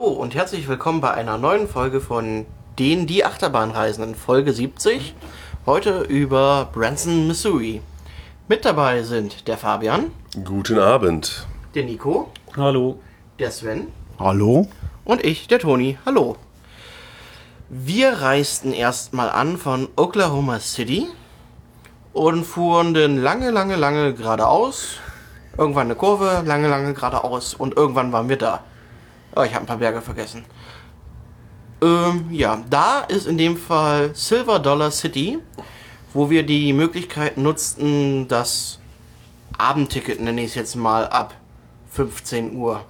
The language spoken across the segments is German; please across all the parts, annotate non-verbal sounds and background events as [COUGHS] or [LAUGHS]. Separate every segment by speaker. Speaker 1: Hallo und herzlich willkommen bei einer neuen Folge von Den die Achterbahn reisen in Folge 70. Heute über Branson, Missouri. Mit dabei sind der Fabian,
Speaker 2: Guten Abend.
Speaker 1: der Nico,
Speaker 3: Hallo.
Speaker 1: der Sven
Speaker 4: Hallo?
Speaker 1: und ich, der Toni. Hallo. Wir reisten erstmal an von Oklahoma City und fuhren dann lange, lange, lange geradeaus. Irgendwann eine Kurve, lange, lange geradeaus und irgendwann waren wir da. Oh, ich habe ein paar Berge vergessen. Ähm, ja, da ist in dem Fall Silver Dollar City, wo wir die Möglichkeit nutzten, das Abendticket, nenne ich es jetzt mal, ab 15 Uhr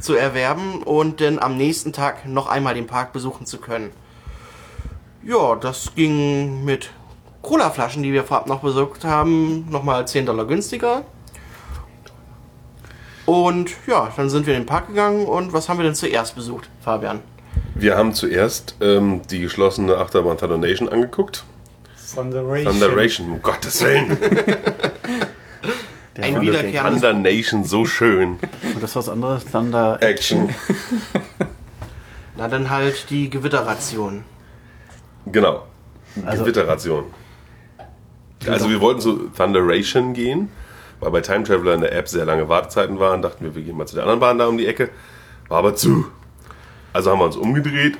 Speaker 1: zu erwerben und dann am nächsten Tag noch einmal den Park besuchen zu können. Ja, das ging mit Colaflaschen, die wir vorab noch besorgt haben, nochmal 10 Dollar günstiger. Und ja, dann sind wir in den Park gegangen und was haben wir denn zuerst besucht, Fabian?
Speaker 2: Wir haben zuerst ähm, die geschlossene Achterbahn Thunderation angeguckt.
Speaker 3: Thunderation.
Speaker 2: Thunderation, um Gottes
Speaker 4: [LAUGHS]
Speaker 2: Willen.
Speaker 1: Ein wiederkehrendes
Speaker 2: Thunderation, so schön.
Speaker 4: Und das ist was anderes? Thunder
Speaker 2: Action.
Speaker 1: Na dann halt die Gewitterration.
Speaker 2: Genau.
Speaker 4: Also- Genau.
Speaker 2: Gewitterration. Also wir wollten zu Thunderation gehen, weil bei Time Traveler in der App sehr lange Wartezeiten waren. Dachten wir, wir gehen mal zu der anderen Bahn da um die Ecke. War aber zu. Also haben wir uns umgedreht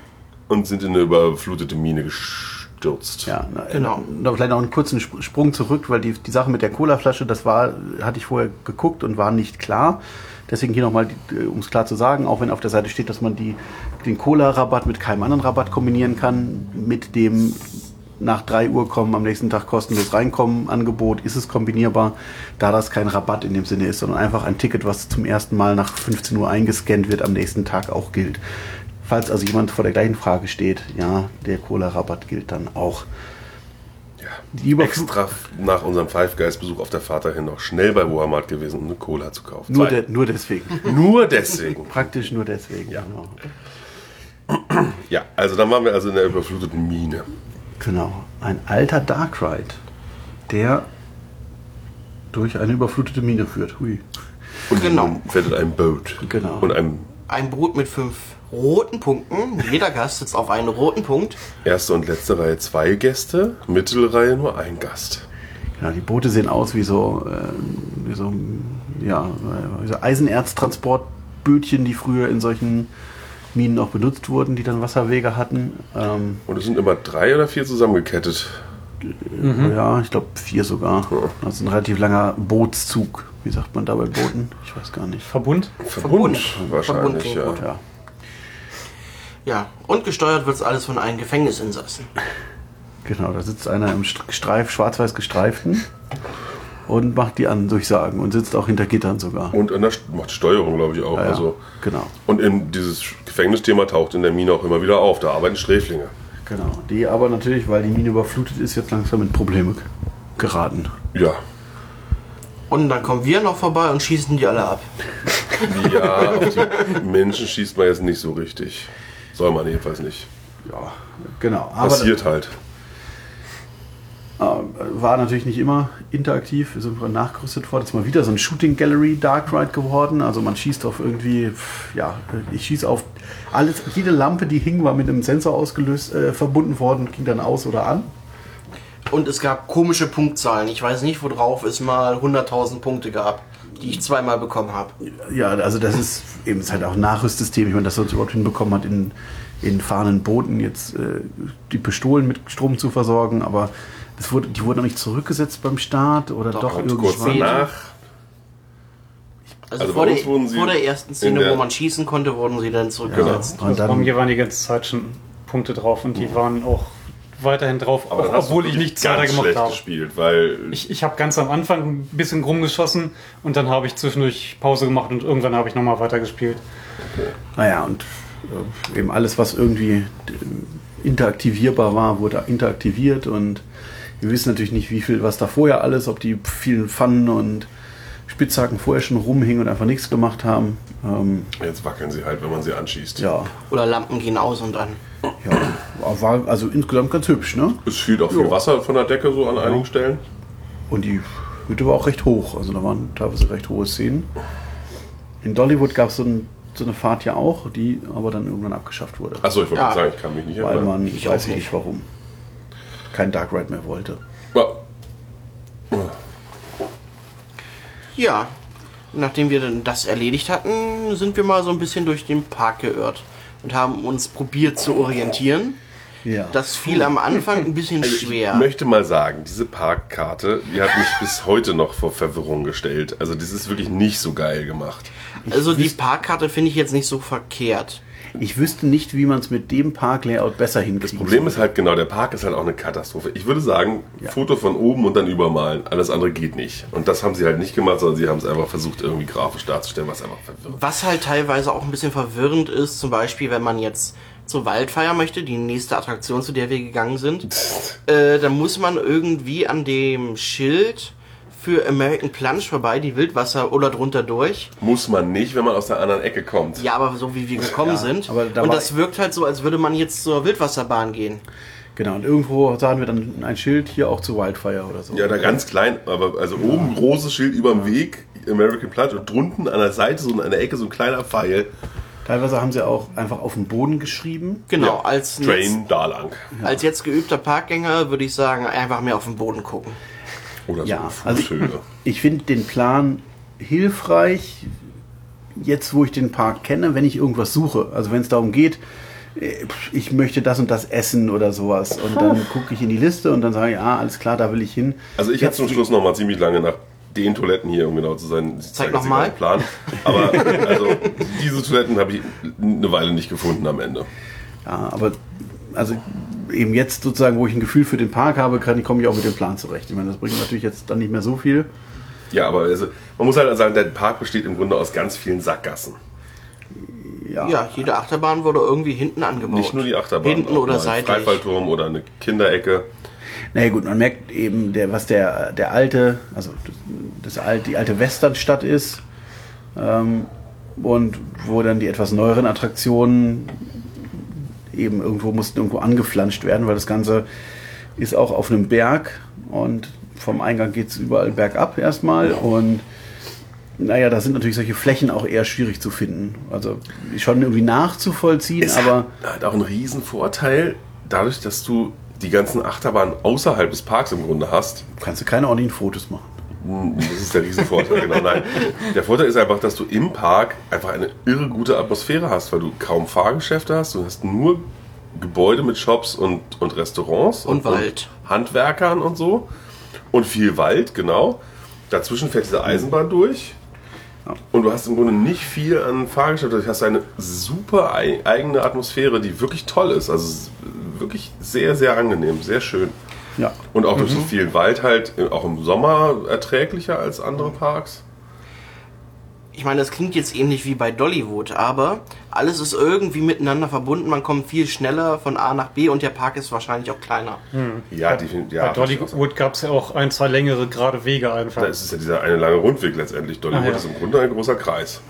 Speaker 2: und sind in eine überflutete Mine gestürzt.
Speaker 4: Ja, na,
Speaker 1: Genau.
Speaker 4: Noch vielleicht noch einen kurzen Sp- Sprung zurück, weil die, die Sache mit der Colaflasche, das war, hatte ich vorher geguckt und war nicht klar. Deswegen hier nochmal, um es klar zu sagen, auch wenn auf der Seite steht, dass man die, den Cola-Rabatt mit keinem anderen Rabatt kombinieren kann, mit dem nach 3 Uhr kommen, am nächsten Tag kostenlos reinkommen Angebot, ist es kombinierbar, da das kein Rabatt in dem Sinne ist, sondern einfach ein Ticket, was zum ersten Mal nach 15 Uhr eingescannt wird, am nächsten Tag auch gilt. Falls also jemand vor der gleichen Frage steht, ja, der Cola-Rabatt gilt dann auch. Die Überfl
Speaker 2: extra nach unserem Five Guys Besuch auf der Fahrt dahin noch schnell bei Walmart gewesen, um eine Cola zu kaufen.
Speaker 4: nur,
Speaker 2: Zwei.
Speaker 4: de nur [LAUGHS] deswegen.
Speaker 2: nur deswegen.
Speaker 4: Praktisch nur deswegen. Ja. Genau.
Speaker 2: Ja, also dann waren wir also in der überfluteten Mine.
Speaker 4: genau. Ein alter Dark Ride, der durch eine überflutete Mine führt. Hui.
Speaker 2: Und
Speaker 1: Genau.
Speaker 2: nun fährt in einem Boot.
Speaker 4: Genau.
Speaker 2: Und einem
Speaker 1: Ein Brot mit fünf roten Punkten. Jeder Gast sitzt auf einen roten Punkt.
Speaker 2: erste und letzte Reihe zwei Gäste, Mittelreihe nur ein Gast.
Speaker 4: Ja, die Boote sehen aus wie so, äh, wie so, ja, äh, wie so Eisenerztransportbötchen, die früher in solchen Minen auch benutzt wurden, die dann Wasserwege hatten. Ähm,
Speaker 2: Und es sind immer drei oder vier zusammengekettet.
Speaker 4: Ja, ich glaube vier sogar. Das ist ein relativ langer Bootszug. Wie sagt man da bei Booten? Ich weiß gar nicht.
Speaker 3: Verbund.
Speaker 2: Verbund,
Speaker 1: Verbund. Verbund,
Speaker 2: wahrscheinlich, ja.
Speaker 1: Verbund.
Speaker 4: Ja.
Speaker 1: Ja, und gesteuert wird's alles von einem Gefängnisinsassen.
Speaker 4: Genau, da sitzt einer im St- Streif, schwarz-weiß gestreiften und macht die an Durchsagen und sitzt auch hinter Gittern sogar.
Speaker 2: Und an der St- macht Steuerung, glaube ich, auch.
Speaker 4: Ja, ja,
Speaker 2: Oh, also.
Speaker 4: genau,
Speaker 2: Und in dieses Gefängnisthema taucht in der Mine auch immer wieder auf. Da arbeiten Sträflinge.
Speaker 4: genau. Die aber natürlich, weil die Mine überflutet ist, jetzt langsam in Probleme g- geraten.
Speaker 2: Ja.
Speaker 1: Und dann kommen wir noch vorbei und schießen die alle ab.
Speaker 2: Ja, auf die Menschen schießt man jetzt nicht so richtig. Soll man jedenfalls nicht.
Speaker 4: Ja, genau. Aber
Speaker 2: Passiert halt.
Speaker 4: äh, war natürlich nicht immer interaktiv. Wir sind nachgerüstet worden. Jetzt mal wieder so ein Shooting Gallery Dark Ride geworden. Also man schießt auf irgendwie, pff, ja, ich schieße auf alles. Jede Lampe, die hing, war mit einem Sensor ausgelöst, äh, verbunden worden, ging dann aus oder an.
Speaker 1: Und es gab komische Punktzahlen. Ich weiß nicht, worauf es mal 100.000 Punkte gab, die ich zweimal bekommen habe.
Speaker 4: Ja, also das ist eben ist halt auch ein Nachrüstsystem. Ich meine, dass man es überhaupt hinbekommen hat, in, in fahrenden Booten jetzt äh, die Pistolen mit Strom zu versorgen. Aber das wurde, die wurden noch nicht zurückgesetzt beim Start oder doch,
Speaker 1: Doch,
Speaker 2: Und kurz
Speaker 4: irgendwann.
Speaker 2: danach,
Speaker 1: Also,
Speaker 2: Also bei
Speaker 1: vor,
Speaker 2: uns
Speaker 1: der,
Speaker 2: wurden sie
Speaker 1: vor der ersten Szene,
Speaker 2: in der-
Speaker 1: wo man schießen konnte, wurden sie dann zurückgesetzt.
Speaker 4: Und
Speaker 3: Also, Warum
Speaker 4: dann,
Speaker 3: hier waren die ganze Zeit schon Punkte drauf und die waren auch weiterhin drauf,
Speaker 2: Mhm. aber
Speaker 3: auch,
Speaker 2: dann hast du
Speaker 3: obwohl ich
Speaker 2: wirklich
Speaker 3: nichts
Speaker 2: ganz
Speaker 3: weiter gemacht
Speaker 2: schlecht
Speaker 3: habe.
Speaker 2: gespielt, weil
Speaker 3: Ich, ich habe ganz am Anfang ein bisschen rumgeschossen und dann habe ich zwischendurch Pause gemacht und irgendwann habe ich nochmal weitergespielt.
Speaker 4: naja, und äh, eben alles, was irgendwie äh, interaktivierbar war, wurde interaktiviert. Und wir wissen natürlich nicht, wie viel, was da vorher alles, ob die vielen Pfannen und Spitzhacken vorher schon rumhingen und einfach nichts gemacht haben. Ähm,
Speaker 2: jetzt wackeln sie halt, wenn man sie anschießt.
Speaker 4: ja,
Speaker 1: Oder Lampen gehen aus und an.
Speaker 4: Ja, war also insgesamt ganz hübsch, ne?
Speaker 2: Es fiel auch viel
Speaker 4: Ja.
Speaker 2: Wasser von der Decke so an einigen Stellen.
Speaker 4: Und die Hütte war auch recht hoch. Also da waren teilweise recht hohe Szenen. In Dollywood gab es so einen so eine Fahrt ja auch, die aber dann irgendwann abgeschafft wurde.
Speaker 2: Achso, ich wollte
Speaker 1: Ja.
Speaker 2: sagen, ich kann mich nicht
Speaker 4: weil
Speaker 2: erinnern.
Speaker 4: man,
Speaker 1: ich
Speaker 4: ich
Speaker 1: auch
Speaker 4: weiß ich
Speaker 1: nicht.
Speaker 4: nicht warum, kein Dark Ride mehr wollte.
Speaker 2: Ja.
Speaker 1: Ja, nachdem wir dann das erledigt hatten, sind wir mal so ein bisschen durch den Park geirrt und haben uns probiert zu orientieren.
Speaker 4: Ja.
Speaker 1: Das fiel am Anfang ein bisschen
Speaker 2: Also Ich
Speaker 1: schwer.
Speaker 2: möchte mal sagen, diese Parkkarte, die hat mich bis heute noch vor Verwirrung gestellt. Also das ist wirklich nicht so geil gemacht.
Speaker 1: Also die Parkkarte finde ich jetzt nicht so verkehrt.
Speaker 4: ich wüsste nicht, wie man es mit dem Park-Layout besser hinkriegt.
Speaker 2: Das Problem ist halt genau, der Park ist halt auch eine Katastrophe. Ich würde sagen,
Speaker 4: Ja.
Speaker 2: Foto von oben und dann übermalen. Alles andere geht nicht. Und das haben sie halt nicht gemacht, sondern sie haben es einfach versucht, irgendwie grafisch darzustellen, was einfach verwirrend
Speaker 1: Was halt teilweise auch ein bisschen verwirrend ist, zum Beispiel, wenn man jetzt zur Waldfeier möchte, die nächste Attraktion, zu der wir gegangen
Speaker 4: [LAUGHS]
Speaker 1: sind,
Speaker 2: ist.
Speaker 1: äh, dann muss man irgendwie an dem Schild für American Plunge vorbei, die Wildwasser oder drunter durch.
Speaker 2: Muss man nicht, wenn man aus der anderen Ecke kommt.
Speaker 1: Ja, aber so wie wir gekommen
Speaker 4: Ja,
Speaker 1: sind.
Speaker 4: aber da
Speaker 1: und
Speaker 4: war-
Speaker 1: das wirkt halt so, als würde man jetzt zur Wildwasserbahn gehen.
Speaker 4: Genau, und irgendwo sahen wir dann ein Schild hier auch zu Wildfire oder so.
Speaker 2: Ja, da ganz klein, aber also oben großes Schild über dem Weg, American Plunge und drunten an der Seite, so an der Ecke, so ein kleiner Pfeil.
Speaker 4: Teilweise haben sie auch einfach auf den Boden geschrieben.
Speaker 1: Genau, als, jetzt,
Speaker 2: Train da lang.
Speaker 1: als jetzt geübter Parkgänger würde ich sagen, einfach mehr auf den Boden gucken.
Speaker 2: Oder so
Speaker 4: Ja,
Speaker 2: eine
Speaker 4: also
Speaker 2: Fußhöhe.
Speaker 4: ich finde den Plan hilfreich, jetzt wo ich den Park kenne, wenn ich irgendwas suche. Also wenn es darum geht, äh, pf, ich möchte das und das essen oder sowas. Und dann gucke ich in die Liste und dann sage ich, ah, alles klar, da will ich hin.
Speaker 2: Also ich habe zum Schluss noch mal ziemlich lange nach den Toiletten hier, um genau zu sein. Sie
Speaker 1: Zeig
Speaker 2: zeigen
Speaker 1: noch
Speaker 2: sie
Speaker 1: mal.
Speaker 2: keinen Plan. Aber also diese Toiletten habe ich eine Weile nicht gefunden am Ende.
Speaker 4: Ja, aber also eben jetzt sozusagen, wo ich ein Gefühl für den Park habe, kann, komme ich auch mit dem Plan zurecht. Ich meine, das bringt natürlich jetzt dann nicht mehr so viel.
Speaker 2: Ja, aber also, man muss halt sagen, der Park besteht im Grunde aus ganz vielen Sackgassen.
Speaker 1: Ja, jede Achterbahn wurde irgendwie hinten angebaut.
Speaker 2: Nicht nur die Achterbahn.
Speaker 1: Hinten
Speaker 2: auch
Speaker 1: oder
Speaker 2: mal ein
Speaker 1: seitlich.
Speaker 2: Freifallturm oder eine Kinderecke.
Speaker 4: Naja gut, man merkt eben, der, was der, der alte, also das, das alte, die alte Westernstadt ist ähm, und wo dann die etwas neueren Attraktionen eben irgendwo mussten irgendwo angeflanscht werden, weil das Ganze ist auch auf einem Berg und vom Eingang geht es überall bergab erstmal und naja, da sind natürlich solche Flächen auch eher schwierig zu finden. Also schon irgendwie nachzuvollziehen,
Speaker 2: Es
Speaker 4: aber...
Speaker 2: hat halt auch einen riesen Vorteil, dadurch, dass du die ganzen Achterbahnen außerhalb des Parks im Grunde hast.
Speaker 4: Kannst du keine ordentlichen Fotos machen.
Speaker 2: Das ist der Riesenvorteil, genau. Nein. Der Vorteil ist einfach, dass du im Park einfach eine irre gute Atmosphäre hast, weil du kaum Fahrgeschäfte hast. Du hast nur Gebäude mit Shops und, und Restaurants
Speaker 1: Und Wald.
Speaker 2: und Handwerkern und so. Und viel Wald, genau. Dazwischen fährt diese Eisenbahn durch. Und du hast im Grunde nicht viel an Fahrgeschäften. Du hast eine super ei- eigene Atmosphäre, die wirklich toll ist. Also es ist wirklich sehr, sehr angenehm, sehr schön.
Speaker 4: Ja.
Speaker 2: Und auch durch so viel Wald halt, äh, auch im Sommer erträglicher als andere Parks.
Speaker 1: Ich meine, das klingt jetzt ähnlich wie bei Dollywood, aber alles ist irgendwie miteinander verbunden. Man kommt viel schneller von A nach B und der Park ist wahrscheinlich auch kleiner.
Speaker 2: Hm. Ja, definitiv. Ja,
Speaker 3: Bei Dollywood gab es ja auch ein, zwei längere gerade Wege einfach.
Speaker 2: Da ist es ja dieser eine lange Rundweg letztendlich. Dollywood
Speaker 3: Ah, ja.
Speaker 2: ist im Grunde ein großer Kreis.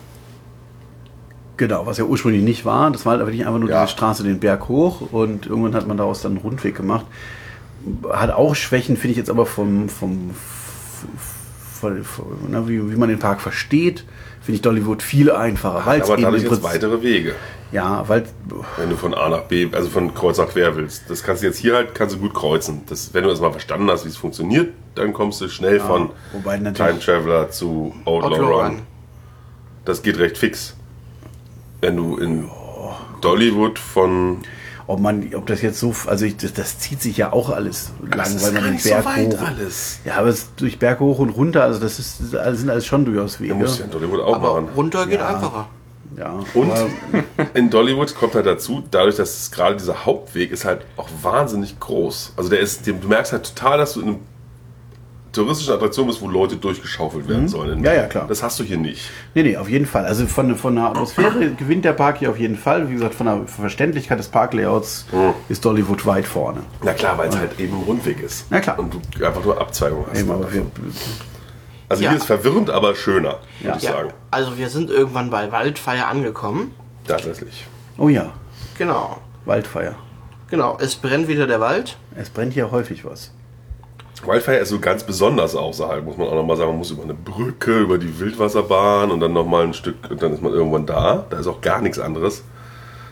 Speaker 4: Genau, was ja ursprünglich nicht war. Das war halt wirklich einfach nur
Speaker 2: Ja.
Speaker 4: diese Straße den Berg hoch und irgendwann hat man daraus dann einen Rundweg gemacht. Hat auch Schwächen, finde ich jetzt aber vom, vom, f- von, von, na, wie, wie man den Park versteht, finde ich Dollywood viel einfacher. Weil es
Speaker 2: Aber
Speaker 4: eben
Speaker 2: dadurch
Speaker 4: im
Speaker 2: jetzt
Speaker 4: Prinzip-
Speaker 2: weitere Wege,
Speaker 4: Ja, weil
Speaker 2: wenn du von A nach B, also von Kreuz nach Quer willst. Das kannst du jetzt hier halt, kannst du gut kreuzen. Das, wenn du das mal verstanden hast, wie es funktioniert, dann kommst du schnell
Speaker 4: Ah.
Speaker 2: von
Speaker 4: wobei natürlich-
Speaker 2: Time Traveler zu Outlaw,
Speaker 1: Outlaw
Speaker 2: Run.
Speaker 1: Run.
Speaker 2: Das geht recht fix. Wenn du in Dollywood von
Speaker 4: ob man, ob das jetzt so, also ich, das, das zieht sich ja auch alles lang,
Speaker 2: das ist
Speaker 4: weil man
Speaker 2: gar
Speaker 4: den
Speaker 2: nicht so
Speaker 4: Berg
Speaker 2: weit
Speaker 4: hoch.
Speaker 2: alles.
Speaker 4: Ja, aber es durch Berg hoch und runter, also das ist, das alles- sind alles schon durchaus Wege.
Speaker 2: Du musst ja in Dollywood auch
Speaker 1: Aber
Speaker 2: machen.
Speaker 1: runter geht einfacher.
Speaker 4: Ja,
Speaker 2: Und
Speaker 4: aber-
Speaker 2: in Dollywood kommt halt dazu, dadurch, dass es gerade dieser Hauptweg ist halt auch wahnsinnig groß. Also der ist, dem- du merkst halt total, dass du in einer touristischen Attraktion bist, wo Leute durchgeschaufelt werden sollen.
Speaker 4: Mhm. Ja, ja, klar.
Speaker 2: Das hast du hier nicht.
Speaker 4: Nee, nee, auf jeden Fall. Also von, von
Speaker 2: [COUGHS]
Speaker 4: der Atmosphäre gewinnt der Park hier auf jeden Fall. Wie gesagt, von der Verständlichkeit des Parklayouts ist Dollywood weit vorne.
Speaker 2: Na klar, weil es halt eben ein Rundweg ist.
Speaker 4: Na klar.
Speaker 2: Und du einfach nur Abzweigung hast.
Speaker 4: Eben, aber wir,
Speaker 2: also
Speaker 1: Ja.
Speaker 2: hier ist verwirrend, aber schöner,
Speaker 4: Ja.
Speaker 2: würde ich
Speaker 1: Ja,
Speaker 2: sagen.
Speaker 1: also wir sind irgendwann bei Waldfeier angekommen.
Speaker 2: Tatsächlich.
Speaker 4: oh ja,
Speaker 1: Genau.
Speaker 4: Waldfeuer.
Speaker 1: Genau, es brennt wieder der Wald.
Speaker 4: Es brennt hier häufig was.
Speaker 2: Wildfire ist so ganz besonders außerhalb, muss man auch nochmal sagen. Man muss über eine Brücke, über die Wildwasserbahn und dann nochmal ein Stück und dann ist man irgendwann da. Da ist auch gar nichts anderes.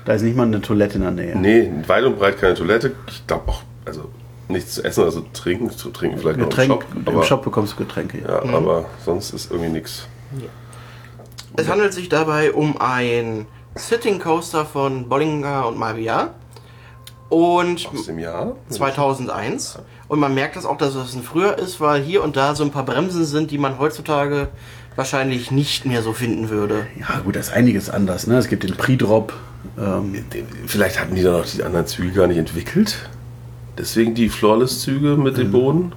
Speaker 4: Da ist nicht mal eine Toilette in der Nähe.
Speaker 2: Nee, weit und breit keine Toilette. Ich glaube auch, also nichts zu essen, also trinken, zu trinken vielleicht
Speaker 4: Getränk, Mhm.
Speaker 2: noch im Shop. Aber,
Speaker 4: bekommst du Getränke. Ja.
Speaker 2: Ja, aber sonst ist irgendwie nichts.
Speaker 1: Es handelt sich dabei um ein Sitting Coaster von Bollinger und Mavia und
Speaker 2: Aus dem Jahr?
Speaker 1: 2001. Und man merkt das auch, dass das ein früher ist, weil hier und da so ein paar Bremsen sind, die man heutzutage wahrscheinlich nicht mehr so finden würde.
Speaker 4: ja, gut, das ist einiges anders. Ne? Es gibt den Pre-Drop. Ähm,
Speaker 2: Vielleicht hatten die dann auch die anderen Züge gar nicht entwickelt. Deswegen die Flawless-Züge mit
Speaker 4: Mhm.
Speaker 2: dem Boden.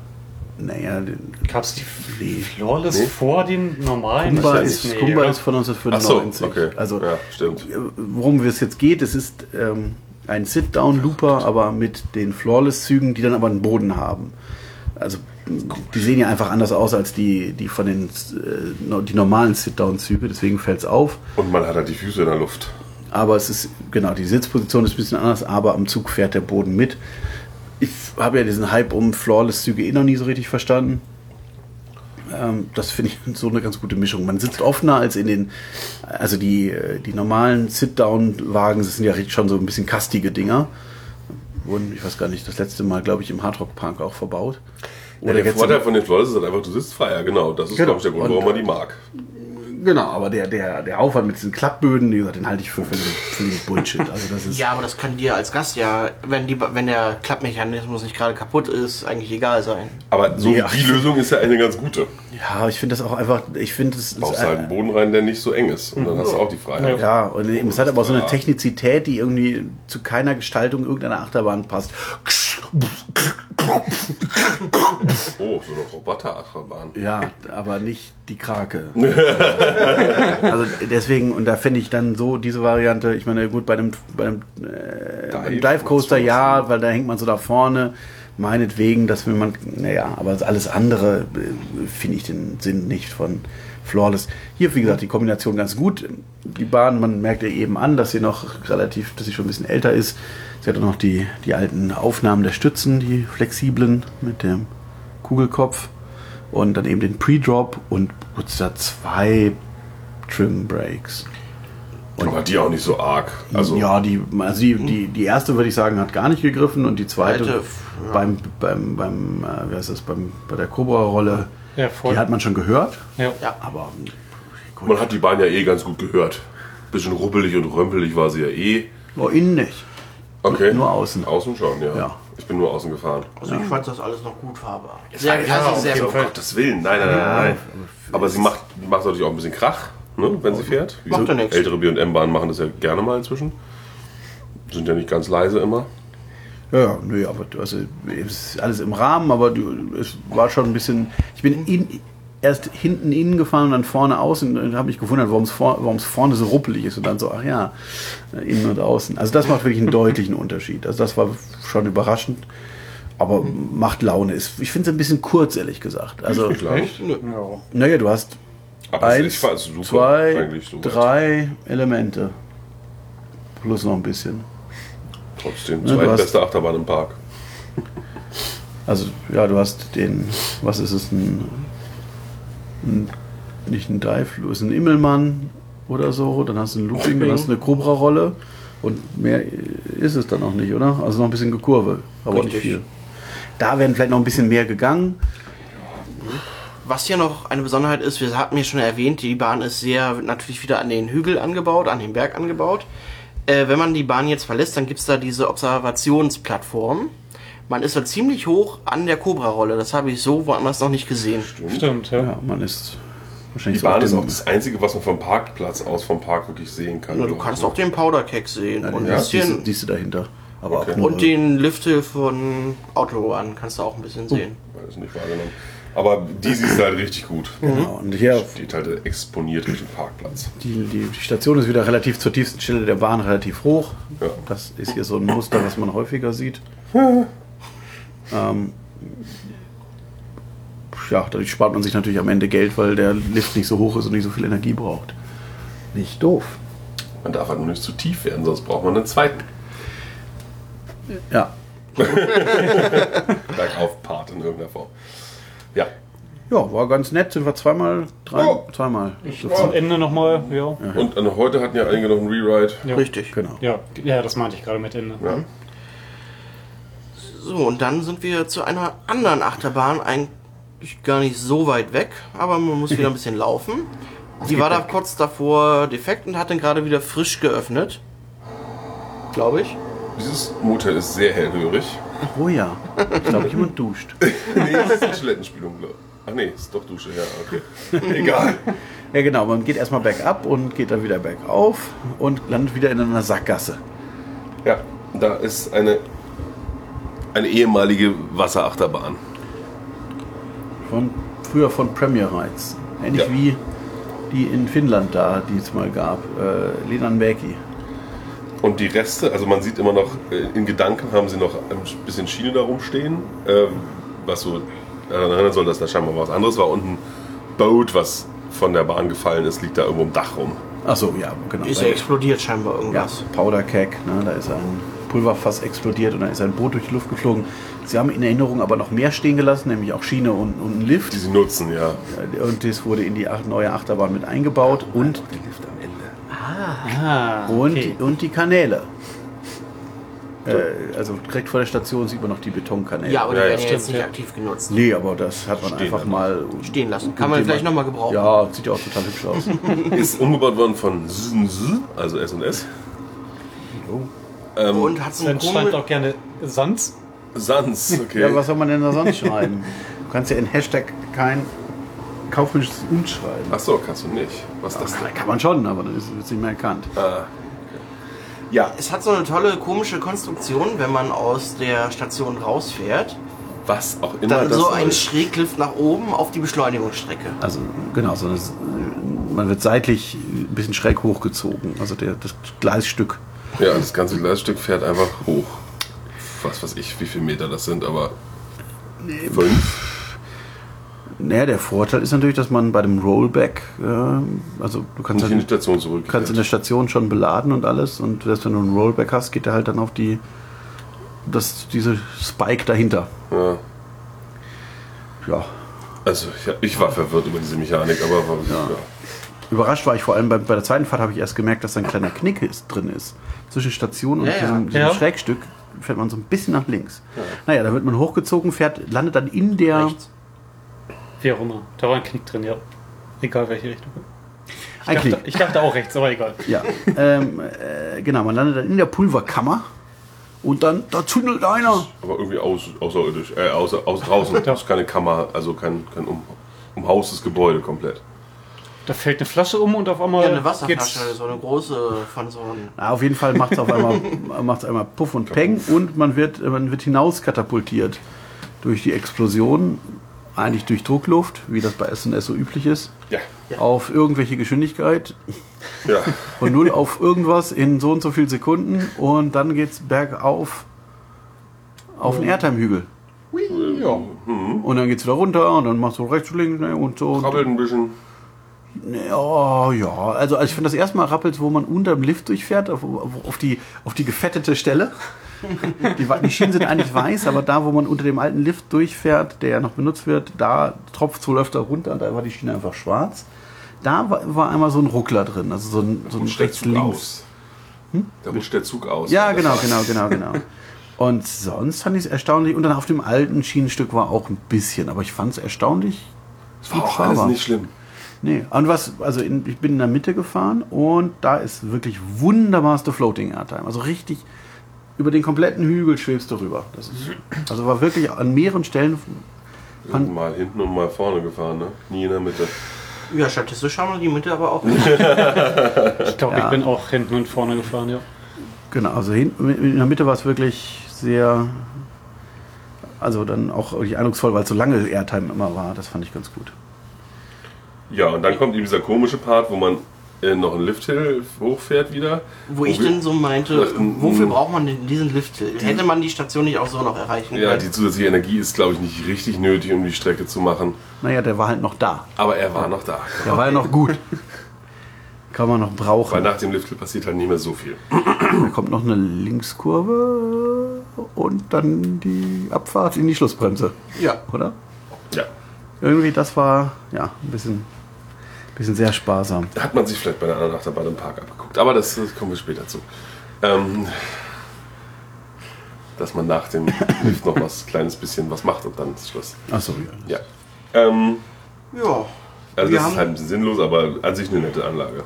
Speaker 4: naja, den
Speaker 3: Gab es die
Speaker 4: Nee.
Speaker 3: Flawless vor den normalen?
Speaker 4: Kumba,
Speaker 3: Ich weiß
Speaker 4: ist,
Speaker 3: nicht,
Speaker 4: Kumba
Speaker 3: oder?
Speaker 4: ist von
Speaker 2: Ach so,
Speaker 4: 1995.
Speaker 2: okay.
Speaker 4: Also,
Speaker 2: ja, stimmt.
Speaker 4: worum es jetzt geht, es ist ähm, ein Sit-Down-Looper, aber mit den Flawless-Zügen, die dann aber einen Boden haben. Also die sehen ja einfach anders aus als die, die von den äh, no- die normalen Sit-Down-Züge, deswegen fällt es auf.
Speaker 2: Und man hat halt die Füße in der Luft.
Speaker 4: Aber es ist, genau, die Sitzposition ist ein bisschen anders, aber am Zug fährt der Boden mit. Ich habe ja diesen Hype um Flawless-Züge eh noch nie so richtig verstanden. Ähm, das finde ich so eine ganz gute Mischung. Man sitzt offener als in den, also die, äh, die normalen Sit-Down-Wagen, das sind ja richtig schon so ein bisschen kastige Dinger. Wurden, ich weiß gar nicht, das letzte Mal, glaube ich, im Hardrock Park auch verbaut.
Speaker 2: Oder der
Speaker 4: jetzt-
Speaker 2: Vorteil von den Flawless ist halt einfach, du sitzt freier, genau. Das ist,
Speaker 4: Genau.
Speaker 2: glaube ich, der Grund,
Speaker 4: Und-
Speaker 2: warum man die mag.
Speaker 4: genau, aber der, der, der Aufwand mit diesen Klappböden, wie gesagt, den halte ich für völlig völlig Bullshit. Also das ist
Speaker 1: Ja, aber das kann dir als Gast ja, wenn, die, wenn der Klappmechanismus nicht gerade kaputt ist, eigentlich egal sein.
Speaker 2: Aber so
Speaker 4: Nee,
Speaker 2: wie die Lösung ist ja eine ganz gute.
Speaker 4: Ja, ich finde das auch einfach, ich finde es
Speaker 2: Baust halt einen Boden rein, der nicht so eng ist. Und dann hast du auch die Freiheit.
Speaker 4: ja, und eben, es hat aber auch so eine Technizität, die irgendwie zu keiner Gestaltung irgendeiner Achterbahn passt.
Speaker 2: Oh, so eine Roboterachterbahn.
Speaker 4: Ja, aber nicht die Krake. also deswegen, und da finde ich dann so diese Variante, ich meine, gut, bei einem, bei einem
Speaker 2: Dive,
Speaker 4: Im Dive Coaster ja, weil da hängt man so da vorne. Meinetwegen, dass wenn man, naja, aber alles andere äh, finde ich den Sinn nicht von Flawless. Hier, wie gesagt, die Kombination ganz gut. Die Bahn, man merkt ja eben an, dass sie noch relativ, dass sie schon ein bisschen älter ist. Sie hat auch noch die, die alten Aufnahmen der Stützen, die flexiblen mit dem Kugelkopf. Und dann eben den Pre-Drop und da zwei Trim Breaks.
Speaker 2: Aber die auch nicht so arg. Also,
Speaker 4: ja, die, also die, die, die erste würde ich sagen, hat gar nicht gegriffen und die zweite
Speaker 1: Zweite,
Speaker 4: beim, beim, beim, äh, wie heißt das, beim, bei der Cobra-Rolle,
Speaker 3: Ja, voll.
Speaker 4: die hat man schon gehört,
Speaker 3: Ja.
Speaker 1: Ja.
Speaker 4: aber gut,
Speaker 2: man hat die Bahn ja eh ganz gut gehört. Bisschen ruppelig und römpelig war sie ja eh.
Speaker 4: nur innen nicht.
Speaker 2: Okay.
Speaker 4: Nur außen.
Speaker 2: Außen schon, ja.
Speaker 4: Ja.
Speaker 2: Ich bin nur außen gefahren.
Speaker 1: Also ich fand das alles noch gut fahrbar. Sehr, ja,
Speaker 2: auf
Speaker 1: sehr
Speaker 2: jeden
Speaker 1: gut.
Speaker 2: Fall. Gottes Willen, nein, nein, nein. nein. Aber sie macht, macht natürlich auch ein bisschen Krach, ne, wenn sie fährt. Wie
Speaker 1: Macht
Speaker 2: so
Speaker 1: ja nichts.
Speaker 2: Ältere B&M-Bahnen machen das ja gerne mal inzwischen. Sind ja nicht ganz leise immer.
Speaker 4: Ja, ja, nö, aber du- also, es ist alles im Rahmen, aber du, es war schon ein bisschen, ich bin in, erst hinten innen gefahren und dann vorne außen und habe mich gewundert, warum es vor, warum's vorne so ruppelig ist und dann so, ach ja, innen und außen. Also das macht wirklich einen deutlichen Unterschied. Also das war schon überraschend, aber macht Laune. Ist- Ich finde es ein bisschen kurz, ehrlich gesagt.
Speaker 2: [LAUGHS]
Speaker 4: Also,
Speaker 2: Nicht lang.
Speaker 3: Ja.
Speaker 4: naja, du hast
Speaker 2: Aber es- ich
Speaker 4: eins,
Speaker 2: fand's super,
Speaker 4: zwei,
Speaker 2: eigentlich so
Speaker 4: drei Elemente. Plus noch ein bisschen.
Speaker 2: Trotzdem,
Speaker 4: Ne, du
Speaker 2: zweitbeste Achterbahn im Park.
Speaker 4: Also, ja, du hast den, was ist es, ein, ein nicht ein Dive, du ist ein Immelmann oder so, dann hast du ein Looping, dann hast du eine Cobra-Rolle und mehr ist es dann auch nicht, oder? Also noch ein bisschen Gekurve, aber nicht
Speaker 1: Richtig.
Speaker 4: viel. Da wären vielleicht noch ein bisschen mehr gegangen.
Speaker 1: Was hier noch eine Besonderheit ist, wir hatten ja schon erwähnt, die Bahn ist sehr natürlich wieder an den Hügel angebaut, an den Berg angebaut. Äh, wenn man die Bahn jetzt verlässt, dann gibt es da diese Observationsplattform. Man ist da ziemlich hoch an der Cobra-Rolle. Das habe ich so woanders noch nicht gesehen.
Speaker 3: Stimmt, ja.
Speaker 4: Ja, man ist wahrscheinlich
Speaker 2: Die Bahn ist
Speaker 4: auf
Speaker 2: auch
Speaker 4: dem-
Speaker 2: das Einzige, was man vom Parkplatz aus, vom Park wirklich sehen kann.
Speaker 1: Ja, du kannst auch den Powderkeg sehen und ein
Speaker 4: ja, siehst, du-
Speaker 1: bisschen
Speaker 4: siehst du dahinter. Aber
Speaker 2: Okay.
Speaker 4: auch nur,
Speaker 1: und den Lifthill von Outrun kannst du auch ein bisschen sehen.
Speaker 2: Weiß nicht wahrgenommen. Aber die siehst du halt richtig gut.
Speaker 4: Genau. Und hier
Speaker 2: Steht halt exponiert durch den Parkplatz.
Speaker 4: Die, die Station ist wieder relativ zur tiefsten Stelle der Bahn relativ hoch.
Speaker 2: Ja.
Speaker 4: Das ist hier so ein Muster, was man häufiger sieht. ähm, ja, dadurch spart man sich natürlich am Ende Geld, weil der Lift nicht so hoch ist und nicht so viel Energie braucht. Nicht doof.
Speaker 2: Man darf halt nur nicht zu tief werden, sonst braucht man einen zweiten
Speaker 4: Ja,
Speaker 2: Bergaufpart. in irgendeiner Form. Ja.
Speaker 4: Ja, war ganz nett. Sind wir zweimal, drei,
Speaker 2: Ja.
Speaker 4: zweimal.
Speaker 3: Ich zum Ende nochmal, ja.
Speaker 2: Und äh, heute hatten ja einige noch einen Rewrite.
Speaker 3: Ja.
Speaker 4: Richtig, genau.
Speaker 3: ja. Ja, das meinte ich gerade mit Ende.
Speaker 2: Ja.
Speaker 1: So, und dann sind wir zu einer anderen Achterbahn, eigentlich gar nicht so weit weg, aber man muss wieder ein bisschen laufen. Die war da kurz davor defekt und hat dann gerade wieder frisch geöffnet. Glaube ich.
Speaker 2: Dieses Motel ist sehr hellhörig.
Speaker 4: Oh ja. Ich glaube, jemand duscht.
Speaker 2: nee, das ist eine Schlettenspülung, glaube Ach nee, ist doch Dusche, ja, okay. Egal.
Speaker 4: Ja, genau. Man geht erstmal bergab und geht dann wieder bergauf und landet wieder in einer Sackgasse.
Speaker 2: Ja, da ist eine, eine ehemalige Wasserachterbahn.
Speaker 4: Von, früher von Premier Rides. Ähnlich
Speaker 2: Ja.
Speaker 4: wie die in Finnland da, die es mal gab. Äh, Lenanmäki.
Speaker 2: Und die Reste, also man sieht immer noch, äh, in Gedanken haben sie noch ein bisschen Schiene da rumstehen, ähm, was so daran erinnern soll, dass da scheinbar was anderes war. Und ein Boot, was von der Bahn gefallen ist, liegt da irgendwo im Dach rum.
Speaker 4: Achso, ja, genau.
Speaker 1: Ist ja explodiert scheinbar
Speaker 4: Ja,
Speaker 1: irgendwas.
Speaker 4: Powderkeg, ne? da ist ein Pulverfass explodiert und dann ist ein Boot durch die Luft geflogen. Sie haben in Erinnerung aber noch mehr stehen gelassen, nämlich auch Schiene und, und einen Lift.
Speaker 2: Die sie nutzen, ja.
Speaker 4: Und das wurde in die ach- neue Achterbahn mit eingebaut
Speaker 1: Ah,
Speaker 4: und,
Speaker 2: Der Lift am Ende.
Speaker 3: Ah,
Speaker 4: und,
Speaker 3: okay.
Speaker 4: und die Kanäle. Äh, also direkt vor der Station sieht man noch die Betonkanäle.
Speaker 1: Ja, aber die
Speaker 2: Ja, ja,
Speaker 1: werden ja jetzt
Speaker 3: stimmt,
Speaker 1: nicht
Speaker 3: ja.
Speaker 1: aktiv genutzt.
Speaker 4: Nee, aber das hat man
Speaker 2: Stehen
Speaker 4: einfach
Speaker 2: lassen.
Speaker 4: mal
Speaker 1: Stehen lassen. Kann man vielleicht noch mal gebrauchen.
Speaker 4: Ja, sieht ja auch total hübsch aus.
Speaker 2: Ist umgebaut worden von S&S, also S&S. Ähm,
Speaker 1: Und hat so einen
Speaker 3: Sven schreibt
Speaker 1: komischen.
Speaker 3: auch gerne Sans.
Speaker 2: Sans, okay.
Speaker 4: Ja, was soll man denn da sonst schreiben? Du kannst ja in Hashtag kein kaufmännisches Und schreiben.
Speaker 2: Ach so, kannst du nicht. Was ist das denn?
Speaker 4: Kann man schon, aber dann ist es nicht mehr erkannt.
Speaker 2: Ja,
Speaker 1: Es hat so eine tolle komische Konstruktion, wenn man aus der Station rausfährt.
Speaker 2: was auch immer
Speaker 1: Dann
Speaker 2: das
Speaker 1: so ein
Speaker 2: ist.
Speaker 1: Schräglift nach oben auf die Beschleunigungsstrecke.
Speaker 4: Also genau, so das, man wird seitlich ein bisschen schräg hochgezogen. Also der, das Gleisstück.
Speaker 2: Ja, das ganze Gleisstück fährt einfach hoch. Was weiß ich, wie viele Meter das sind, aber. Fünf?
Speaker 4: Naja, der Vorteil ist natürlich, dass man bei dem Rollback, äh, also du kannst,
Speaker 2: Nicht in die
Speaker 4: dann,
Speaker 2: Station zurück.
Speaker 4: kannst in der Station schon beladen und alles. Und selbst wenn du einen Rollback hast, geht er halt dann auf die, das, diese Spike dahinter.
Speaker 2: ja.
Speaker 4: Ja.
Speaker 2: Also, ja, ich war verwirrt über diese Mechanik, aber. aber- Ja.
Speaker 4: Überrascht war ich vor allem bei, bei der zweiten Fahrt, habe ich erst gemerkt, dass da ein kleiner Knick ist, drin ist. Zwischen Station und
Speaker 1: Ja, ja.
Speaker 4: diesem, diesem
Speaker 3: Ja.
Speaker 4: Schrägstück fährt man so ein bisschen nach links. Naja, da wird man hochgezogen, fährt, landet dann in der.
Speaker 1: Rechts.
Speaker 3: Wie auch immer. Da war ein Knick drin, ja. Egal welche Richtung. Ich
Speaker 4: Ein
Speaker 3: dachte,
Speaker 4: Knick.
Speaker 3: ich dachte auch rechts, aber egal. [LAUGHS]
Speaker 4: Ja, ähm, äh, genau, man landet dann in der Pulverkammer und dann, da zündelt einer.
Speaker 2: Aber irgendwie aus, außerirdisch. Äh, außer, aus draußen. Das ist keine Kammer, also kein, kein um, umhaustes Gebäude komplett.
Speaker 3: Da fällt eine Flasche um und auf einmal
Speaker 1: Ja, eine Wasserflasche,
Speaker 3: geht's.
Speaker 1: so eine große von so einem.
Speaker 4: Na, auf jeden Fall macht es auf einmal, [LAUGHS] macht's einmal Puff und Peng und man wird, man wird hinaus katapultiert durch die Explosion, eigentlich durch Druckluft, wie das bei SNS so üblich ist,
Speaker 2: Ja.
Speaker 4: auf irgendwelche Geschwindigkeit,
Speaker 2: Ja.
Speaker 4: von null auf irgendwas in so und so viel Sekunden und dann geht's bergauf auf den Erdheimhügel.
Speaker 2: ja.
Speaker 4: Und dann geht's wieder runter und dann machst du rechts, links ne, und so. Und
Speaker 2: Krabbelt ein bisschen.
Speaker 4: Ja, ja. Also, also ich finde das erstmal rappelt, wo man unterm Lift durchfährt, auf, auf, auf, die, auf die gefettete Stelle. Die, wa- die Schienen sind eigentlich weiß, aber da, wo man unter dem alten Lift durchfährt, der ja noch benutzt wird, da tropft es wohl öfter runter und da war die Schiene einfach schwarz. Da war, war einmal so ein Ruckler drin, also so ein, so ein
Speaker 2: Rutscht der Zug
Speaker 4: rechts-links.
Speaker 2: aus. Da rutscht der Zug aus.
Speaker 4: Ja,
Speaker 2: Das
Speaker 4: genau,
Speaker 2: war's.
Speaker 4: genau, genau, genau. Und sonst fand ich es erstaunlich. Und dann auf dem alten Schienenstück war auch ein bisschen, aber ich fand es erstaunlich.
Speaker 2: War auch alles nicht schlimm.
Speaker 4: Nee, und was, also in, ich bin in der Mitte gefahren und da ist wirklich wunderbarste Floating Airtime. Also richtig über den kompletten Hügel schwebst du rüber. Das ist, also war wirklich an mehreren Stellen. Fand-
Speaker 2: Also Mal hinten und mal vorne gefahren, ne? Nie in der Mitte.
Speaker 1: Ja, statistisch haben wir die Mitte aber auch.
Speaker 3: Ich glaube, ich bin auch hinten und vorne gefahren, ja.
Speaker 4: Genau, also hinten in der Mitte war es wirklich sehr. Also dann auch wirklich eindrucksvoll, weil es so lange Airtime immer war. Das fand ich ganz gut.
Speaker 2: Ja, und dann kommt eben dieser komische Part, wo man äh, noch einen Lifthill hochfährt wieder.
Speaker 1: Wo ich
Speaker 2: wir-
Speaker 1: denn so meinte, ähm,
Speaker 2: Dachten,
Speaker 1: wofür
Speaker 2: mh.
Speaker 1: braucht man denn diesen Lift? Hätte man die Station nicht auch so noch erreichen können?
Speaker 2: Ja, die zusätzliche Energie ist, glaube ich, nicht richtig nötig, um die Strecke zu machen.
Speaker 4: Naja, der war halt noch da.
Speaker 2: Aber er war noch da.
Speaker 4: Der war ja noch gut. [LAUGHS] Kann man noch
Speaker 2: Weil
Speaker 4: brauchen.
Speaker 2: nach dem Liftclip passiert halt nicht mehr so viel.
Speaker 4: Da kommt noch eine Linkskurve und dann die Abfahrt in die Schlussbremse,
Speaker 1: Ja.
Speaker 4: oder?
Speaker 2: Ja.
Speaker 4: Irgendwie, das war ja ein bisschen, bisschen sehr sparsam.
Speaker 2: Da hat man sich vielleicht bei einer anderen Achterbahn im Park abgeguckt. Aber das, das kommen wir später zu. Ähm, dass man nach dem Lift noch was kleines bisschen was macht und dann ist Schluss.
Speaker 4: Achso,
Speaker 2: Ja. Ähm,
Speaker 1: Ja.
Speaker 2: also
Speaker 1: Wir
Speaker 2: das
Speaker 1: haben-
Speaker 2: ist halt ein bisschen sinnlos, aber an sich eine nette Anlage.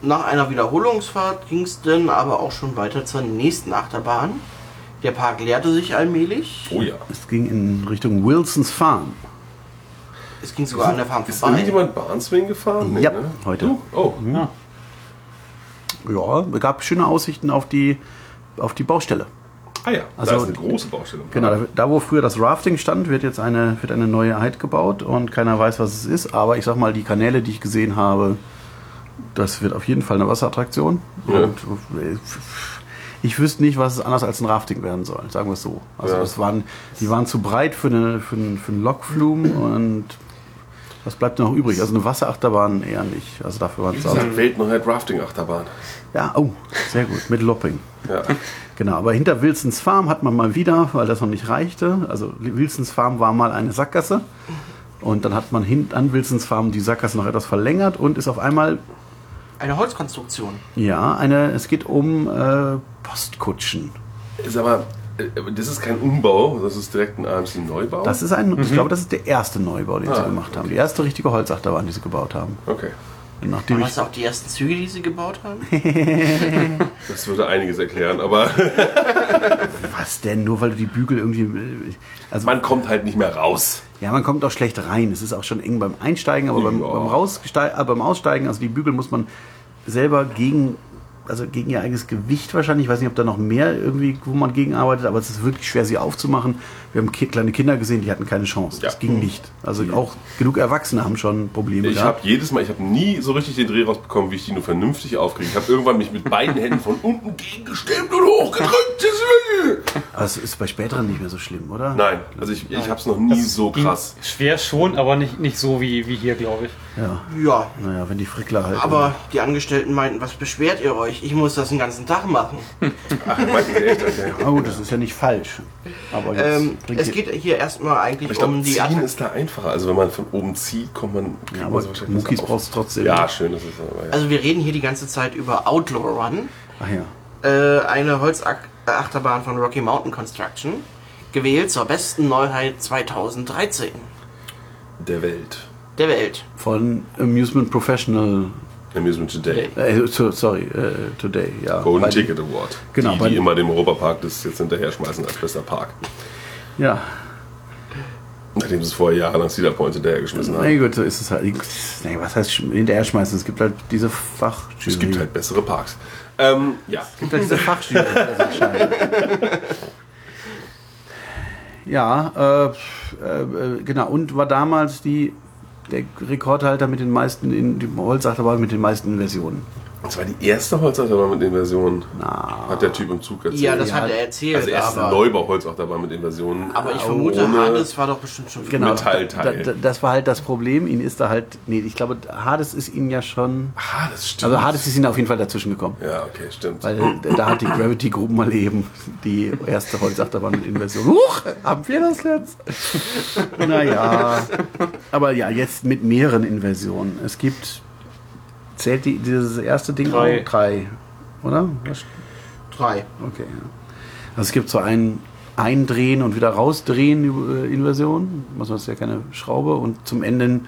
Speaker 1: Nach einer Wiederholungsfahrt ging es dann aber auch schon weiter zur nächsten Achterbahn. Der Park leerte sich allmählich.
Speaker 2: Oh ja.
Speaker 4: Es ging in Richtung Wilsons Farm.
Speaker 1: Es ging sogar an der Farm
Speaker 2: Ist
Speaker 1: vorbei.
Speaker 2: irgendjemand Bahnswing gefahren?
Speaker 4: Ja, heute.
Speaker 2: Du? Oh,
Speaker 3: Ja.
Speaker 4: Hm? Ja, gab schöne Aussichten auf die, auf die Baustelle.
Speaker 2: ah ja.
Speaker 4: Also-
Speaker 2: da ist eine große Baustelle. im
Speaker 4: Genau,
Speaker 2: Park.
Speaker 4: da, da wo früher das Rafting stand, wird jetzt eine, wird eine neue Heid gebaut und keiner weiß, was es ist. Aber ich sag mal, die Kanäle, die ich gesehen habe, das wird auf jeden Fall eine Wasserattraktion.
Speaker 2: Ja.
Speaker 4: Und äh, ich wüsste nicht, was es anders als ein Rafting werden soll, sagen wir es so. Also
Speaker 2: Ja.
Speaker 4: das waren, die waren zu breit für, eine, für, einen, für einen Lokflumen und was bleibt noch übrig? Also eine Wasserachterbahn eher nicht. Also dafür waren es
Speaker 2: Das
Speaker 4: auch.
Speaker 2: ist eine weltneue Rafting-Achterbahn.
Speaker 4: Ja, oh, sehr gut, mit Lopping.
Speaker 2: Ja.
Speaker 4: Genau, aber hinter Wilsons Farm hat man mal wieder, weil das noch nicht reichte. Also Wilsons Farm war mal eine Sackgasse. Und dann hat man hin, an Wilsons Farm die Sackgasse noch etwas verlängert und ist auf einmal,
Speaker 1: Eine Holzkonstruktion.
Speaker 4: ja, eine, es geht um äh, Postkutschen.
Speaker 2: Ist aber, äh, das ist kein Umbau, das ist direkt ein AMC-Neubau.
Speaker 4: Das ist ein, ich glaube, das ist der erste Neubau, den sie
Speaker 2: Oh. Mhm. Ah,
Speaker 4: gemacht haben. Die erste richtige Holzachterbahn, die sie gebaut haben.
Speaker 2: Okay.
Speaker 4: Und nachdem
Speaker 1: Waren
Speaker 4: ich,
Speaker 1: das auch die ersten Züge, die sie gebaut haben?
Speaker 2: Das würde einiges erklären, aber [LAUGHS]
Speaker 4: was denn, nur weil du die Bügel irgendwie, also
Speaker 2: man kommt halt nicht mehr raus.
Speaker 4: Ja, man kommt auch schlecht rein. Es ist auch schon eng beim Einsteigen, aber beim,
Speaker 2: Ja.
Speaker 4: beim, Rausgestei- äh, beim Aussteigen, also die Bügel muss man selber gegen, also gegen ihr eigenes Gewicht wahrscheinlich. Ich weiß nicht, ob da noch mehr irgendwie, wo man gegenarbeitet, aber es ist wirklich schwer, sie aufzumachen. Wir haben ki kleine Kinder gesehen, die hatten keine Chance.
Speaker 2: Ja.
Speaker 4: Das ging nicht. Also auch genug Erwachsene haben schon Probleme
Speaker 2: Ich habe
Speaker 4: gehabt.
Speaker 2: jedes Mal, ich habe nie so richtig den Dreh rausbekommen, wie ich die nur vernünftig aufkriege. Ich habe irgendwann mich mit beiden Händen von unten gegengestemmt und hochgedrückt.
Speaker 4: Aber es ist bei späteren nicht mehr so schlimm, oder?
Speaker 2: Nein, also ich, ich habe es noch nie so
Speaker 3: Ging
Speaker 2: krass.
Speaker 3: [LAUGHS] Schwer schon, aber nicht, nicht so wie, wie hier, glaube ich.
Speaker 4: Ja.
Speaker 1: Ja.
Speaker 4: Naja, wenn die Frickler halt.
Speaker 1: Aber die Angestellten meinten, was beschwert ihr euch? Ich muss das den ganzen Tag machen.
Speaker 2: Ach, meinten Sie echt, okay.
Speaker 4: Na gut, das ist ja nicht falsch. Aber jetzt
Speaker 1: Ähm,
Speaker 4: bringt
Speaker 1: es
Speaker 4: ihr-
Speaker 1: geht hier erstmal eigentlich
Speaker 2: Ich glaube,
Speaker 1: um die
Speaker 2: ziehen
Speaker 1: Attraktion.
Speaker 2: ist da einfacher. Also wenn man von oben zieht, kommt man... kriegt
Speaker 4: Ja,
Speaker 2: man
Speaker 4: aber
Speaker 2: so wahrscheinlich
Speaker 4: Muckis
Speaker 2: was auf.
Speaker 4: brauchst du trotzdem.
Speaker 2: Ja, schön ist es aber. Ja.
Speaker 1: Also wir reden hier die ganze Zeit über Outlaw Run,
Speaker 4: Ach ja.
Speaker 1: äh, eine Holzachterbahn von Rocky Mountain Construction, gewählt zur besten Neuheit 2013
Speaker 2: Der Welt.
Speaker 1: der Welt.
Speaker 4: Von Amusement Professional
Speaker 2: Amusement Today.
Speaker 4: Äh, so, sorry, äh, Today, ja.
Speaker 2: Golden
Speaker 4: Bei-
Speaker 2: Ticket Award.
Speaker 4: Genau,
Speaker 2: die,
Speaker 4: bei-
Speaker 2: die immer dem Europapark das jetzt hinterher schmeißen als bester Park.
Speaker 4: Ja,
Speaker 2: Nachdem sie es vorher jahrelang Cedar Point hinterhergeschmissen
Speaker 4: na
Speaker 2: haben.
Speaker 4: gut, so ist es halt. Nee, was heißt sch- hinterher schmeißen? Es gibt halt diese Fachjury.
Speaker 2: Es gibt halt bessere Parks. Ähm, ja.
Speaker 4: Es gibt halt diese Fachjury. das entscheidet. [LAUGHS] ja, äh, äh, genau. Und war damals die, der Rekordhalter mit den meisten, in, die Holzachterbahn mit den meisten Versionen.
Speaker 2: Das war die erste Holzachterbahn mit Inversionen.
Speaker 4: Na.
Speaker 2: Hat der Typ im Zug erzählt.
Speaker 1: Ja, das
Speaker 4: Ja,
Speaker 1: hat er erzählt,
Speaker 2: also erst
Speaker 1: aber,
Speaker 2: Neubau Holzachterbahn mit Inversionen.
Speaker 1: aber ich vermute,
Speaker 2: Ohne-
Speaker 1: Hades war doch bestimmt schon
Speaker 4: Genau.
Speaker 2: Metallteil.
Speaker 4: Da, da, das war halt das Problem. Ihnen ist da halt, nee, ich glaube, Hades ist ihnen ja schon,
Speaker 2: Ah, das stimmt.
Speaker 4: also Hades ist ihnen auf jeden Fall dazwischen gekommen.
Speaker 2: ja, okay, stimmt.
Speaker 4: Weil da hat die Gravity Group mal eben die erste Holzachterbahn mit Inversion. Huch, haben wir das jetzt? Naja. Aber ja, jetzt mit mehreren Inversionen. Es gibt. Zählt die, dieses erste Ding
Speaker 3: Drei.
Speaker 4: auch? Drei. Oder? Was-
Speaker 1: drei.
Speaker 4: Okay. Ja. Also es gibt so ein Eindrehen und wieder rausdrehen äh, Inversion. Muss man das ist ja keine Schraube. Und zum Ende hin,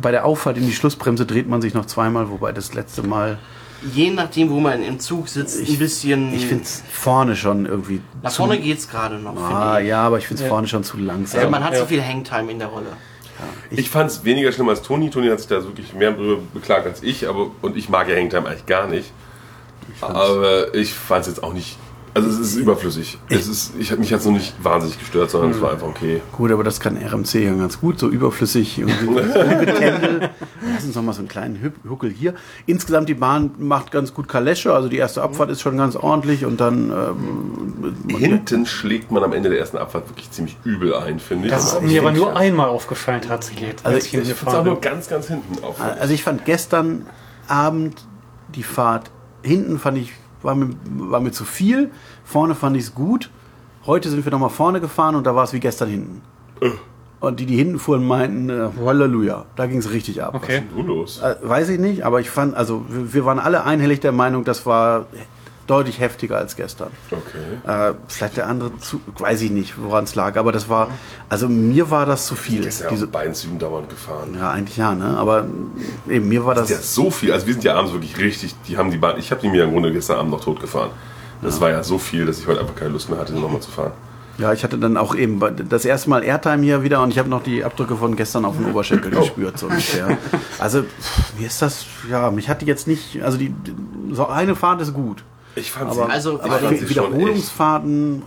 Speaker 4: bei der Auffahrt in die Schlussbremse dreht man sich noch zweimal, wobei das letzte Mal.
Speaker 1: Je nachdem, wo man im Zug sitzt, ein bisschen.
Speaker 4: Ich finde es vorne schon irgendwie.
Speaker 1: Hm. nach
Speaker 4: zu-
Speaker 1: vorne geht's gerade noch.
Speaker 4: Ah,
Speaker 1: finde ich.
Speaker 4: ja, aber ich finde es
Speaker 3: Ja.
Speaker 4: vorne schon zu langsam.
Speaker 1: Weil man hat so
Speaker 3: Ja.
Speaker 1: viel Hangtime in der Rolle.
Speaker 2: Ich fand es weniger schlimm als Toni. Toni hat sich da wirklich mehr drüber beklagt als ich, aber und ich mag ja Hangtime eigentlich gar nicht. aber ich fand es jetzt auch nicht. Also es ist überflüssig. es ist, ich hab, mich hat es noch nicht wahnsinnig gestört, sondern
Speaker 3: Hm.
Speaker 2: es war einfach okay.
Speaker 4: Gut, aber das kann RMC ja ganz gut, so überflüssig, [LAUGHS] irgendwie ohne Getendel. Lass uns noch mal so einen kleinen Hü- Huckel hier. Insgesamt die Bahn macht ganz gut Kalesche, also die erste Abfahrt ist schon ganz ordentlich und dann ähm,
Speaker 2: Hinten schlägt man am Ende der ersten Abfahrt wirklich ziemlich übel ein, finde ich.
Speaker 3: Das ist mir aber nur einmal aufgefallen tatsächlich, als
Speaker 4: Also
Speaker 3: ich hier
Speaker 2: Ich find's auch
Speaker 3: gefahren
Speaker 2: nur
Speaker 3: bin.
Speaker 2: ganz, ganz hinten auf.
Speaker 4: also ich fand gestern Abend die Fahrt hinten fand ich, war mir, war mir zu viel. Vorne fand ich es gut. Heute sind wir nochmal vorne gefahren und da war es wie gestern hinten. Und die, die hinten fuhren, meinten, äh, Halleluja, da ging es richtig ab.
Speaker 3: Okay.
Speaker 2: Du
Speaker 3: Also
Speaker 2: los.
Speaker 4: Äh, weiß ich nicht, aber ich fand, also wir, wir waren alle einhellig der Meinung, das war deutlich heftiger als gestern.
Speaker 2: Okay.
Speaker 4: Äh, vielleicht der andere, zu, weiß ich nicht, woran es lag, aber das war, also mir war das zu viel.
Speaker 2: Ist ja
Speaker 4: diese,
Speaker 2: diese Beinzügen dauernd gefahren.
Speaker 4: ja, eigentlich ja, ne? Aber eben mir war das.
Speaker 2: Ja, so viel. Also wir sind ja abends wirklich richtig. Die haben die Bahn. Ich habe die mir im Grunde gestern Abend noch tot gefahren. Das war ja so viel, dass ich heute einfach keine Lust mehr hatte, nochmal zu fahren.
Speaker 4: Ja, ich hatte dann auch eben bei- das erste Mal Airtime hier wieder und ich habe noch die Abdrücke von gestern auf dem Oberschenkel gespürt, so ungefähr. Also, pff, mir ist das, ja, mich hatte jetzt nicht, also die, so eine Fahrt ist gut.
Speaker 2: Ich fand
Speaker 4: Aber,
Speaker 1: also-
Speaker 4: aber
Speaker 1: fand
Speaker 2: sie schon
Speaker 4: Wiederholungsfahrten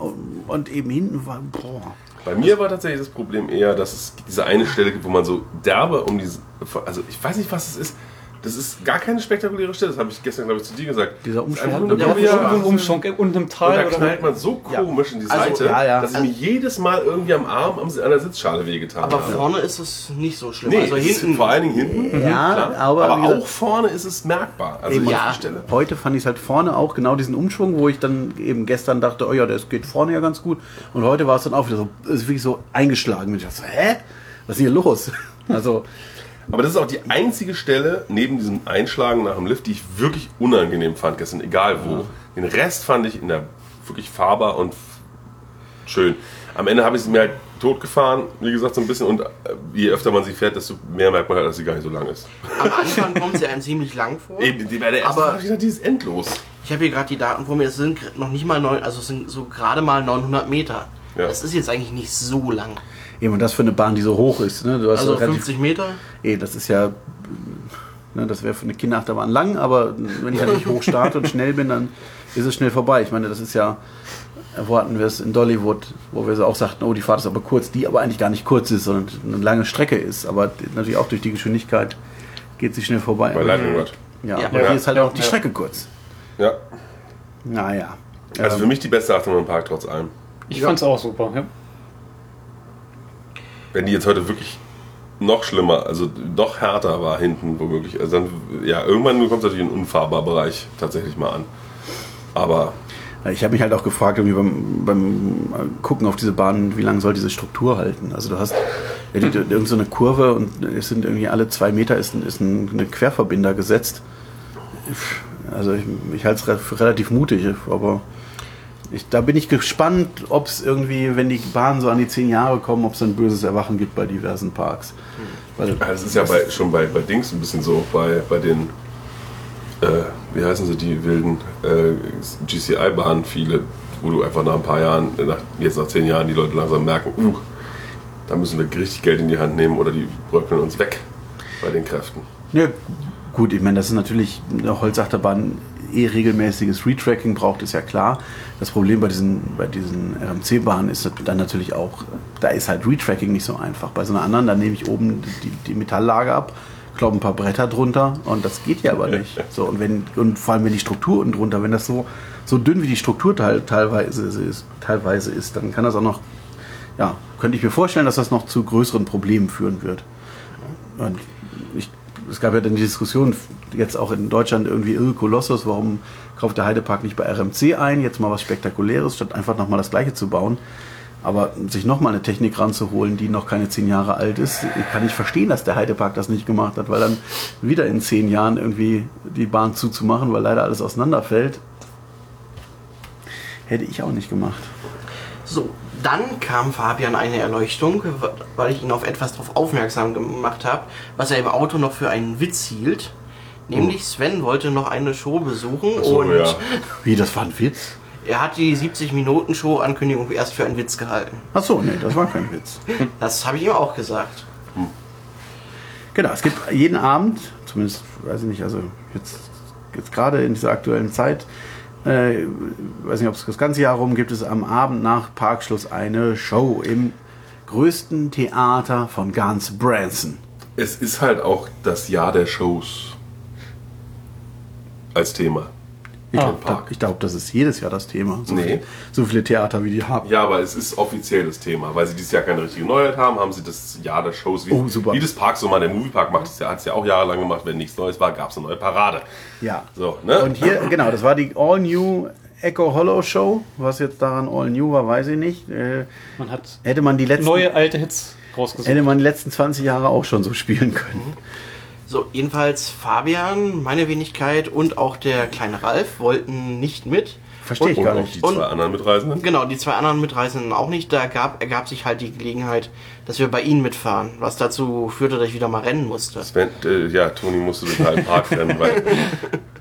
Speaker 4: und eben hinten war, boah.
Speaker 2: Bei mir war tatsächlich das Problem eher, dass es diese eine Stelle gibt, wo man so derbe um diese. Also ich weiß nicht, was es ist. Das ist gar keine spektakuläre Stelle. Das habe ich gestern, glaube ich, zu dir gesagt.
Speaker 4: Dieser Umschlag.
Speaker 2: Das ist einfach nur eine
Speaker 1: Ja,
Speaker 2: Kurve.
Speaker 3: Irgendwo im Schonk unten im
Speaker 2: Und da
Speaker 3: Tal oder
Speaker 2: knallt man so komisch in die
Speaker 1: Also,
Speaker 2: Seite,
Speaker 4: ja, ja.
Speaker 2: dass es mir jedes Mal irgendwie am Arm am- an der Sitzschale wehgetan
Speaker 1: Aber
Speaker 2: hat.
Speaker 1: vorne ist es nicht so schlimm.
Speaker 2: Nee,
Speaker 1: also
Speaker 2: es ist
Speaker 1: hinten.
Speaker 2: vor allen Dingen hinten.
Speaker 4: Ja,
Speaker 2: klar.
Speaker 4: aber-
Speaker 2: aber,
Speaker 4: wie gesagt-
Speaker 2: auch vorne ist es merkbar. Also
Speaker 4: Eben,
Speaker 2: an
Speaker 1: ja.
Speaker 2: der Stelle.
Speaker 4: Heute fand ich es halt vorne auch genau diesen Umschwung, wo ich dann eben gestern dachte, oh ja, das geht vorne ja ganz gut. Und heute war es dann auch wieder so, ist wirklich so eingeschlagen. Und ich dachte so, hä? Was ist hier los? [LAUGHS] Also,
Speaker 2: Aber das ist auch die einzige Stelle neben diesem Einschlagen nach dem Lift, die ich wirklich unangenehm fand gestern, egal wo. Den Rest fand ich in der wirklich fahrbar und f- schön. Am Ende habe ich es mir halt tot gefahren, wie gesagt, so ein bisschen. Und äh, je öfter man sie fährt, desto mehr merkt man halt, dass sie gar nicht so lang ist.
Speaker 1: Am Anfang kommt sie einem ziemlich lang vor.
Speaker 2: Eben, die bei der ersten
Speaker 1: Aber-
Speaker 2: Fahrt, ich dachte, die ist halt endlos.
Speaker 1: Ich habe hier gerade die Daten vor mir. Es sind noch nicht mal neun, also es sind so gerade mal 900 Meter.
Speaker 2: Ja.
Speaker 1: Das ist jetzt eigentlich nicht so lang.
Speaker 4: Eben und das für eine Bahn, die so hoch ist. Ne? Du hast
Speaker 1: Also
Speaker 4: ja relativ,
Speaker 1: 50 Meter.
Speaker 4: eh, das ist ja, ne, das wäre für eine Kinderachterbahn lang, aber wenn ich halt nicht hoch starte und schnell bin, dann ist es schnell vorbei. Ich meine, das ist ja, wo hatten wir es in Dollywood, wo wir so auch sagten, oh, die Fahrt ist aber kurz, die aber eigentlich gar nicht kurz ist, sondern eine lange Strecke ist. Aber natürlich auch durch die Geschwindigkeit geht sie schnell vorbei.
Speaker 2: Bei Lightning Rod.
Speaker 4: ja,
Speaker 1: Ja.
Speaker 4: aber
Speaker 2: Ja.
Speaker 4: hier ist halt auch die
Speaker 3: Ja.
Speaker 4: Strecke kurz.
Speaker 2: Ja.
Speaker 4: Naja.
Speaker 2: Also
Speaker 4: Ähm,
Speaker 2: für mich die beste Achterbahn im Park trotz allem.
Speaker 3: Ich fand's auch super. Ja.
Speaker 2: Wenn die jetzt heute wirklich noch schlimmer, also noch härter war hinten womöglich, also dann, ja, irgendwann kommt es natürlich in den unfahrbar Bereich tatsächlich mal an. Aber
Speaker 4: Ich habe mich halt auch gefragt, irgendwie beim, beim Gucken auf diese Bahn, wie lange soll diese Struktur halten? Also du hast ja, die, irgend so eine Kurve und es sind irgendwie alle zwei Meter ist, ein- ist ein eine Querverbinder gesetzt. Also ich, ich halte es für relativ mutig, aber ich, da bin ich gespannt, ob es irgendwie, wenn die Bahnen so an die zehn Jahre kommen, ob es ein böses Erwachen gibt bei diversen Parks. Weil,
Speaker 2: Ja, Das Also ist ja bei, schon bei, bei Dings ein bisschen so, bei, bei den, äh, wie heißen sie, die wilden äh, GCI-Bahnen, viele, wo du einfach nach ein paar Jahren, äh, nach, jetzt nach zehn Jahren, die Leute langsam merken, uh, da müssen wir richtig Geld in die Hand nehmen oder die bröckeln uns weg bei den Kräften.
Speaker 4: Ja, gut, ich meine, das ist natürlich eine Holzachterbahn eh regelmäßiges Retracking braucht, ist ja klar. Das Problem bei diesen, bei diesen RMC-Bahnen ist dann natürlich auch, da ist halt Retracking nicht so einfach. Bei so einer anderen, da nehme ich oben die, die Metalllage ab, kloppe ein paar Bretter drunter und das geht ja aber nicht. So, und, wenn, und vor allem, wenn die Struktur unten drunter, wenn das so, so dünn wie die Struktur teil, teilweise, ist, teilweise ist, dann kann das auch noch, ja, könnte ich mir vorstellen, dass das noch zu größeren Problemen führen wird. Und ich, es gab ja dann die Diskussion, jetzt auch in Deutschland irgendwie irre Kolossus, warum kauft der Heidepark nicht bei RMC ein, jetzt mal was Spektakuläres, statt einfach nochmal das Gleiche zu bauen. Aber sich nochmal eine Technik ranzuholen, die noch keine zehn Jahre alt ist, ich kann nicht verstehen, dass der Heidepark das nicht gemacht hat, weil dann wieder in zehn Jahren irgendwie die Bahn zuzumachen, weil leider alles auseinanderfällt, hätte ich auch nicht gemacht.
Speaker 1: So, dann kam Fabian eine Erleuchtung, weil ich ihn auf etwas darauf aufmerksam gemacht habe, was er im Auto noch für einen Witz hielt. Nämlich Sven wollte noch eine Show besuchen
Speaker 2: Oh. So,
Speaker 1: und
Speaker 2: ja.
Speaker 4: Wie, das war ein Witz?
Speaker 1: er hat die 70-Minuten-Show-Ankündigung erst für einen Witz gehalten.
Speaker 4: Ach so, nee, das war kein Witz.
Speaker 1: Das habe ich ihm auch gesagt.
Speaker 4: Genau, es gibt jeden Abend, zumindest, weiß ich nicht, also jetzt, jetzt gerade in dieser aktuellen Zeit, äh, weiß nicht, ob es das ganze Jahr rum gibt, es am Abend nach Parkschluss eine Show im größten Theater von ganz Branson.
Speaker 2: Es ist halt auch das Jahr der Shows als Thema. Hickland
Speaker 4: Da-
Speaker 2: Park.
Speaker 4: Ich glaube, das ist jedes Jahr das Thema. So,
Speaker 2: Nee.
Speaker 4: viele, so viele Theater, wie die haben.
Speaker 2: Ja, aber es ist offiziell das Thema. Weil sie dieses Jahr keine richtige Neuheit haben, haben sie das Jahr der Shows, wie,
Speaker 4: Oh, super.
Speaker 2: wie das Park so mal der Moviepark macht. Das hat es ja auch jahrelang gemacht. Wenn nichts Neues war, gab es eine neue Parade.
Speaker 4: Ja.
Speaker 2: So, ne?
Speaker 4: Und hier, genau, das war die All New Echo Hollow Show. Was jetzt daran All New war, weiß ich nicht. Äh,
Speaker 3: Man hat
Speaker 4: hätte man die letzten,
Speaker 3: neue alte Hits rausgesucht.
Speaker 4: hätte man die letzten 20 Jahre auch schon so spielen können.
Speaker 1: So, jedenfalls Fabian, meine Wenigkeit und auch der kleine Ralf wollten nicht mit.
Speaker 4: Verstehe ich
Speaker 1: Und-
Speaker 2: Und
Speaker 4: gar
Speaker 2: auch
Speaker 4: nicht.
Speaker 2: die
Speaker 1: Und-
Speaker 2: zwei anderen Mitreisenden.
Speaker 1: Genau, die zwei anderen Mitreisenden auch nicht. Da gab, ergab sich halt die Gelegenheit, dass wir bei ihnen mitfahren, was dazu führte, dass ich wieder mal rennen musste.
Speaker 2: Sven, äh, ja, Toni musste durch den halben Park rennen,
Speaker 3: [LAUGHS]
Speaker 2: weil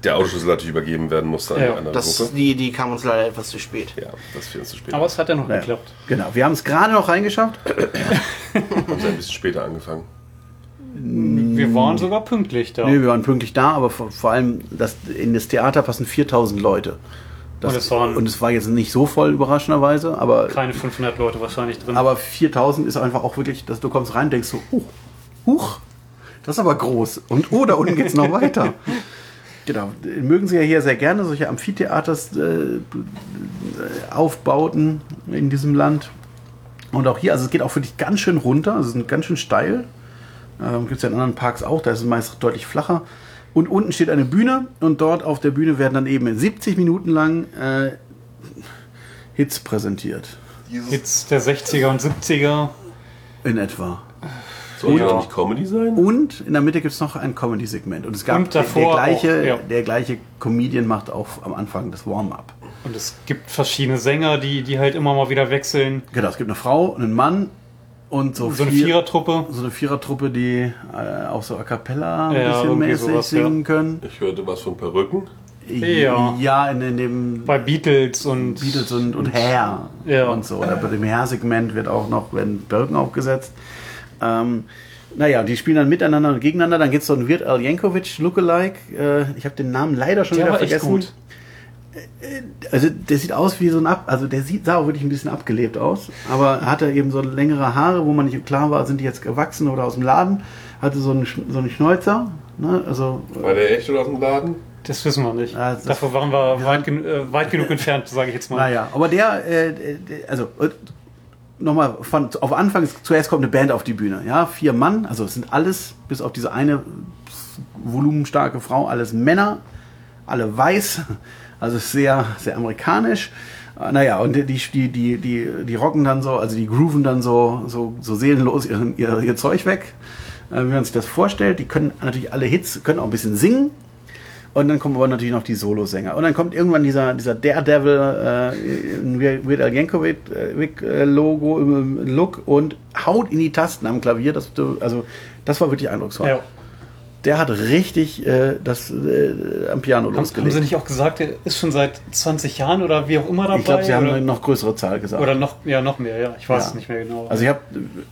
Speaker 2: der Autoschlüssel natürlich übergeben werden musste an
Speaker 3: Ja,
Speaker 2: die andere
Speaker 1: Das,
Speaker 2: Gruppe.
Speaker 1: die, die kam uns leider etwas zu spät.
Speaker 2: Ja, das fiel uns zu spät.
Speaker 3: Aber es hat ja noch
Speaker 4: Ja.
Speaker 3: geklappt.
Speaker 4: Genau, wir haben es gerade noch reingeschafft.
Speaker 2: haben sie ein bisschen später angefangen.
Speaker 3: Wir waren sogar pünktlich da.
Speaker 4: Nee, wir waren pünktlich da, aber vor, vor allem das, in das Theater passen 4000 Leute. Das,
Speaker 3: Und es waren-
Speaker 4: und es war jetzt nicht so voll, überraschenderweise, aber,
Speaker 3: Keine 500 Leute wahrscheinlich drin.
Speaker 4: aber 4000 ist einfach auch wirklich, dass du kommst rein und denkst so, oh, huch, das ist aber groß. Und oh, da unten geht's noch weiter. Genau, mögen sie ja hier sehr gerne solche Amphitheaters äh, aufbauten in diesem Land. Und auch hier, also es geht auch wirklich ganz schön runter, also es ist ganz schön steil. Ähm, Gibt es ja in anderen Parks auch, da ist es meist deutlich flacher. Und unten steht eine Bühne und dort auf der Bühne werden dann eben 70 Minuten lang äh, Hits präsentiert.
Speaker 3: Hits der 60er und 70er.
Speaker 4: In etwa.
Speaker 2: Soll das
Speaker 3: Ja.
Speaker 2: nicht Comedy sein?
Speaker 4: Und in der Mitte gibt es noch ein Comedy-Segment. Und es gab
Speaker 3: Und davor
Speaker 4: der, gleiche,
Speaker 3: auch, ja.
Speaker 4: der gleiche Comedian macht auch am Anfang das Warm-up.
Speaker 3: Und es gibt verschiedene Sänger, die, die halt immer mal wieder wechseln.
Speaker 4: Genau, es gibt eine Frau, einen Mann und so,
Speaker 3: So eine
Speaker 4: vier-
Speaker 3: Vierertruppe.
Speaker 4: so eine Vierertruppe, die äh, auch so a cappella ein
Speaker 3: Ja,
Speaker 4: bisschen
Speaker 3: irgendwie
Speaker 4: mäßig
Speaker 3: sowas, ja.
Speaker 4: singen können.
Speaker 2: Ich hörte was von Perücken.
Speaker 3: Ja.
Speaker 4: ja in, in dem
Speaker 3: Bei Beatles und
Speaker 4: Beatles und, und Hair
Speaker 3: Ja.
Speaker 4: und so. Oder bei dem Hair-Segment wird auch noch werden Birken aufgesetzt. Ähm, naja, die spielen dann miteinander und gegeneinander. Dann gibt es so einen Wirt Al Jankovic Lookalike. Äh, ich habe den Namen leider schon
Speaker 3: Der
Speaker 4: wieder
Speaker 3: war echt
Speaker 4: vergessen.
Speaker 3: gut.
Speaker 4: Äh, Also der sieht aus wie so ein Ab, also der sieht, sah auch wirklich ein bisschen abgelebt aus, aber hatte eben so längere Haare, wo man nicht klar war, sind die jetzt gewachsen oder aus dem Laden. Hatte so einen, Sch- so einen Schnäuzer, ne? also
Speaker 2: War der echt oder aus dem Laden?
Speaker 3: Das wissen wir nicht.
Speaker 4: Ah, das-
Speaker 3: Dafür waren wir weit, genu- äh,
Speaker 4: [LAUGHS]
Speaker 3: weit genug entfernt, sage ich jetzt mal.
Speaker 4: Naja, aber der, äh, der- also äh, nochmal von auf Anfang ist- zuerst kommt eine Band auf die Bühne, ja, vier Mann, also es sind alles bis auf diese eine volumenstarke Frau, alles Männer, alle weiß, also sehr sehr amerikanisch. Äh, Naja, und die, die, die, die, die rocken dann so, also die grooven dann so, so, so seelenlos ihren, ihr, ihr Zeug weg, äh, wie man sich das vorstellt. Die können natürlich alle Hits, können auch ein bisschen singen, und dann kommen aber natürlich noch die Solosänger. Und dann kommt irgendwann dieser, dieser Daredevil, äh, Weird Al äh, Yankovic-Logo, äh, Look und haut in die Tasten am Klavier. Das, also, das war wirklich eindrucksvoll.
Speaker 3: Ja.
Speaker 4: Der hat richtig äh, das äh, am Piano
Speaker 3: Haben, haben
Speaker 4: losgelegt.
Speaker 3: sie nicht auch gesagt, er ist schon seit 20 Jahren oder wie auch immer dabei?
Speaker 4: ich glaube, sie haben
Speaker 3: oder,
Speaker 4: eine noch größere Zahl gesagt.
Speaker 3: oder noch, ja, noch mehr, ja. Ich weiß
Speaker 4: Ja.
Speaker 3: es nicht mehr genau.
Speaker 4: Also ich habe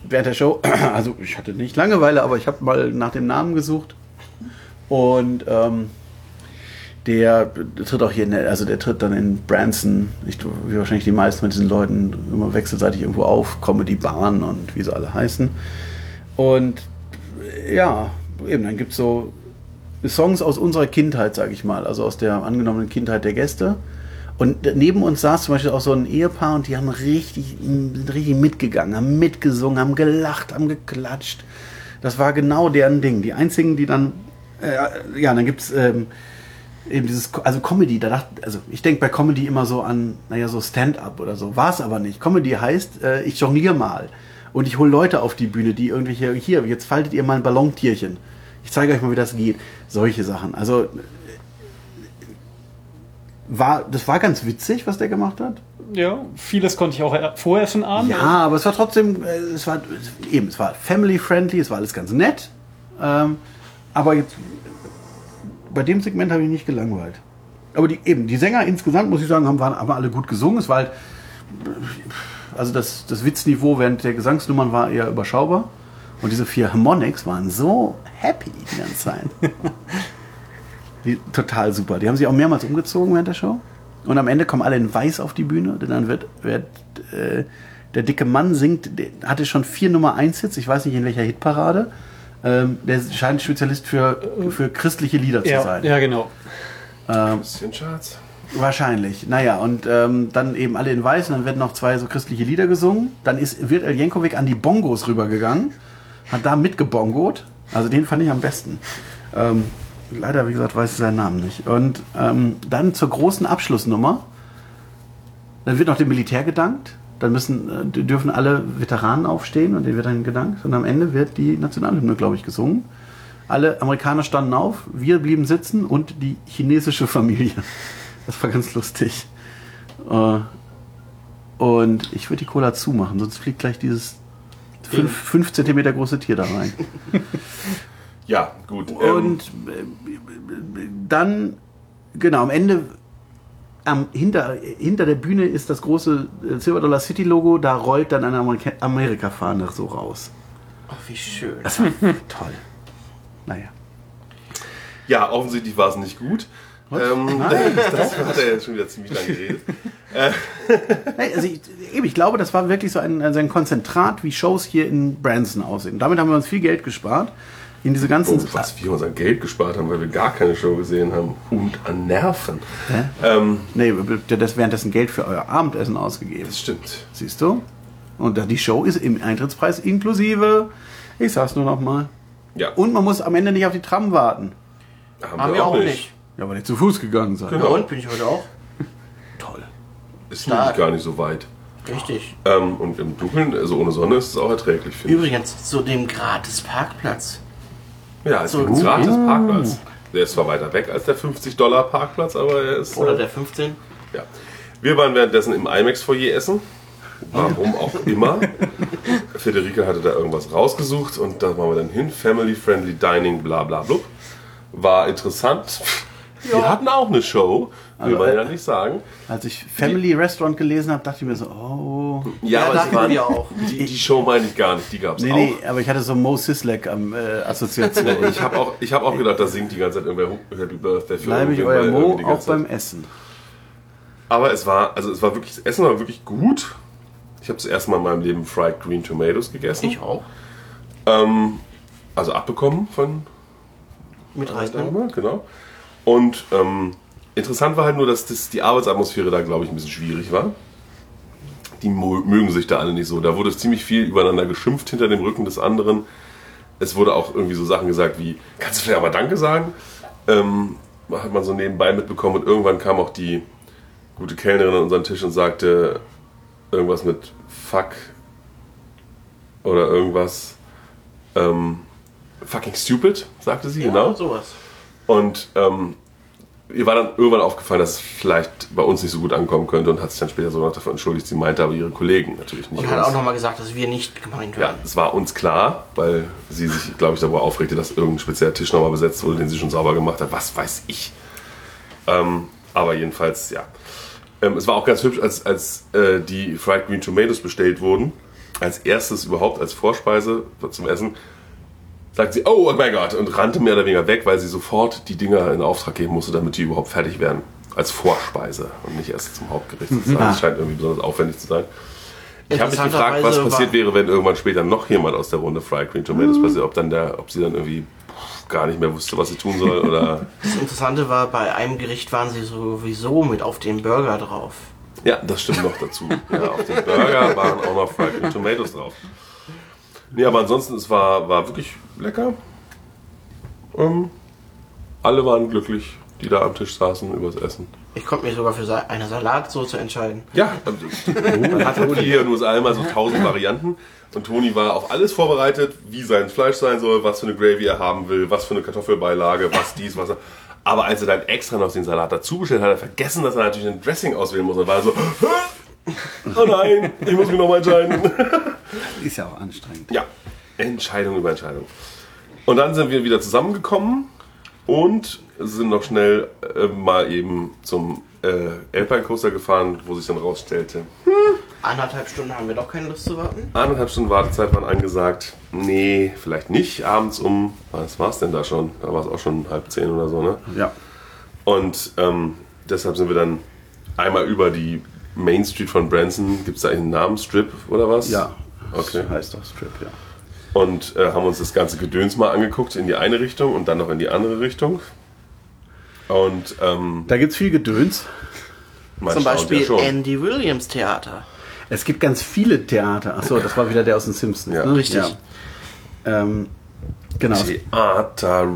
Speaker 4: während der Show, [CLEARS THROAT] also ich hatte nicht Langeweile, aber ich habe mal nach dem Namen gesucht und ähm, der tritt auch hier, in, der- also der tritt dann in Branson, ich, wie wahrscheinlich die meisten von diesen Leuten, immer wechselseitig irgendwo auf, Comedy Bahn und wie sie alle heißen. Und ja, eben, dann gibt es so Songs aus unserer Kindheit, sage ich mal, also aus der angenommenen Kindheit der Gäste. Und neben uns saß zum Beispiel auch so ein Ehepaar und die haben richtig, sind richtig mitgegangen, haben mitgesungen, haben gelacht, haben geklatscht. Das war genau deren Ding. Die einzigen, die dann, äh, ja, dann gibt es ähm, eben dieses, Co- also Comedy, da dachte, also ich denke bei Comedy immer so an, naja, so Stand-up oder so. War es aber nicht. Comedy heißt, äh, ich jongliere mal. Und ich hole Leute auf die Bühne, die irgendwelche, hier, jetzt faltet ihr mal ein Ballontierchen. Ich zeige euch mal, wie das geht. Solche Sachen. Also war, das war ganz witzig, was der gemacht hat.
Speaker 3: ja, vieles konnte ich auch er- vorher schon ahnen.
Speaker 4: Ja, aber es war trotzdem, äh, es war es- eben, es war family-friendly, es war alles ganz nett. Ähm, aber jetzt, bei dem Segment habe ich mich nicht gelangweilt. Aber die, eben, die Sänger insgesamt, muss ich sagen, haben, waren, haben alle gut gesungen. Es war halt, also das, das Witzniveau während der Gesangsnummern war eher überschaubar. Und diese vier Harmonics waren so happy die ganze
Speaker 3: [LAUGHS]
Speaker 4: Zeit. die, total super. Die haben sich auch mehrmals umgezogen während der Show. Und am Ende kommen alle in weiß auf die Bühne. Denn dann wird, wird äh, der dicke Mann singt, der hatte schon vier Nummer 1 Hits, ich weiß nicht in welcher Hitparade. Ähm, der scheint Spezialist für, für christliche Lieder zu
Speaker 3: ja,
Speaker 4: sein.
Speaker 3: ja, genau.
Speaker 2: Bisschen Schatz.
Speaker 4: Wahrscheinlich. Naja, und ähm, dann eben alle in Weiß und dann werden noch zwei so christliche Lieder gesungen. Dann ist, wird El Jankovic an die Bongos rübergegangen, hat da mitgebongot. Also den fand ich am besten. Ähm, leider, wie gesagt, weiß ich seinen Namen nicht. Und ähm, dann zur großen Abschlussnummer. Dann wird noch dem Militär gedankt. Dann müssen, äh, d- dürfen alle Veteranen aufstehen und denen wird dann gedankt. Und am Ende wird die Nationalhymne, glaube ich, gesungen. Alle Amerikaner standen auf, wir blieben sitzen und die chinesische Familie. Das war ganz lustig. Äh, und ich würde die Cola zumachen, sonst fliegt gleich dieses 5 cm große Tier da
Speaker 1: [LAUGHS]
Speaker 4: rein.
Speaker 2: Ja, gut. ähm,
Speaker 4: Und äh, dann, genau, am Ende, am, hinter, hinter der Bühne ist das große äh, Silver Dollar City Logo, da rollt dann eine Amerika- Amerika-Fahne so raus.
Speaker 1: Ach, wie schön.
Speaker 4: Das war [LAUGHS] toll. Naja.
Speaker 2: ja, offensichtlich war es nicht gut. Ähm,
Speaker 1: Ah,
Speaker 2: das hat er jetzt schon wieder ziemlich
Speaker 1: [LAUGHS]
Speaker 2: lange geredet.
Speaker 4: Nein, also ich, eben, ich glaube, das war wirklich so ein, also ein Konzentrat, wie Shows hier in Branson aussehen. Damit haben wir uns viel Geld gespart. In diese ganzen.
Speaker 2: Oh, was wir uns an Geld gespart haben, weil wir gar keine Show gesehen haben. Und an Nerven. Ähm,
Speaker 4: Nee, ihr das währenddessen Geld für euer Abendessen ausgegeben.
Speaker 2: das stimmt.
Speaker 4: Siehst du? Und da- die Show ist im Eintrittspreis inklusive. Ich sag's nur noch mal.
Speaker 2: Ja,
Speaker 4: Und man muss am Ende nicht auf die Tram warten.
Speaker 2: haben,
Speaker 1: Haben wir auch nicht.
Speaker 4: Ja, aber nicht zu Fuß gegangen sein.
Speaker 1: Ja,
Speaker 2: Genau.
Speaker 1: und bin ich heute auch?
Speaker 4: Toll.
Speaker 2: Ist
Speaker 1: Stark.
Speaker 2: nämlich gar nicht so weit.
Speaker 1: Richtig.
Speaker 2: Ähm, und im Dunkeln, also ohne Sonne, ist es auch erträglich, finde ich.
Speaker 1: Übrigens, zu dem Gratis-Parkplatz.
Speaker 2: Ja, es
Speaker 1: So,
Speaker 2: gibt
Speaker 1: uh.
Speaker 2: gratis Parkplatz. Der ist zwar weiter weg als der 50-Dollar-Parkplatz, aber er ist.
Speaker 1: Oder
Speaker 2: äh,
Speaker 1: der 15.
Speaker 2: Ja. Wir waren währenddessen im IMAX-Foyer essen. Warum auch
Speaker 4: [LAUGHS]
Speaker 2: immer. Federica hatte da irgendwas rausgesucht und da waren wir dann hin. Family-friendly Dining, bla bla blub. War interessant. Wir hatten auch eine Show. Will man ja nicht sagen.
Speaker 4: Als ich Family Restaurant gelesen habe, dachte ich mir so, oh.
Speaker 1: Ja,
Speaker 2: aber
Speaker 1: dachten
Speaker 2: es waren-
Speaker 1: wir auch.
Speaker 2: Die, die Show meine ich gar nicht, die gab es
Speaker 4: Nee,
Speaker 2: auch. Ne,
Speaker 4: nee, aber ich hatte so Mo Sislek am äh, Assoziation.
Speaker 2: [LAUGHS] Ich habe auch, ich hab auch gedacht, da singt die ganze Zeit irgendwer Hu- Happy Birthday für
Speaker 4: Bleibe ich
Speaker 2: irgendwen,
Speaker 4: euer
Speaker 2: weil
Speaker 4: Mo
Speaker 2: irgendwie die
Speaker 4: auch
Speaker 2: ganze
Speaker 4: beim
Speaker 2: Zeit-
Speaker 4: Essen.
Speaker 2: Aber es war, also es war wirklich, das Essen war wirklich gut. Ich habe das erste Mal in meinem Leben Fried Green Tomatoes gegessen.
Speaker 1: Ich auch.
Speaker 2: Ähm, also abbekommen von
Speaker 1: Mit Reismann.
Speaker 2: Dame, genau. Und ähm, interessant war halt nur, dass das, die Arbeitsatmosphäre da, glaube ich, ein bisschen schwierig war. Die mo- mögen sich da alle nicht so. Da wurde ziemlich viel übereinander geschimpft hinter dem Rücken des anderen. Es wurde auch irgendwie so Sachen gesagt wie, kannst du vielleicht aber Danke sagen? Ähm, hat man so nebenbei mitbekommen und irgendwann kam auch die gute Kellnerin an unseren Tisch und sagte irgendwas mit Fuck oder irgendwas. Ähm, fucking stupid, sagte sie, genau.
Speaker 1: Ja, sowas.
Speaker 2: Und ähm, ihr war dann irgendwann aufgefallen, dass es vielleicht bei uns nicht so gut ankommen könnte und hat sich dann später sogar noch dafür entschuldigt. Sie meinte aber ihre Kollegen natürlich nicht.
Speaker 1: Und hat auch
Speaker 2: uns.
Speaker 1: nochmal gesagt, dass wir nicht gemeint
Speaker 2: ja,
Speaker 1: werden.
Speaker 2: es war uns klar, weil sie sich, glaube ich, darüber aufregte, dass irgendein spezieller Tisch nochmal besetzt wurde, den sie schon sauber gemacht hat. Was weiß ich. Ähm, aber jedenfalls, ja. Ähm, es war auch ganz hübsch, als, als äh, die Fried Green Tomatoes bestellt wurden. Als erstes überhaupt, als Vorspeise zum Essen, sagt sie, oh mein Gott, und rannte mehr oder weniger weg, weil sie sofort die Dinger in Auftrag geben musste, damit die überhaupt fertig werden. Als Vorspeise und nicht erst zum Hauptgericht. sozusagen. Das scheint irgendwie besonders aufwendig zu sein. Ich habe mich gefragt, was
Speaker 1: Interessanterweise
Speaker 2: passiert
Speaker 1: war- Mhm.
Speaker 2: wäre, wenn irgendwann später noch jemand aus der Runde Fried Green Tomatoes passiert, ob dann der, ob sie dann irgendwie pff, gar nicht mehr wusste, was sie tun soll
Speaker 1: [LAUGHS]
Speaker 2: oder.
Speaker 1: Das Interessante war, bei einem Gericht waren sie sowieso mit auf dem Burger drauf.
Speaker 2: Ja, das stimmt noch dazu. Ja, auf dem Burger waren auch noch Fried Green Tomatoes drauf. Nee, aber ansonsten, es war, war wirklich lecker. Ähm, alle waren glücklich, die da am Tisch saßen übers Essen.
Speaker 1: Ich konnte mich sogar für sa- eine Salatsoße entscheiden.
Speaker 2: Ja, also, man hat Toni hier nur einmal so tausend Varianten. Und Toni war auf alles vorbereitet, wie sein Fleisch sein soll, was für eine Gravy er haben will, was für eine Kartoffelbeilage, was dies, was er. Aber als er dann extra noch den Salat dazu bestellt hat, hat er vergessen, dass er natürlich ein Dressing auswählen muss und war so, oh nein, ich muss mich nochmal entscheiden.
Speaker 4: Ist ja auch anstrengend.
Speaker 2: Ja, Entscheidung über Entscheidung. Und dann sind wir wieder zusammengekommen und sind noch schnell äh, mal eben zum äh, Alpine Coaster gefahren, wo sich dann rausstellte,
Speaker 1: Anderthalb Stunden haben wir doch keine Lust zu warten.
Speaker 2: Eineinhalb Stunden Wartezeit waren angesagt. Nee, vielleicht nicht. Abends um, was war es denn da schon? Da war es auch schon halb zehn oder so, ne?
Speaker 4: Ja.
Speaker 2: Und ähm, deshalb sind wir dann einmal über die Main Street von Branson. Gibt es da einen Namen? Strip oder was?
Speaker 4: Ja.
Speaker 2: Okay.
Speaker 4: Das heißt doch Strip, ja.
Speaker 2: Und äh, haben uns das ganze Gedöns mal angeguckt in die eine Richtung und dann noch in die andere Richtung. Und ähm,
Speaker 4: Da gibt's viel Gedöns.
Speaker 2: Man
Speaker 1: Zum
Speaker 2: staunt
Speaker 1: Beispiel
Speaker 2: ja schon.
Speaker 1: Andy Williams Theater.
Speaker 4: Es gibt ganz viele Theater. Achso, das war wieder der aus den Simpsons.
Speaker 2: Ja.
Speaker 4: ne?
Speaker 1: Richtig.
Speaker 4: Ja. Ähm, genau.
Speaker 2: Theater,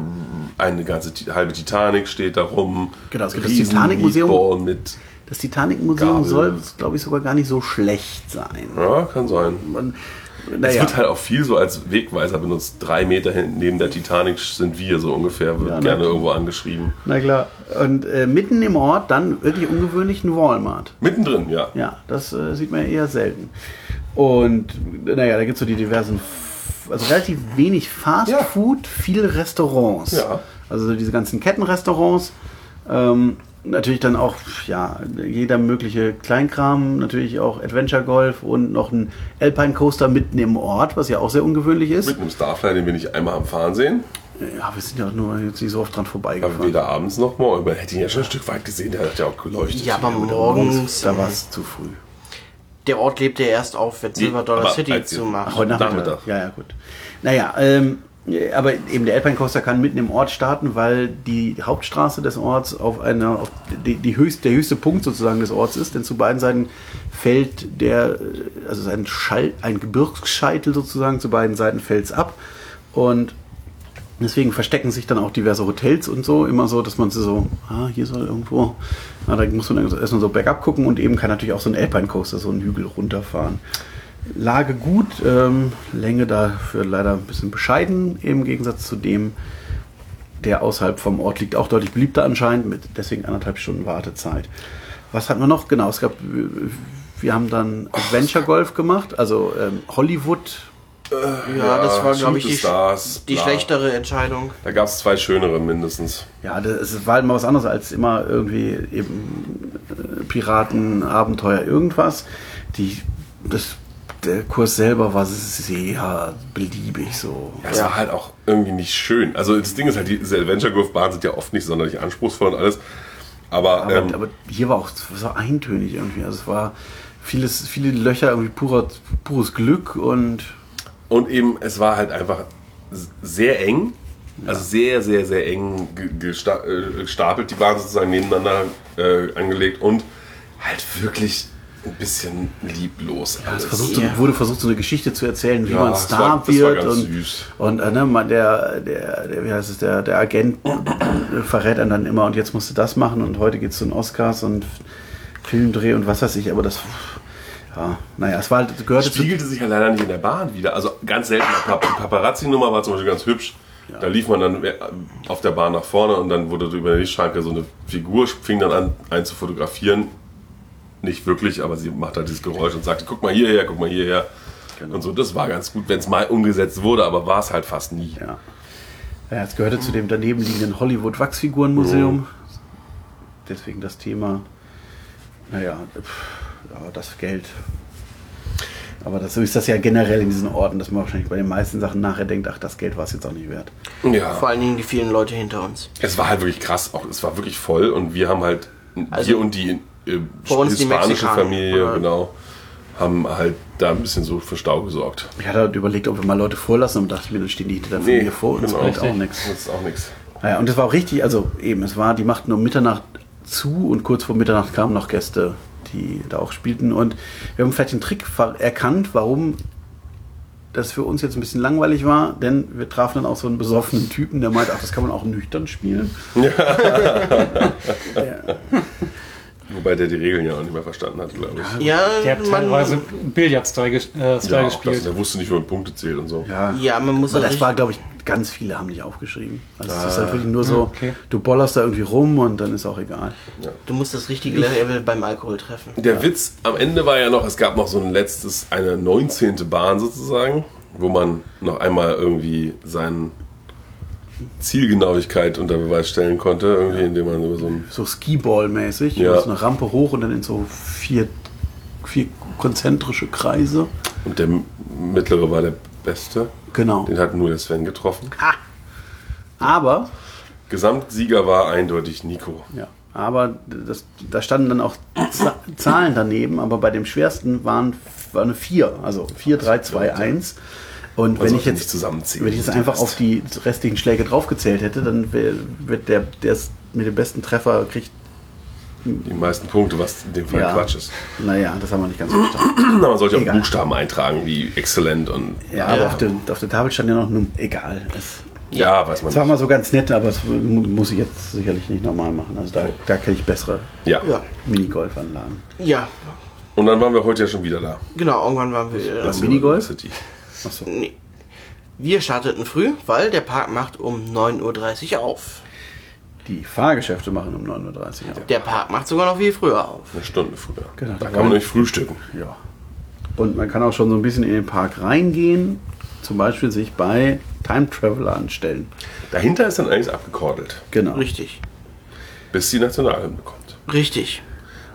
Speaker 2: eine ganze Ti- halbe Titanic steht da rum.
Speaker 4: Genau, es gibt das
Speaker 2: Riesen-
Speaker 4: Titanic-Museum.
Speaker 2: Meatball mit.
Speaker 4: Das Titanic-Museum
Speaker 2: Gabel.
Speaker 4: soll, glaube ich, sogar gar nicht so schlecht sein.
Speaker 2: Ja, kann sein.
Speaker 4: Man,
Speaker 2: Es
Speaker 4: naja,
Speaker 2: wird halt auch viel so als Wegweiser benutzt. Drei Meter hinten neben der Titanic sind wir, so ungefähr, wird
Speaker 4: Ja, ne?
Speaker 2: gerne irgendwo angeschrieben.
Speaker 4: na klar. Und äh, mitten im Ort dann wirklich ungewöhnlich ein Walmart.
Speaker 2: Mittendrin, ja.
Speaker 4: Ja, das äh, sieht man eher selten. Und naja, da gibt es so die diversen, F- also relativ wenig Fast
Speaker 2: Ja.
Speaker 4: Food, viele Restaurants.
Speaker 2: Ja.
Speaker 4: Also diese ganzen Kettenrestaurants. Ähm, natürlich dann auch, ja, jeder mögliche Kleinkram, natürlich auch Adventure Golf und noch ein Alpine Coaster mitten im Ort, was ja auch sehr ungewöhnlich ist.
Speaker 2: Mit einem Starflyer, den wir nicht einmal am Fahren sehen.
Speaker 4: Ja, wir sind ja auch nur jetzt nicht so oft dran
Speaker 2: Aber
Speaker 4: vorbeigefahren.
Speaker 2: weder abends noch morgen. Man hätte ihn ja schon ein Stück weit gesehen, der hat ja auch geleuchtet.
Speaker 1: Ja, aber
Speaker 4: Oder
Speaker 1: morgens,
Speaker 4: da war es zu früh.
Speaker 1: der Ort lebt ja erst auf, wenn Silver Dollar
Speaker 2: aber halt
Speaker 1: City
Speaker 2: als ihr-
Speaker 1: zu
Speaker 4: Ach,
Speaker 1: machen.
Speaker 4: heute Nachmittag.
Speaker 2: Nachmittag.
Speaker 4: Ja, ja, gut. Naja, ähm, aber eben der Alpine Coaster kann mitten im Ort starten, weil die Hauptstraße des Orts auf einer, auf die, die höchst, der höchste Punkt sozusagen des Orts ist, denn zu beiden Seiten fällt der, äh, also ein, Schall, ein Gebirgsscheitel sozusagen, zu beiden Seiten fällt's ab und Deswegen verstecken sich dann auch diverse Hotels und so, immer so, dass man sie so, ah, hier soll irgendwo, ah, da muss man erstmal so bergab gucken und eben kann natürlich auch so ein Alpine Coaster, so einen Hügel runterfahren. Lage gut, ähm, Länge dafür leider ein bisschen bescheiden, im Gegensatz zu dem, der außerhalb vom Ort liegt, auch deutlich beliebter anscheinend, mit deswegen anderthalb Stunden Wartezeit. Was hatten wir noch? Genau, es gab, äh, wir haben dann Adventure Golf gemacht, also ähm, Hollywood.
Speaker 1: Ja, das war, glaube ich,
Speaker 2: Shoot the
Speaker 1: die,
Speaker 2: Stars,
Speaker 1: die
Speaker 2: bla.
Speaker 1: schlechtere Entscheidung.
Speaker 2: Da gab es zwei schönere mindestens.
Speaker 4: Ja, das es war halt mal was anderes als immer irgendwie eben äh, Piraten, Abenteuer, irgendwas. Die, das, der Kurs selber war sehr beliebig so.
Speaker 2: Ja, es war halt auch irgendwie nicht schön. Also das Ding ist halt, diese Adventure Golf Bahnen sind ja oft nicht sonderlich anspruchsvoll und alles. Aber,
Speaker 4: Aber,
Speaker 2: ähm,
Speaker 4: aber hier war auch es war eintönig irgendwie. Also es war vieles, viele Löcher, irgendwie purer, pures Glück und
Speaker 2: und eben, es war halt einfach s- sehr eng. Also sehr, sehr, sehr eng ge- gesta äh, gestapelt, die Bahnen sozusagen nebeneinander äh, angelegt und halt wirklich ein bisschen lieblos.
Speaker 4: es
Speaker 2: alles.
Speaker 4: versucht, so- wurde versucht, so eine Geschichte zu erzählen, wie
Speaker 2: Ja,
Speaker 4: man
Speaker 2: das
Speaker 4: Star
Speaker 2: war- das war
Speaker 4: wird.
Speaker 2: ganz
Speaker 4: und
Speaker 2: süß.
Speaker 4: und äh, ne, man, der, der, der, wie heißt es, der, der [CLEARS THROAT] Agent äh, verrät einen dann immer und jetzt musst du das machen und heute geht's zu den Oscars und Filmdreh und was weiß ich, aber das. Ja, naja, es war halt, gehörte zu
Speaker 2: spiegelte sich ja leider nicht in der Bahn wieder. Also ganz selten. Pap die Paparazzi-Nummer war zum Beispiel ganz hübsch. Da lief man dann äh, auf der Bahn nach vorne und dann wurde über der Lichtschranke so eine Figur, fing dann an, einen zu fotografieren. Nicht wirklich, aber sie macht halt dieses Geräusch und sagte, guck mal hierher, guck mal hierher.
Speaker 1: Genau.
Speaker 2: Und so, das war ganz gut, wenn es mal umgesetzt wurde, aber war es halt fast nie.
Speaker 4: Ja. Ja, es gehörte zu dem daneben liegenden Hollywood Wachsfigurenmuseum. Deswegen das Thema. Naja, pff, ja, das Geld. Aber das, so ist das ja generell in diesen Orten, dass man wahrscheinlich bei den meisten Sachen nachher denkt, ach, das Geld war es jetzt auch nicht wert.
Speaker 2: Ja.
Speaker 1: Vor allen Dingen die vielen Leute hinter uns.
Speaker 2: Es war halt wirklich krass, auch es war wirklich voll und wir haben halt,
Speaker 1: Also,
Speaker 2: wir und die, äh,
Speaker 1: vor uns die
Speaker 2: spanische
Speaker 1: Mexikaner,
Speaker 2: Familie,
Speaker 1: oder?
Speaker 2: genau, haben halt da ein bisschen so für Stau gesorgt.
Speaker 4: Ich hatte halt überlegt, ob wir mal Leute vorlassen und dachte mir, dann stehen die hinter der Familie vor und
Speaker 2: genau.
Speaker 4: das bringt auch
Speaker 2: Richtig.
Speaker 4: nichts.
Speaker 2: Das ist auch nichts.
Speaker 4: Naja, und es war auch richtig, also eben, es war, die machten um Mitternacht zu und kurz vor Mitternacht kamen noch Gäste, die da auch spielten. Und wir haben vielleicht den Trick ver- erkannt, warum das für uns jetzt ein bisschen langweilig war, denn wir trafen dann auch so einen besoffenen Typen, der meinte, ach, das kann man auch nüchtern spielen.
Speaker 2: Wobei der die Regeln ja auch nicht mehr verstanden hat, glaube ich.
Speaker 1: Ja,
Speaker 3: Der hat halt teilweise
Speaker 1: man,
Speaker 3: Billard-Style ges- äh, Style
Speaker 2: Ja, auch das,
Speaker 3: gespielt.
Speaker 2: der wusste nicht, wie man Punkte zählt und so.
Speaker 4: Ja,
Speaker 1: ja, man muss
Speaker 4: Aber das
Speaker 1: halt
Speaker 4: war,
Speaker 1: richtig-
Speaker 4: glaube ich, ganz viele haben nicht aufgeschrieben. Also es ist halt wirklich nur so,
Speaker 3: okay.
Speaker 4: du bollerst da irgendwie rum und dann ist auch egal.
Speaker 1: du musst das richtige Level beim Alkohol treffen.
Speaker 2: Der Witz am Ende war ja noch, es gab noch so ein letztes, eine 19. Bahn sozusagen, wo man noch einmal irgendwie seine Zielgenauigkeit unter Beweis stellen konnte, irgendwie, indem man über so ein.
Speaker 4: so Skiball-mäßig.
Speaker 2: Ja.
Speaker 4: Ja. So eine Rampe hoch und dann in so vier, vier konzentrische Kreise.
Speaker 2: Und der mittlere war der beste.
Speaker 4: Genau.
Speaker 2: Den hat nur der Sven getroffen.
Speaker 4: Aber,
Speaker 2: Gesamtsieger war eindeutig Nico.
Speaker 4: ja, aber das, da standen dann auch Z- Zahlen daneben, aber bei dem schwersten waren, waren eine 4, also 4, 3, 2, 1. Und wenn
Speaker 2: sollte
Speaker 4: ich jetzt
Speaker 2: nicht zusammenzählen.
Speaker 4: wenn ich jetzt einfach auf die restlichen Schläge draufgezählt hätte, dann wär- wird der, der es mit dem besten Treffer kriegt
Speaker 2: Die meisten Punkte, was in dem Fall
Speaker 4: Ja.
Speaker 2: Quatsch ist.
Speaker 4: Naja, das haben wir nicht ganz so getan.
Speaker 2: Na, man sollte auch
Speaker 4: Egal.
Speaker 2: Buchstaben eintragen, wie exzellent und
Speaker 4: Ja, aber
Speaker 1: Ja.
Speaker 4: auf der, auf der Tafel stand ja noch, nun, egal. Es,
Speaker 2: ja, weiß man
Speaker 4: das war
Speaker 2: nicht.
Speaker 4: mal so ganz nett, aber das mu- muss ich jetzt sicherlich nicht normal machen. Also da, da kenne ich bessere
Speaker 2: Ja.
Speaker 1: Ja.
Speaker 4: Minigolfanlagen.
Speaker 1: Ja,
Speaker 2: Und dann waren wir heute ja schon wieder da. Also
Speaker 1: genau, irgendwann waren wir.
Speaker 4: Das Minigolf?
Speaker 2: City.
Speaker 4: Achso.
Speaker 1: Nee. Wir starteten früh, weil der Park macht um 9.30 Uhr auf.
Speaker 4: Die Fahrgeschäfte machen um 9.30 Uhr. auf.
Speaker 1: Der Park macht sogar noch viel früher auf.
Speaker 2: Eine Stunde früher.
Speaker 4: Genau,
Speaker 2: da
Speaker 4: da
Speaker 2: kann
Speaker 4: war-
Speaker 2: man nicht frühstücken.
Speaker 4: Ja. Und man kann auch schon so ein bisschen in den Park reingehen, zum Beispiel sich bei Time Traveler anstellen.
Speaker 2: Dahinter ist dann alles abgekordelt,
Speaker 4: Genau.
Speaker 1: Richtig.
Speaker 2: bis die Nationalhymne kommt.
Speaker 1: Richtig.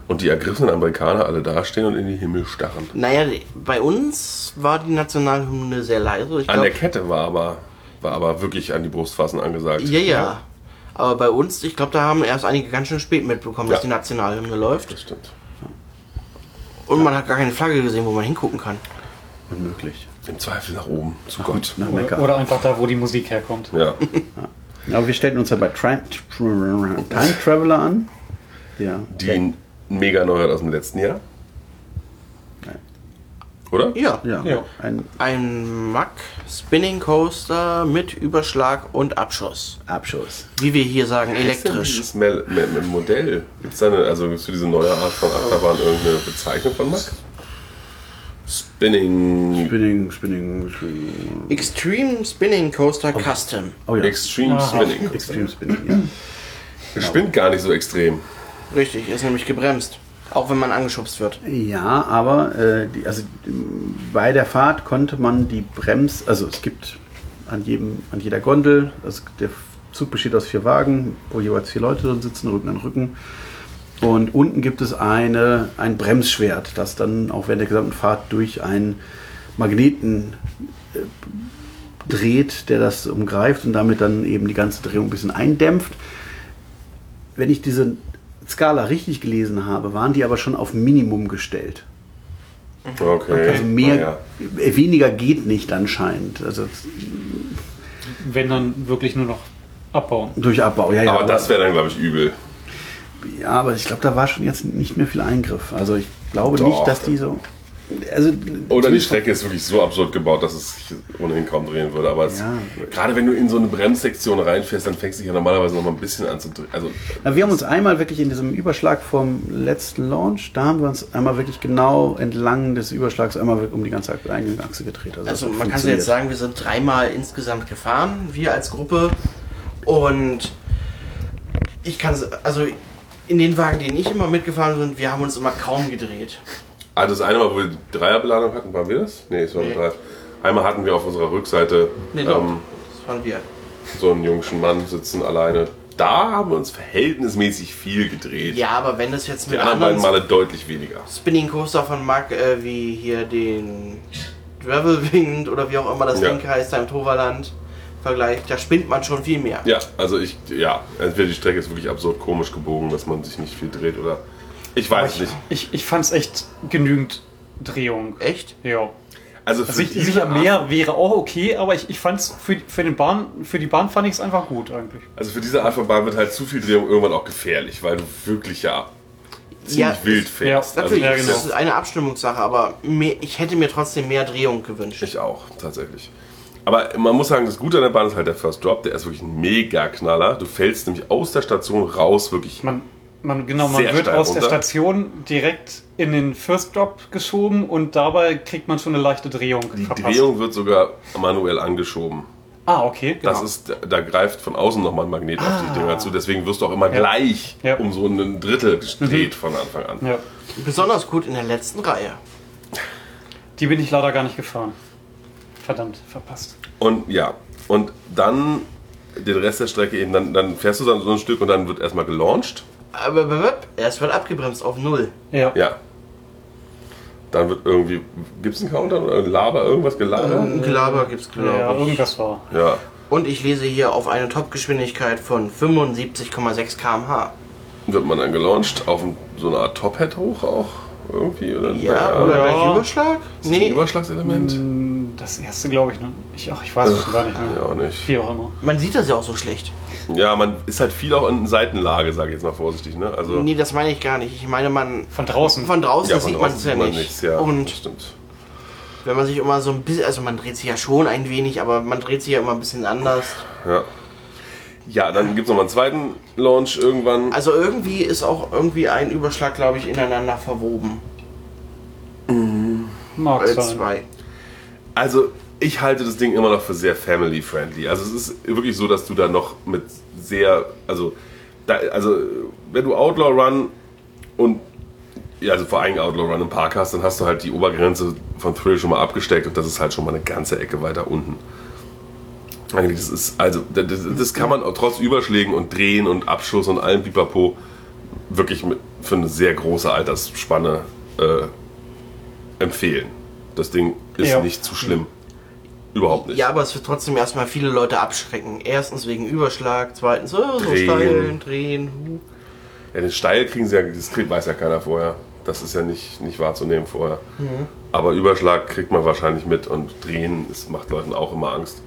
Speaker 2: Und die ergriffenen Amerikaner alle dastehen und in den Himmel starren.
Speaker 1: Naja, bei uns war die Nationalhymne sehr leise. Ich
Speaker 2: An
Speaker 1: glaub-
Speaker 2: der Kette war aber, war aber wirklich an die Brust fassen angesagt.
Speaker 1: Ja, ja. Aber bei uns, ich glaube, da haben erst einige ganz schön spät mitbekommen, dass
Speaker 2: Ja.
Speaker 1: die Nationalhymne läuft.
Speaker 2: Das stimmt.
Speaker 1: Und man hat gar keine Flagge gesehen, wo man hingucken kann.
Speaker 4: Unmöglich.
Speaker 2: Im Zweifel nach oben, zu Gott.
Speaker 4: Na,
Speaker 3: Oder,
Speaker 4: lecker.
Speaker 3: oder einfach da, wo die Musik herkommt.
Speaker 2: Ja,
Speaker 4: Aber wir stellten uns ja bei Time, Time Traveler an. Ja.
Speaker 2: die mega Neuheit aus dem letzten Jahr. Oder?
Speaker 1: Ja.
Speaker 4: Ja.
Speaker 3: Ja.
Speaker 4: Ein
Speaker 1: Ein Mack Spinning Coaster mit Überschlag und Abschuss.
Speaker 4: Abschuss.
Speaker 1: Wie wir hier sagen, elektrisch.
Speaker 2: Dieses Mel Mel Mel Modell. Gibt es da eine, also gibt's für diese neue Art von Achterbahn irgendeine Bezeichnung von Mack? Spinning
Speaker 4: Spinning, Spinning, Spinning.
Speaker 1: Extreme Spinning Coaster Custom.
Speaker 4: Oh ja. Genau.
Speaker 2: Extreme
Speaker 3: Aha.
Speaker 2: Spinning.
Speaker 4: Extreme Spinning, ja.
Speaker 2: Spinnt gar nicht so extrem.
Speaker 1: Richtig, ist nämlich gebremst. Auch wenn man angeschubst wird.
Speaker 4: Ja, aber äh, die, also, ähm, bei der Fahrt konnte man die Brems, also es gibt an, jedem, an jeder Gondel, also der Zug besteht aus vier Wagen, wo jeweils vier Leute drin sitzen, Rücken an Rücken. Und unten gibt es eine, ein Bremsschwert, das dann auch während der gesamten Fahrt durch einen Magneten äh, dreht, der das umgreift und damit dann eben die ganze Drehung ein bisschen eindämpft wenn ich diese Skala richtig gelesen habe, waren die aber schon auf Minimum gestellt.
Speaker 2: Okay.
Speaker 4: Also mehr,
Speaker 2: Naja.
Speaker 4: äh, weniger geht nicht anscheinend. Also z-
Speaker 3: Wenn dann wirklich nur noch abbauen.
Speaker 4: durch Abbau. Ja, ja,
Speaker 2: Aber das wäre dann, glaube ich, übel.
Speaker 4: ja, aber ich glaube, da war schon jetzt nicht mehr viel Eingriff. Also ich glaube
Speaker 2: Doch.
Speaker 4: nicht, dass die so. Also
Speaker 2: Oder die Strecke ist wirklich so absurd gebaut, dass es sich ohnehin kaum drehen würde. Aber es,
Speaker 4: Ja.
Speaker 2: gerade wenn du in so eine Bremssektion reinfährst, dann fängst du dich ja normalerweise noch mal ein bisschen an zu drehen. Also,
Speaker 4: Na, wir haben uns einmal wirklich in diesem Überschlag vom letzten Launch, da haben wir uns einmal wirklich genau entlang des Überschlags einmal um die ganze eigene Achse gedreht.
Speaker 1: Also
Speaker 4: das hat
Speaker 1: man kann so jetzt
Speaker 4: funktioniert.
Speaker 1: sagen, wir sind dreimal insgesamt gefahren, wir als Gruppe. Und ich kann es, also in den Wagen, denen ich immer mitgefahren bin, wir haben uns immer kaum gedreht.
Speaker 2: ah, das eine Mal, wo wir die Dreierbeladung hatten, waren wir das? Nee, es waren
Speaker 1: Nee.
Speaker 2: drei. Einmal hatten wir auf unserer Rückseite
Speaker 1: Nee, doch.
Speaker 2: ähm,
Speaker 1: Das waren wir.
Speaker 2: so einen jungen Mann sitzen alleine. Da haben wir uns verhältnismäßig viel gedreht.
Speaker 1: Ja, aber wenn das jetzt
Speaker 2: Die
Speaker 1: mit
Speaker 2: anderen
Speaker 1: anderen
Speaker 2: beiden Male deutlich weniger.
Speaker 1: Spinning Coaster von Mark, äh, wie hier den Travelwind oder wie auch immer das
Speaker 2: Ja.
Speaker 1: Ding heißt, da im Toverland vergleicht, da spinnt man schon viel mehr.
Speaker 2: Ja, also ich, ja, entweder die Strecke ist wirklich absurd komisch gebogen, dass man sich nicht viel dreht oder. Ich weiß nicht.
Speaker 3: Ich, ich fand's echt genügend Drehung.
Speaker 1: Echt?
Speaker 3: Ja.
Speaker 2: Also für
Speaker 3: Also ich,
Speaker 2: diese
Speaker 3: sicher
Speaker 2: Art-
Speaker 3: mehr wäre auch okay, aber ich, ich fand's für, für den Bahn, für die Bahn fand ich's einfach gut eigentlich.
Speaker 2: Also für diese Art von Bahn wird halt zu viel Drehung irgendwann auch gefährlich, weil du wirklich ja ziemlich wild fährst.
Speaker 3: Ja,
Speaker 1: Natürlich,
Speaker 3: ja,
Speaker 2: also,
Speaker 3: genau.
Speaker 1: das ist eine Abstimmungssache, aber mehr, ich hätte mir trotzdem mehr Drehung gewünscht.
Speaker 2: Ich auch, tatsächlich. Aber man muss sagen, das Gute an der Bahn ist halt der First Drop, der ist wirklich ein mega Knaller. Du fällst nämlich aus der Station raus, wirklich.
Speaker 3: Man, man, genau, man
Speaker 2: Sehr
Speaker 3: wird
Speaker 2: steil
Speaker 3: aus der
Speaker 2: runter.
Speaker 3: Station direkt in den First Drop geschoben und dabei kriegt man schon eine leichte Drehung
Speaker 2: Die Drehung wird sogar manuell angeschoben.
Speaker 3: Ah, okay. Genau. Ah.
Speaker 2: Das ist, da greift von außen nochmal ein Magnet auf die Dinger zu, deswegen wirst du auch immer gleich
Speaker 3: Ja.
Speaker 2: um so ein Drittel gedreht von Anfang an.
Speaker 3: ja.
Speaker 1: Besonders gut in der letzten Reihe.
Speaker 3: Die bin ich leider gar nicht gefahren. Verdammt, verpasst.
Speaker 2: Und ja, und dann den Rest der Strecke eben, dann, dann fährst du dann so ein Stück und dann wird erstmal gelauncht.
Speaker 1: Aber aber, aber, es wird abgebremst auf Null.
Speaker 3: Ja.
Speaker 2: Ja. Dann wird irgendwie, gibt es einen Countdown oder Laber, irgendwas
Speaker 3: Mhm.
Speaker 2: gelabert?
Speaker 1: Ein Gelaber gibt's, glaube
Speaker 3: Ja,
Speaker 1: ich.
Speaker 3: irgendwas war.
Speaker 2: Ja.
Speaker 1: Und ich lese hier auf eine Topgeschwindigkeit von 75,6 km/h.
Speaker 2: Wird man dann gelauncht auf ein- so eine Art Top-Hat hoch auch irgendwie? Oder,
Speaker 1: Ja, oder
Speaker 3: Ja. Mhm.
Speaker 1: gleich Überschlag?
Speaker 2: Ist das ein
Speaker 1: Nee,
Speaker 2: Überschlagselement?
Speaker 3: Das erste glaube ne? ich noch. Ich, ach, ich weiß es schon gar nicht mehr.
Speaker 2: Ja, auch nicht.
Speaker 3: Wie auch immer.
Speaker 1: man sieht das ja auch so schlecht.
Speaker 2: Ja, man ist halt viel auch in Seitenlage, sage ich jetzt mal vorsichtig. Ne? Also,
Speaker 1: Nee, das meine ich gar nicht. Ich meine, man.
Speaker 3: Von draußen.
Speaker 1: Von draußen
Speaker 2: ja,
Speaker 1: sieht
Speaker 2: von
Speaker 1: man
Speaker 2: draußen
Speaker 1: es ja
Speaker 2: sieht man
Speaker 1: nicht. Oh,
Speaker 2: nichts, ja, das
Speaker 1: Und
Speaker 2: stimmt.
Speaker 1: wenn man sich immer so ein bisschen. Also, man dreht sich ja schon ein wenig, aber man dreht sich ja immer ein bisschen anders.
Speaker 2: Ja. ja, dann gibt es nochmal einen zweiten Launch irgendwann.
Speaker 1: Also, irgendwie ist auch irgendwie ein Überschlag, glaube ich, ineinander verwoben.
Speaker 3: Mag
Speaker 1: Äh,
Speaker 3: sein.
Speaker 1: zwei.
Speaker 2: Also, ich halte das Ding immer noch für sehr family-friendly. Also, es ist wirklich so, dass du da noch mit sehr. Also, da, also wenn du Outlaw Run und. Ja, also vor allem Outlaw Run im Park hast, dann hast du halt die Obergrenze von Thrill schon mal abgesteckt und das ist halt schon mal eine ganze Ecke weiter unten. Eigentlich, das ist, also, das, das- das kann man auch trotz Überschlägen und Drehen und Abschuss und allem Pipapo wirklich mit, für eine sehr große Altersspanne äh, empfehlen. Das Ding ist
Speaker 3: Ja.
Speaker 2: nicht zu schlimm. Überhaupt nicht.
Speaker 1: Ja, aber es wird trotzdem erstmal viele Leute abschrecken. Erstens wegen Überschlag, zweitens oh, so
Speaker 2: Drehen.
Speaker 1: steil, drehen. hu.
Speaker 2: Ja, den Steil kriegen sie ja, das kriegt, weiß ja keiner vorher. Das ist ja nicht, nicht wahrzunehmen vorher. Aber Überschlag kriegt man wahrscheinlich mit und Drehen, das macht Leuten auch immer Angst.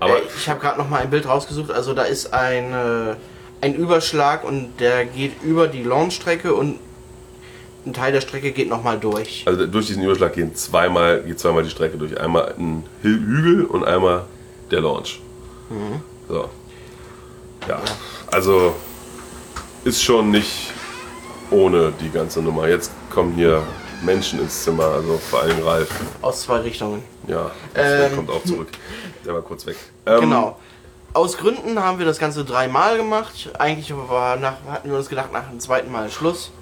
Speaker 2: Aber
Speaker 1: Äh, ich habe gerade noch mal ein Bild rausgesucht. Also da ist ein, äh, ein Überschlag und der geht über die Launchstrecke und ein Teil der Strecke geht noch mal durch.
Speaker 2: also durch diesen Überschlag gehen zweimal, geht zweimal die Strecke durch. Einmal ein Hü- Hügel und einmal der Launch. So. Ja. Also ist schon nicht ohne die ganze Nummer. Jetzt kommen hier Menschen ins Zimmer, also vor allem Ralf.
Speaker 1: Aus zwei Richtungen.
Speaker 2: Ja, der
Speaker 1: Ähm.
Speaker 2: kommt auch zurück. Der war kurz weg. Ähm,
Speaker 1: Genau. Aus Gründen haben wir das Ganze dreimal gemacht. Eigentlich war nach, hatten wir uns gedacht, nach dem zweiten Mal ist Schluss.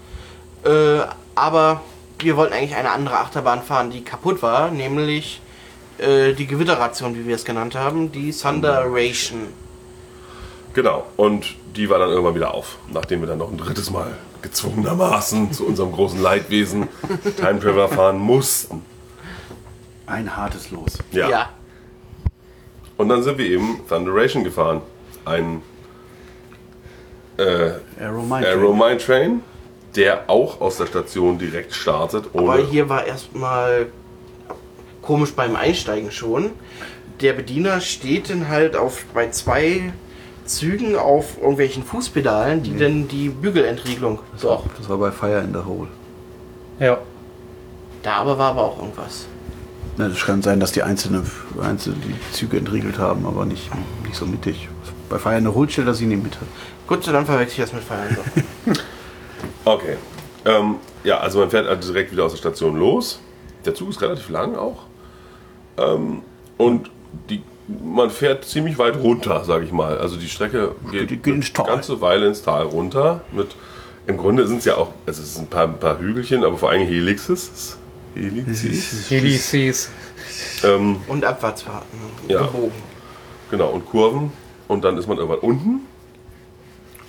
Speaker 1: Äh, aber wir wollten eigentlich eine andere Achterbahn fahren, die kaputt war, nämlich äh, die Gewitterration, wie wir es genannt haben, die Thunderation.
Speaker 2: Genau, und die war dann irgendwann wieder auf, nachdem wir dann noch ein drittes Mal gezwungenermaßen zu unserem großen Leidwesen Time Traveler fahren mussten.
Speaker 4: Ein hartes Los.
Speaker 2: Ja. Und dann sind wir eben Thunderation gefahren. Ein äh,
Speaker 4: Arrow Mine.
Speaker 2: Arrow Mine Train, der auch aus der Station direkt startet. Ohne
Speaker 1: Aber hier war erstmal komisch beim Einsteigen schon. Der Bediener steht dann halt auf bei zwei Zügen auf irgendwelchen Fußpedalen,
Speaker 2: Mhm.
Speaker 1: die denn die Bügelentriegelung. So,
Speaker 4: Das war bei Fire in the Hole.
Speaker 3: Ja.
Speaker 1: da aber war aber auch irgendwas.
Speaker 4: Na, das kann sein, dass die einzelne, einzelne die Züge entriegelt haben, aber nicht, nicht so mittig. Bei Fire in the Hole steht, dass sie in die Mitte.
Speaker 1: Gut, dann verwechsel ich das mit Feiern. [LAUGHS] So.
Speaker 2: Okay. Ähm, ja, also man fährt also direkt wieder aus der Station los. Der Zug ist relativ lang auch. Ähm, und die, man fährt ziemlich weit runter, sage ich mal. Also die Strecke geht,
Speaker 4: Geht- geht ins Tal.
Speaker 2: eine ganze Weile ins Tal runter. Mit, Im Grunde sind es ja auch, also es sind ein paar, ein paar Hügelchen, aber vor allem Helixes. Helixes.
Speaker 3: Helices.
Speaker 2: Ähm,
Speaker 1: Und Abwärtsfahrten.
Speaker 2: Ja.
Speaker 1: Gebogen.
Speaker 2: genau, und Kurven. Und dann ist man irgendwann unten.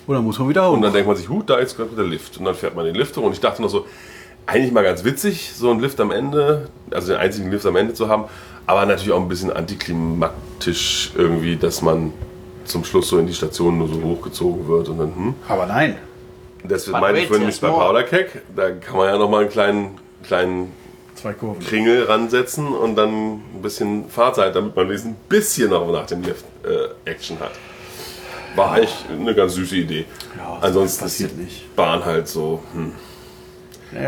Speaker 4: Oder muss man wieder hoch?
Speaker 2: Und dann denkt man sich, huh, da ist gerade der Lift. Und dann fährt man den Lift hoch. Und ich dachte noch so, eigentlich mal ganz witzig, so einen Lift am Ende, also den einzigen Lift am Ende zu haben. Aber natürlich auch ein bisschen antiklimaktisch irgendwie, dass man zum Schluss so in die Station nur so hochgezogen wird. Und dann, hm.
Speaker 4: aber nein.
Speaker 2: Deswegen
Speaker 1: But
Speaker 2: meine ich
Speaker 1: wait,
Speaker 2: vorhin
Speaker 1: there's
Speaker 2: nicht bei
Speaker 1: more.
Speaker 2: Powderkeg. Da kann man ja nochmal einen kleinen, kleinen
Speaker 4: Zwei Kurven.
Speaker 2: Kringel ransetzen und dann ein bisschen Fahrzeit, damit man wenigstens ein bisschen noch nach dem Lift äh, Action hat. War eigentlich eine ganz süße Idee.
Speaker 4: Ja, das
Speaker 2: Ansonsten
Speaker 4: passiert
Speaker 2: ist die
Speaker 4: nicht.
Speaker 2: Bahn halt so. Hm.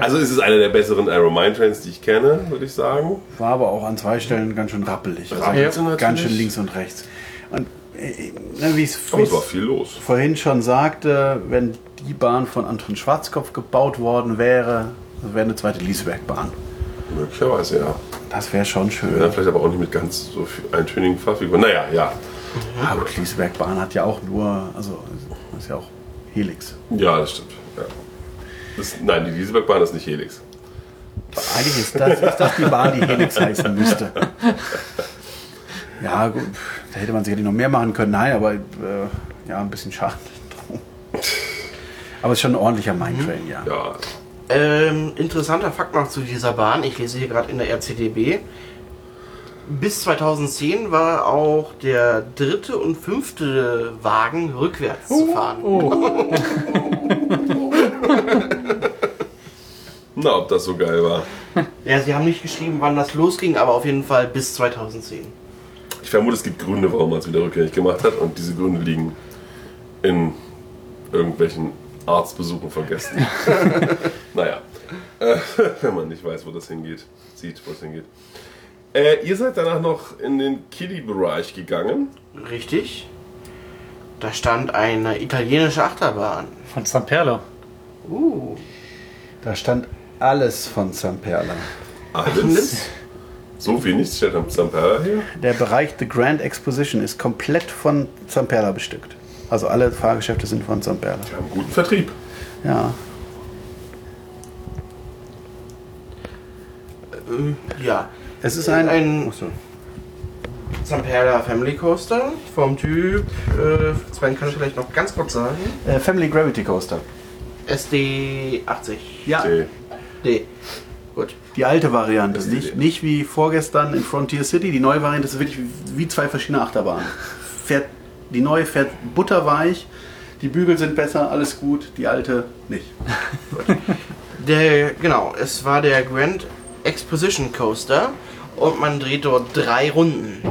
Speaker 2: Also es ist einer der besseren Aero Mine Trains, die ich kenne, würde ich sagen.
Speaker 4: War aber auch an zwei Stellen ganz schön rappelig.
Speaker 2: Rappelt sie
Speaker 4: Also ganz
Speaker 2: natürlich.
Speaker 4: schön links und rechts. Und äh, äh, ne, wie ich
Speaker 2: Aber es war
Speaker 4: es
Speaker 2: viel los.
Speaker 4: vorhin schon sagte, wenn die Bahn von Anton Schwarzkopf gebaut worden wäre, wäre eine zweite Liesbergbahn.
Speaker 2: Möglicherweise, ja.
Speaker 4: Das wäre schon schön.
Speaker 2: ja. Vielleicht aber auch nicht mit ganz so viel eintönigen Fahrfiguren. Naja, ja.
Speaker 4: Ah, gut, Liesbergbahn hat ja auch nur, also ist ja auch Helix.
Speaker 2: Ja, das stimmt. Ja. Das, nein, die Liesebergbahn ist nicht Helix.
Speaker 4: Eigentlich ist das, ist das die Bahn, die Helix heißen müsste. Ja, gut, da hätte man sicherlich noch mehr machen können. Nein, aber äh, ja, ein bisschen schade drum. Aber es ist schon ein ordentlicher Mindtrain, ja.
Speaker 2: Ja.
Speaker 1: Ähm, interessanter Fakt noch zu dieser Bahn. Ich lese hier gerade in der RCDB. Bis 2010 war auch der dritte und fünfte Wagen rückwärts
Speaker 4: Oh.
Speaker 1: zu fahren.
Speaker 2: Na, ob das so geil war.
Speaker 1: Ja, sie haben nicht geschrieben, wann das losging, aber auf jeden Fall bis 2010.
Speaker 2: Ich vermute, es gibt Gründe, warum man es wieder rückgängig gemacht hat. Und diese Gründe liegen in irgendwelchen Arztbesuchen vergessen. naja, äh, [LAUGHS] wenn man nicht weiß, wo das hingeht, sieht, wo es hingeht. Äh, ihr seid danach noch in den Kiddie-Bereich gegangen.
Speaker 1: Richtig. Da stand eine italienische Achterbahn.
Speaker 3: Von San Perla.
Speaker 1: Uh.
Speaker 4: Da stand alles von Zamperla.
Speaker 2: Alles? so wenig steht am Zamperla her?
Speaker 4: Der Bereich The Grand Exposition ist komplett von Zamperla bestückt. Also alle Fahrgeschäfte sind von Zamperla.
Speaker 2: Wir haben guten Vertrieb.
Speaker 4: Ja.
Speaker 1: Ähm, ja.
Speaker 4: Es ist ein.
Speaker 1: Ein-
Speaker 4: Ach so.
Speaker 1: Zamperla Family Coaster vom Typ. Äh, Sven kann ich vielleicht noch ganz kurz sagen.
Speaker 4: äh, Family Gravity Coaster.
Speaker 1: SD80.
Speaker 4: Ja.
Speaker 2: Okay.
Speaker 1: D. Gut.
Speaker 4: Die alte Variante. Nicht, nicht wie vorgestern in Frontier City. Die neue Variante ist wirklich wie- wie zwei verschiedene Achterbahnen. Fährt, die neue fährt butterweich. Die Bügel sind besser, alles gut. Die alte nicht.
Speaker 1: Der, genau, es war der Grand Exposition Coaster und man dreht dort drei Runden.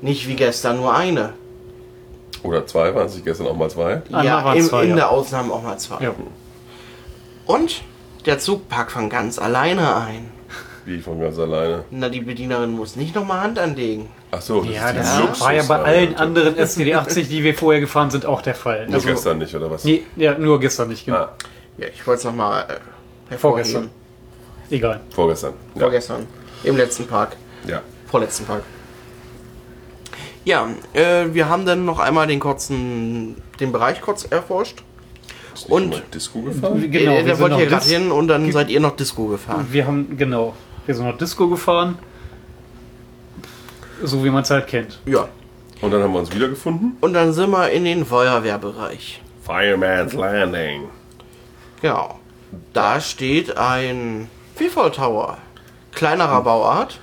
Speaker 1: Nicht wie gestern nur eine.
Speaker 2: Oder zwei, waren es nicht gestern auch mal zwei?
Speaker 3: Einmal
Speaker 1: ja,
Speaker 3: waren
Speaker 1: im,
Speaker 3: Ah, zwei,
Speaker 1: in
Speaker 3: ja.
Speaker 1: der Ausnahme auch mal zwei.
Speaker 3: Ja.
Speaker 1: Und der Zug packt von ganz alleine ein.
Speaker 2: Wie von ganz alleine.
Speaker 1: Na, die Bedienerin muss nicht nochmal Hand anlegen.
Speaker 2: Ach so, das
Speaker 3: Ja,
Speaker 2: ist die
Speaker 3: das war ja bei allen
Speaker 2: Luxusvariante.
Speaker 3: [LAUGHS] anderen STD80, die wir vorher gefahren sind, auch der Fall.
Speaker 2: Nur gestern nicht, oder was?
Speaker 3: Nee, ja, nur gestern nicht, genau.
Speaker 2: Ah,
Speaker 1: Ja, ich wollte es nochmal äh,
Speaker 3: Vorgestern.
Speaker 1: hervorheben.
Speaker 3: Egal.
Speaker 2: vorgestern. Ja.
Speaker 1: Vorgestern. Im letzten Park.
Speaker 2: Ja.
Speaker 1: Vorletzten Park. Ja, äh, wir haben dann noch einmal den kurzen, den Bereich kurz erforscht.
Speaker 2: Ist nicht
Speaker 1: Und-
Speaker 2: immer Disco gefahren?
Speaker 3: Genau,
Speaker 1: äh, da
Speaker 3: sind
Speaker 1: wollt
Speaker 3: noch
Speaker 1: ihr gerade
Speaker 3: Dis-
Speaker 1: hin und dann seid ihr noch Disco gefahren.
Speaker 3: Wir haben, genau, wir sind noch Disco gefahren. So wie man es halt kennt.
Speaker 1: Ja.
Speaker 2: Und dann haben wir uns wiedergefunden.
Speaker 1: Und dann sind wir in den Feuerwehrbereich.
Speaker 2: Fireman's Landing.
Speaker 1: Genau. Da steht ein Freefall Tower.
Speaker 3: Hm.
Speaker 1: Kleinerer Bauart.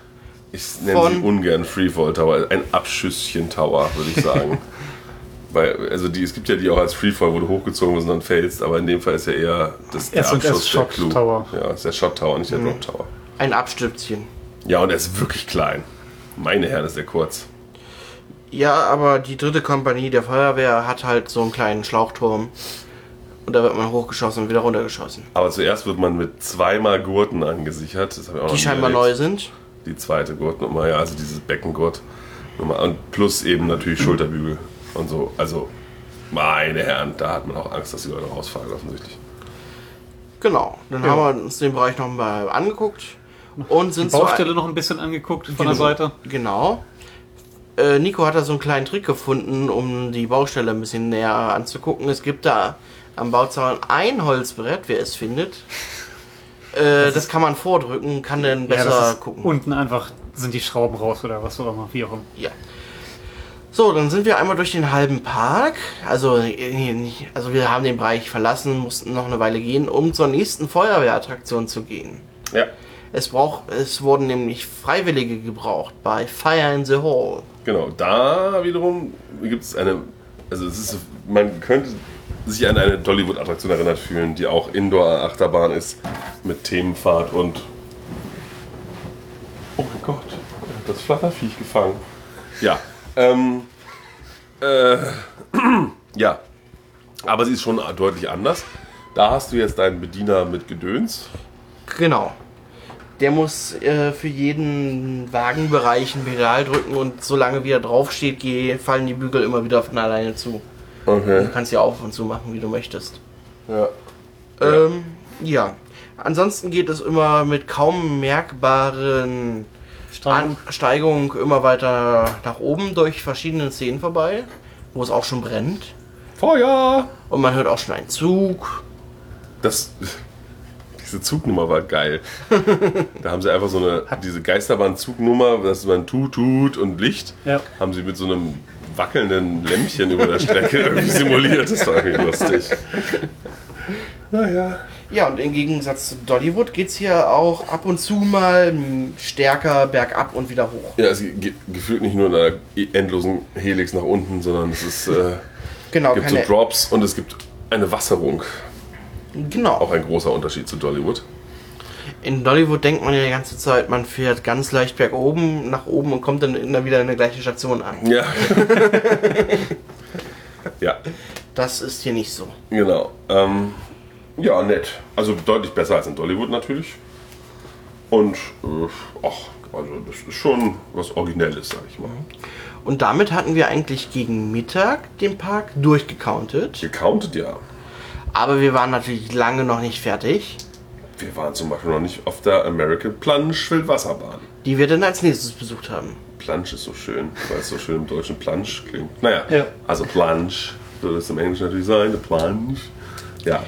Speaker 2: Ich nenne sie
Speaker 1: Von-
Speaker 2: ungern Freefall Tower, ein Abschüsschen Tower, würde
Speaker 1: [LAUGHS]
Speaker 2: ich sagen. Weil, also die, es gibt ja die auch als Freefall, wo du hochgezogen wirst und dann fällst, aber in dem Fall ist ja eher das, der
Speaker 3: S&S
Speaker 2: Abschuss der
Speaker 3: Shot
Speaker 2: Clou.
Speaker 3: Tower. Mhm.
Speaker 2: Ja, ist der Shot Tower, nicht der Drop Tower.
Speaker 1: Ein Abstützchen.
Speaker 2: Ja, und er ist wirklich klein. Meine Herren, ist er kurz.
Speaker 1: Ja, aber die dritte Kompanie der Feuerwehr hat halt so einen kleinen Schlauchturm. Und da wird man hochgeschossen und wieder runtergeschossen.
Speaker 2: Aber zuerst wird man mit zweimal Gurten angesichert. Das habe ich auch noch
Speaker 3: Oh,
Speaker 1: Die
Speaker 2: nie
Speaker 1: scheinbar
Speaker 2: erlebt.
Speaker 1: neu sind.
Speaker 2: Die zweite Gurtnummer, ja, also dieses Beckengurt. Und plus eben natürlich Schulterbügel und so. Also, meine Herren, da hat man auch Angst, dass die Leute rausfallen, offensichtlich.
Speaker 1: Genau. Dann
Speaker 3: Ja.
Speaker 1: haben wir uns den Bereich nochmal angeguckt. Und sind so
Speaker 3: Baustelle noch ein bisschen angeguckt von der Seite.
Speaker 1: Genau. Äh, Nico hat da so einen kleinen Trick gefunden, um die Baustelle ein bisschen näher anzugucken. Es gibt da am Bauzaun ein Holzbrett, wer es findet. Äh, das, kann man vordrücken, kann dann besser
Speaker 3: das ist
Speaker 1: gucken.
Speaker 3: Unten einfach sind die Schrauben raus oder was auch immer. Wie auch immer.
Speaker 1: Ja. So, dann sind wir einmal durch den halben Park. Also, äh, nee, nicht- also wir haben den Bereich verlassen, mussten noch eine Weile gehen, um zur nächsten Feuerwehrattraktion zu gehen.
Speaker 2: Ja,
Speaker 1: Es, braucht, es wurden nämlich Freiwillige gebraucht bei Fire in the Hall.
Speaker 2: Genau, da wiederum gibt es eine, also es ist, man könnte sich an eine Dollywood-Attraktion erinnert fühlen, die auch Indoor-Achterbahn ist mit Themenfahrt und. Oh mein Gott, er hat das Flatterviech gefangen. Ja, ähm, äh, [CLEARS THROAT] ja, aber sie ist schon deutlich anders. Da hast du jetzt deinen Bediener mit Gedöns.
Speaker 1: Genau. Der muss äh, für jeden Wagenbereich ein Pedal drücken und solange wie er draufsteht, geh, fallen die Bügel immer wieder von alleine zu.
Speaker 2: Okay.
Speaker 1: Du kannst ja auf und zu machen, wie du möchtest.
Speaker 2: Ja.
Speaker 1: Ähm, ja. Ansonsten geht es immer mit kaum merkbaren
Speaker 3: Strahlung.
Speaker 1: Ansteigung immer weiter nach oben durch verschiedene Szenen vorbei, wo es auch schon brennt.
Speaker 2: Feuer!
Speaker 1: Und man hört auch schon einen Zug.
Speaker 2: Das, [LAUGHS] diese Zugnummer war geil. da haben sie einfach so eine, diese Geisterbahn-Zugnummer, dass man tut, tut und Licht,
Speaker 3: Ja.
Speaker 2: haben sie mit so einem wackelnden Lämpchen über der Strecke [LAUGHS] irgendwie simuliert. Das war irgendwie lustig. Naja.
Speaker 1: Ja, und im Gegensatz zu Dollywood geht es hier auch ab und zu mal mm, stärker bergab und wieder hoch.
Speaker 2: Ja, es geht gefühlt nicht nur in einer e-, endlosen Helix nach unten, sondern es ist, äh,
Speaker 1: Genau,
Speaker 2: gibt so
Speaker 1: keine,
Speaker 2: Drops und es gibt eine Wasserung. Auch
Speaker 1: genau.
Speaker 2: ein großer Unterschied zu Dollywood.
Speaker 1: In Dollywood denkt man ja die ganze Zeit, man fährt ganz leicht bergoben nach oben und kommt dann immer wieder in der gleichen Station an.
Speaker 2: Ja. [LAUGHS] Ja,
Speaker 1: Das ist hier nicht so.
Speaker 2: genau. Ähm, ja, nett. Also deutlich besser als in Dollywood natürlich. Und, äh, ach, also das ist schon was Originelles, sag ich mal.
Speaker 1: Und damit hatten wir eigentlich gegen Mittag den Park durchgecountet.
Speaker 2: Gecountet, ja.
Speaker 1: Aber wir waren natürlich lange noch nicht fertig,
Speaker 2: Wir waren zum Beispiel noch nicht auf der American Plunge Wildwasserbahn.
Speaker 1: die wir dann als nächstes besucht haben.
Speaker 2: Plunge ist so schön, weil es so schön im Deutschen Plunge klingt. Naja,
Speaker 3: Ja.
Speaker 2: also Plunge würde es im Englischen natürlich sein, eine Plunge. Ja,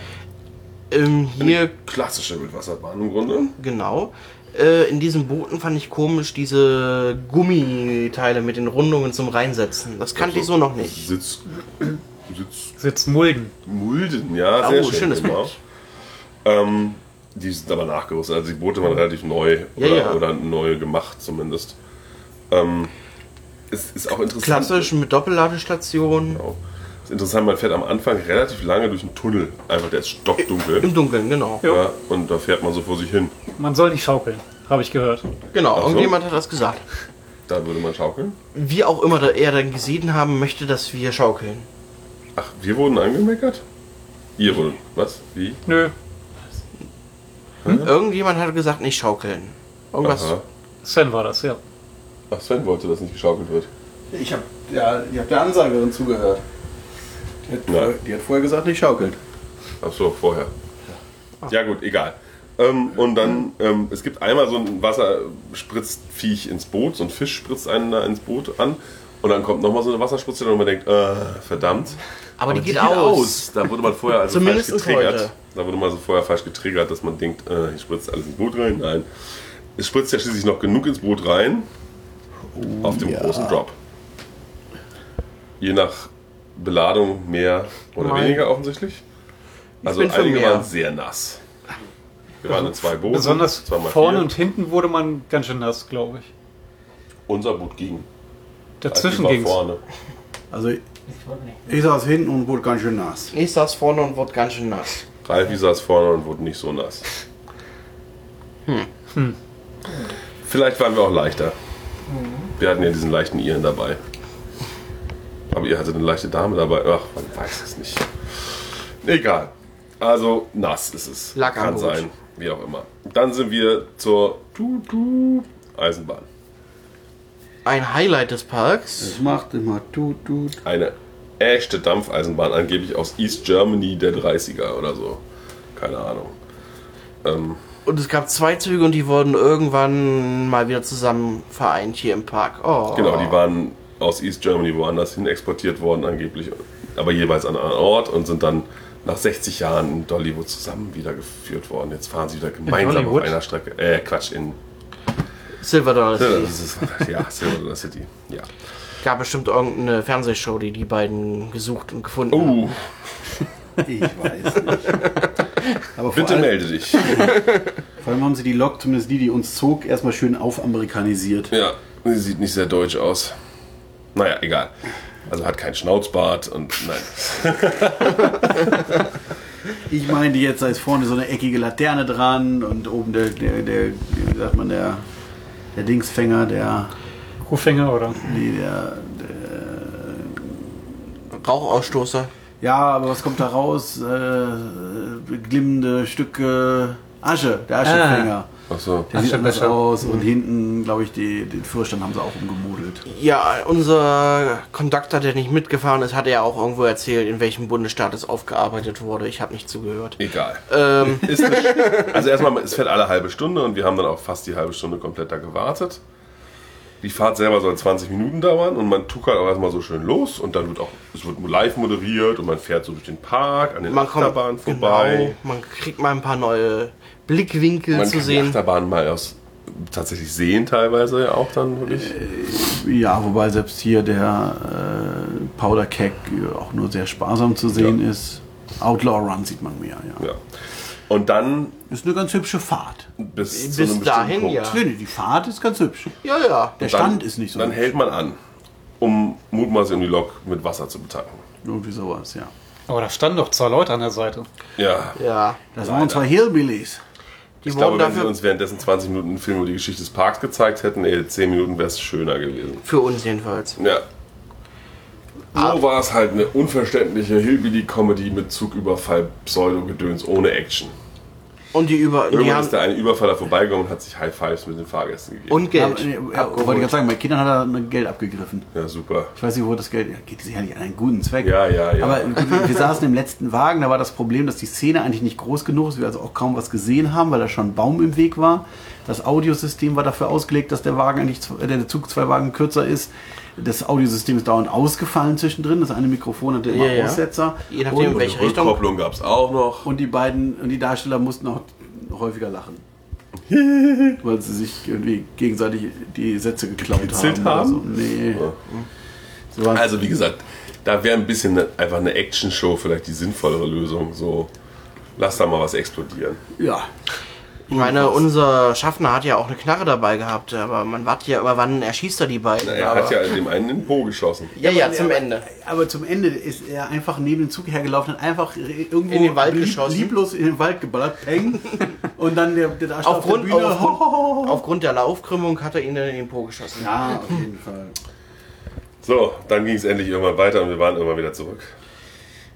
Speaker 1: Ähm, hier,
Speaker 2: klassische Wildwasserbahn im Grunde.
Speaker 1: genau. Äh, in diesen Booten fand ich komisch diese Gummiteile mit den Rundungen zum Reinsetzen. Das kannte ich so noch nicht.
Speaker 2: Sitz, Sitz
Speaker 3: Sitzt Mulden.
Speaker 2: Mulden, ja,
Speaker 1: Oh,
Speaker 2: sehr schön.
Speaker 1: schönes
Speaker 2: genau.
Speaker 1: Bild.
Speaker 2: Ähm, die sind aber nachgerüstet, also die Boote waren relativ neu
Speaker 1: Ja,
Speaker 2: oder,
Speaker 1: ja.
Speaker 2: oder neu gemacht zumindest. Ähm, es ist auch interessant.
Speaker 1: Klassisch mit Doppelladestation.
Speaker 2: Genau. Ist interessant, man fährt am Anfang relativ lange durch einen Tunnel, einfach der ist stockdunkel.
Speaker 1: Im Dunkeln, genau.
Speaker 2: Ja, und da fährt man so vor sich hin.
Speaker 3: Man soll nicht schaukeln, habe ich gehört.
Speaker 1: Genau,
Speaker 2: Ach so.
Speaker 1: irgendjemand hat das gesagt.
Speaker 2: Da würde man schaukeln.
Speaker 1: Wie auch immer da- er dann gesehen haben möchte, dass wir schaukeln.
Speaker 2: Ach, wir wurden angemeckert? Ihr wurdet. Was? Wie?
Speaker 3: Nö,
Speaker 1: Irgendjemand hat gesagt, nicht schaukeln. Irgendwas.
Speaker 2: Aha.
Speaker 3: Sven war das, ja.
Speaker 2: Ach, Sven wollte, dass nicht geschaukelt wird.
Speaker 4: Ich habe ja, ich hab der Ansagerin zugehört. Die hat,
Speaker 2: Ja.
Speaker 4: vorher, die hat vorher gesagt, nicht schaukelt.
Speaker 2: Ach so, vorher. Ja, gut, egal. Ähm, und dann, ähm, es gibt einmal so ein Wasserspritzviech ins Boot, so ein Fisch spritzt einen da ins Boot an. Und dann kommt nochmal so eine Wasserspritze und man denkt, äh, verdammt.
Speaker 1: Aber die geht aus.
Speaker 2: Da wurde man vorher also falsch
Speaker 1: Zumindest
Speaker 2: getriggert.
Speaker 1: heute.
Speaker 2: Da wurde man so vorher falsch getriggert, dass man denkt, äh, hier spritzt alles ins Boot rein. Nein. Es spritzt ja schließlich noch genug ins Boot rein.
Speaker 1: Oh,
Speaker 2: auf dem
Speaker 4: ja.
Speaker 2: großen Drop. Je nach Beladung mehr oder
Speaker 1: Nein.
Speaker 2: weniger offensichtlich. Also
Speaker 1: bin für
Speaker 2: einige
Speaker 1: mehr.
Speaker 2: waren sehr nass. Wir waren in zwei Booten.
Speaker 3: Besonders
Speaker 2: zweimal
Speaker 3: vorne
Speaker 2: vier.
Speaker 3: und hinten wurde man ganz schön nass, glaube ich.
Speaker 2: unser Boot ging. Also
Speaker 3: Dazwischen
Speaker 2: die war
Speaker 3: ging's.
Speaker 2: vorne.
Speaker 4: Also ich, saß hinten und wurde ganz schön nass.
Speaker 1: Ich saß vorne und wurde ganz schön nass.
Speaker 2: Ralfi saß vorne und wurde nicht so nass.
Speaker 1: Hm.
Speaker 2: Vielleicht waren wir auch leichter. Wir hatten ja diesen leichten Iren dabei. Aber ihr hattet eine leichte Dame dabei. Ach, man weiß es nicht. Egal. Also nass ist es.
Speaker 1: Lag am
Speaker 2: Kann
Speaker 1: Boot.
Speaker 2: sein, wie auch immer. Dann sind wir zur Tu- Tu- Eisenbahn.
Speaker 1: Ein Highlight des Parks.
Speaker 4: Es macht immer tut, tut.
Speaker 2: Eine echte Dampfeisenbahn, angeblich aus East Germany der 30er oder so. Keine Ahnung.
Speaker 1: Und es gab zwei Züge und die wurden irgendwann mal wieder zusammen vereint hier im Park. Oh.
Speaker 2: Genau, die waren aus East Germany woanders hin exportiert worden, angeblich, aber jeweils an einen anderen Ort und sind dann nach 60 Jahren in Dollywood zusammen wiedergeführt worden. Jetzt fahren sie wieder gemeinsam auf
Speaker 3: Dollywood?
Speaker 2: einer Strecke. Äh, Quatsch, in.
Speaker 1: Silver Dollar City.
Speaker 2: Das ist, [LAUGHS] ja, Silver Dollar City. Ja.
Speaker 1: Gab bestimmt irgendeine Fernsehshow, die die beiden gesucht und gefunden haben.
Speaker 2: Uh,
Speaker 4: Ich weiß nicht. [LAUGHS] Aber vor
Speaker 2: bitte
Speaker 4: allem,
Speaker 2: melde dich.
Speaker 4: vor allem haben sie die Lok, zumindest die, die uns zog, erstmal schön aufamerikanisiert.
Speaker 2: Ja, sie sieht nicht sehr deutsch aus. Naja, egal. Also hat keinen Schnauzbart und nein.
Speaker 4: Ich meine, jetzt da ist vorne so eine eckige Laterne dran und oben der, der, der wie sagt man, der, der Dingsfänger, der,
Speaker 3: Kuhfänger oder?
Speaker 4: nee, der,
Speaker 1: Rauchausstoßer.
Speaker 4: ja, aber was kommt da raus? Äh, glimmende Stücke Asche, der Aschefänger.
Speaker 2: Achso.
Speaker 4: Ah, Der sieht anders
Speaker 3: Aschenbecher.
Speaker 4: aus und hinten, glaube ich, die, den Fürstand haben sie auch umgemodelt.
Speaker 1: Ja, unser Kondukter, der nicht mitgefahren ist, hat ja auch irgendwo erzählt, in welchem Bundesstaat es aufgearbeitet wurde. Ich habe nicht zugehört.
Speaker 2: Egal. [LAUGHS]
Speaker 1: Ähm,
Speaker 2: Ist eine, also erstmal, es fährt alle halbe Stunde und wir haben dann auch fast die halbe Stunde komplett da gewartet. Die Fahrt selber soll 20 Minuten dauern und man tuckert auch erstmal so schön los und dann wird auch, es wird live moderiert und man fährt so durch den Park, an den
Speaker 1: man kommt
Speaker 2: Achterbahnen vorbei.
Speaker 1: Genau, man kriegt mal ein paar neue Blickwinkel genau
Speaker 2: Man
Speaker 1: zu
Speaker 2: kann die
Speaker 1: sehen.
Speaker 2: Achterbahnen mal aus, tatsächlich sehen teilweise ja auch dann wirklich.
Speaker 1: Äh,
Speaker 4: Ja, wobei selbst hier der äh, Powder Keg auch nur sehr sparsam zu sehen ist. Outlaw Run sieht man mehr, ja.
Speaker 2: Ja. Und dann
Speaker 4: Ist eine ganz hübsche
Speaker 2: bis,
Speaker 4: Fahrt.
Speaker 2: zu einem
Speaker 1: Bis
Speaker 2: bestimmten
Speaker 1: dahin,
Speaker 2: Punkt.
Speaker 1: ja.
Speaker 4: Nee, nee, die Fahrt ist ganz hübsch.
Speaker 1: Ja, ja.
Speaker 2: Dann-
Speaker 4: Der Stand ist nicht so
Speaker 2: Dann
Speaker 4: hübsch.
Speaker 2: hält man an, um mutmaßlich um die Lok mit Wasser zu betanken.
Speaker 4: Irgendwie sowas, ja.
Speaker 3: Aber Oh, da standen doch zwei Leute an der Seite.
Speaker 2: Ja,
Speaker 1: Ja.
Speaker 4: Das waren zwei Hillbillies.
Speaker 1: Die
Speaker 2: Ich
Speaker 1: wurden
Speaker 2: glaube, wenn sie
Speaker 1: dafür
Speaker 2: uns währenddessen 20 Minuten einen Film über die Geschichte des Parks gezeigt hätten, ey, 10 Minuten wäre es schöner gewesen.
Speaker 1: für uns jedenfalls.
Speaker 2: Ja.
Speaker 1: Ah.
Speaker 2: So war es halt eine unverständliche Hillbilly-Comedy mit Zugüberfall, Pseudo-Gedöns ohne Action.
Speaker 1: Und die über. Die
Speaker 2: Irgendwann ist
Speaker 1: haben,
Speaker 2: der eine Überfaller vorbeigegangen und hat sich High Fives mit den Fahrgästen gegeben.
Speaker 1: und
Speaker 4: Ja,
Speaker 1: Geld.
Speaker 4: äh, ja, wollte ich gerade sagen, bei Kindern hat er Geld abgegriffen.
Speaker 2: ja, super.
Speaker 4: Ich weiß nicht, wo das Geld. Ja, geht sicherlich an einen guten Zweck.
Speaker 2: Ja, ja, ja.
Speaker 4: Aber wir saßen im letzten Wagen, da war das Problem, dass die Szene eigentlich nicht groß genug ist, wir also auch kaum was gesehen haben, weil da schon ein Baum im Weg war. Das Audiosystem war dafür ausgelegt, dass der Wagen eigentlich, zw- äh, der Zug zwei Wagen kürzer ist. Das Audiosystem ist dauernd ausgefallen zwischendrin. Das eine Mikrofon hatte immer
Speaker 1: Ja, ja.
Speaker 4: Aussetzer.
Speaker 1: Je nachdem,
Speaker 4: und,
Speaker 1: welche Richtung.
Speaker 2: Rückkopplung gab es auch noch.
Speaker 4: und die beiden und die Darsteller mussten auch häufiger lachen. weil sie sich irgendwie gegenseitig die Sätze geklaut
Speaker 2: Gekitzelt
Speaker 4: haben. oder
Speaker 2: haben?
Speaker 4: So. Nee. So waren-
Speaker 2: Also wie gesagt, da wäre ein bisschen eine, einfach eine Action-Show vielleicht die sinnvollere Lösung. So, lass da mal was explodieren.
Speaker 4: ja.
Speaker 1: Ich meine, unser Schaffner hat ja auch eine Knarre dabei gehabt, aber man wartet ja immer, wann erschießt er die beiden.
Speaker 2: Na, Er
Speaker 1: aber,
Speaker 2: hat ja dem einen in den Po geschossen.
Speaker 1: ja, ja, zum
Speaker 4: aber-
Speaker 1: Ende.
Speaker 4: Aber zum Ende ist er einfach neben dem Zug hergelaufen, hat einfach irgendwo
Speaker 1: In den Wald geschossen.
Speaker 4: lieblos in den Wald geballert,
Speaker 1: [LAUGHS]
Speaker 4: peng. und dann der, der Darsteller
Speaker 1: Aufgrund,
Speaker 4: der Bühne. ho, ho,
Speaker 1: aufgrund,
Speaker 4: ho, ho.
Speaker 1: aufgrund der Laufkrümmung hat er ihn in den Po geschossen.
Speaker 4: Ja, auf jeden Fall.
Speaker 2: So, dann ging es endlich irgendwann weiter und wir waren irgendwann wieder zurück.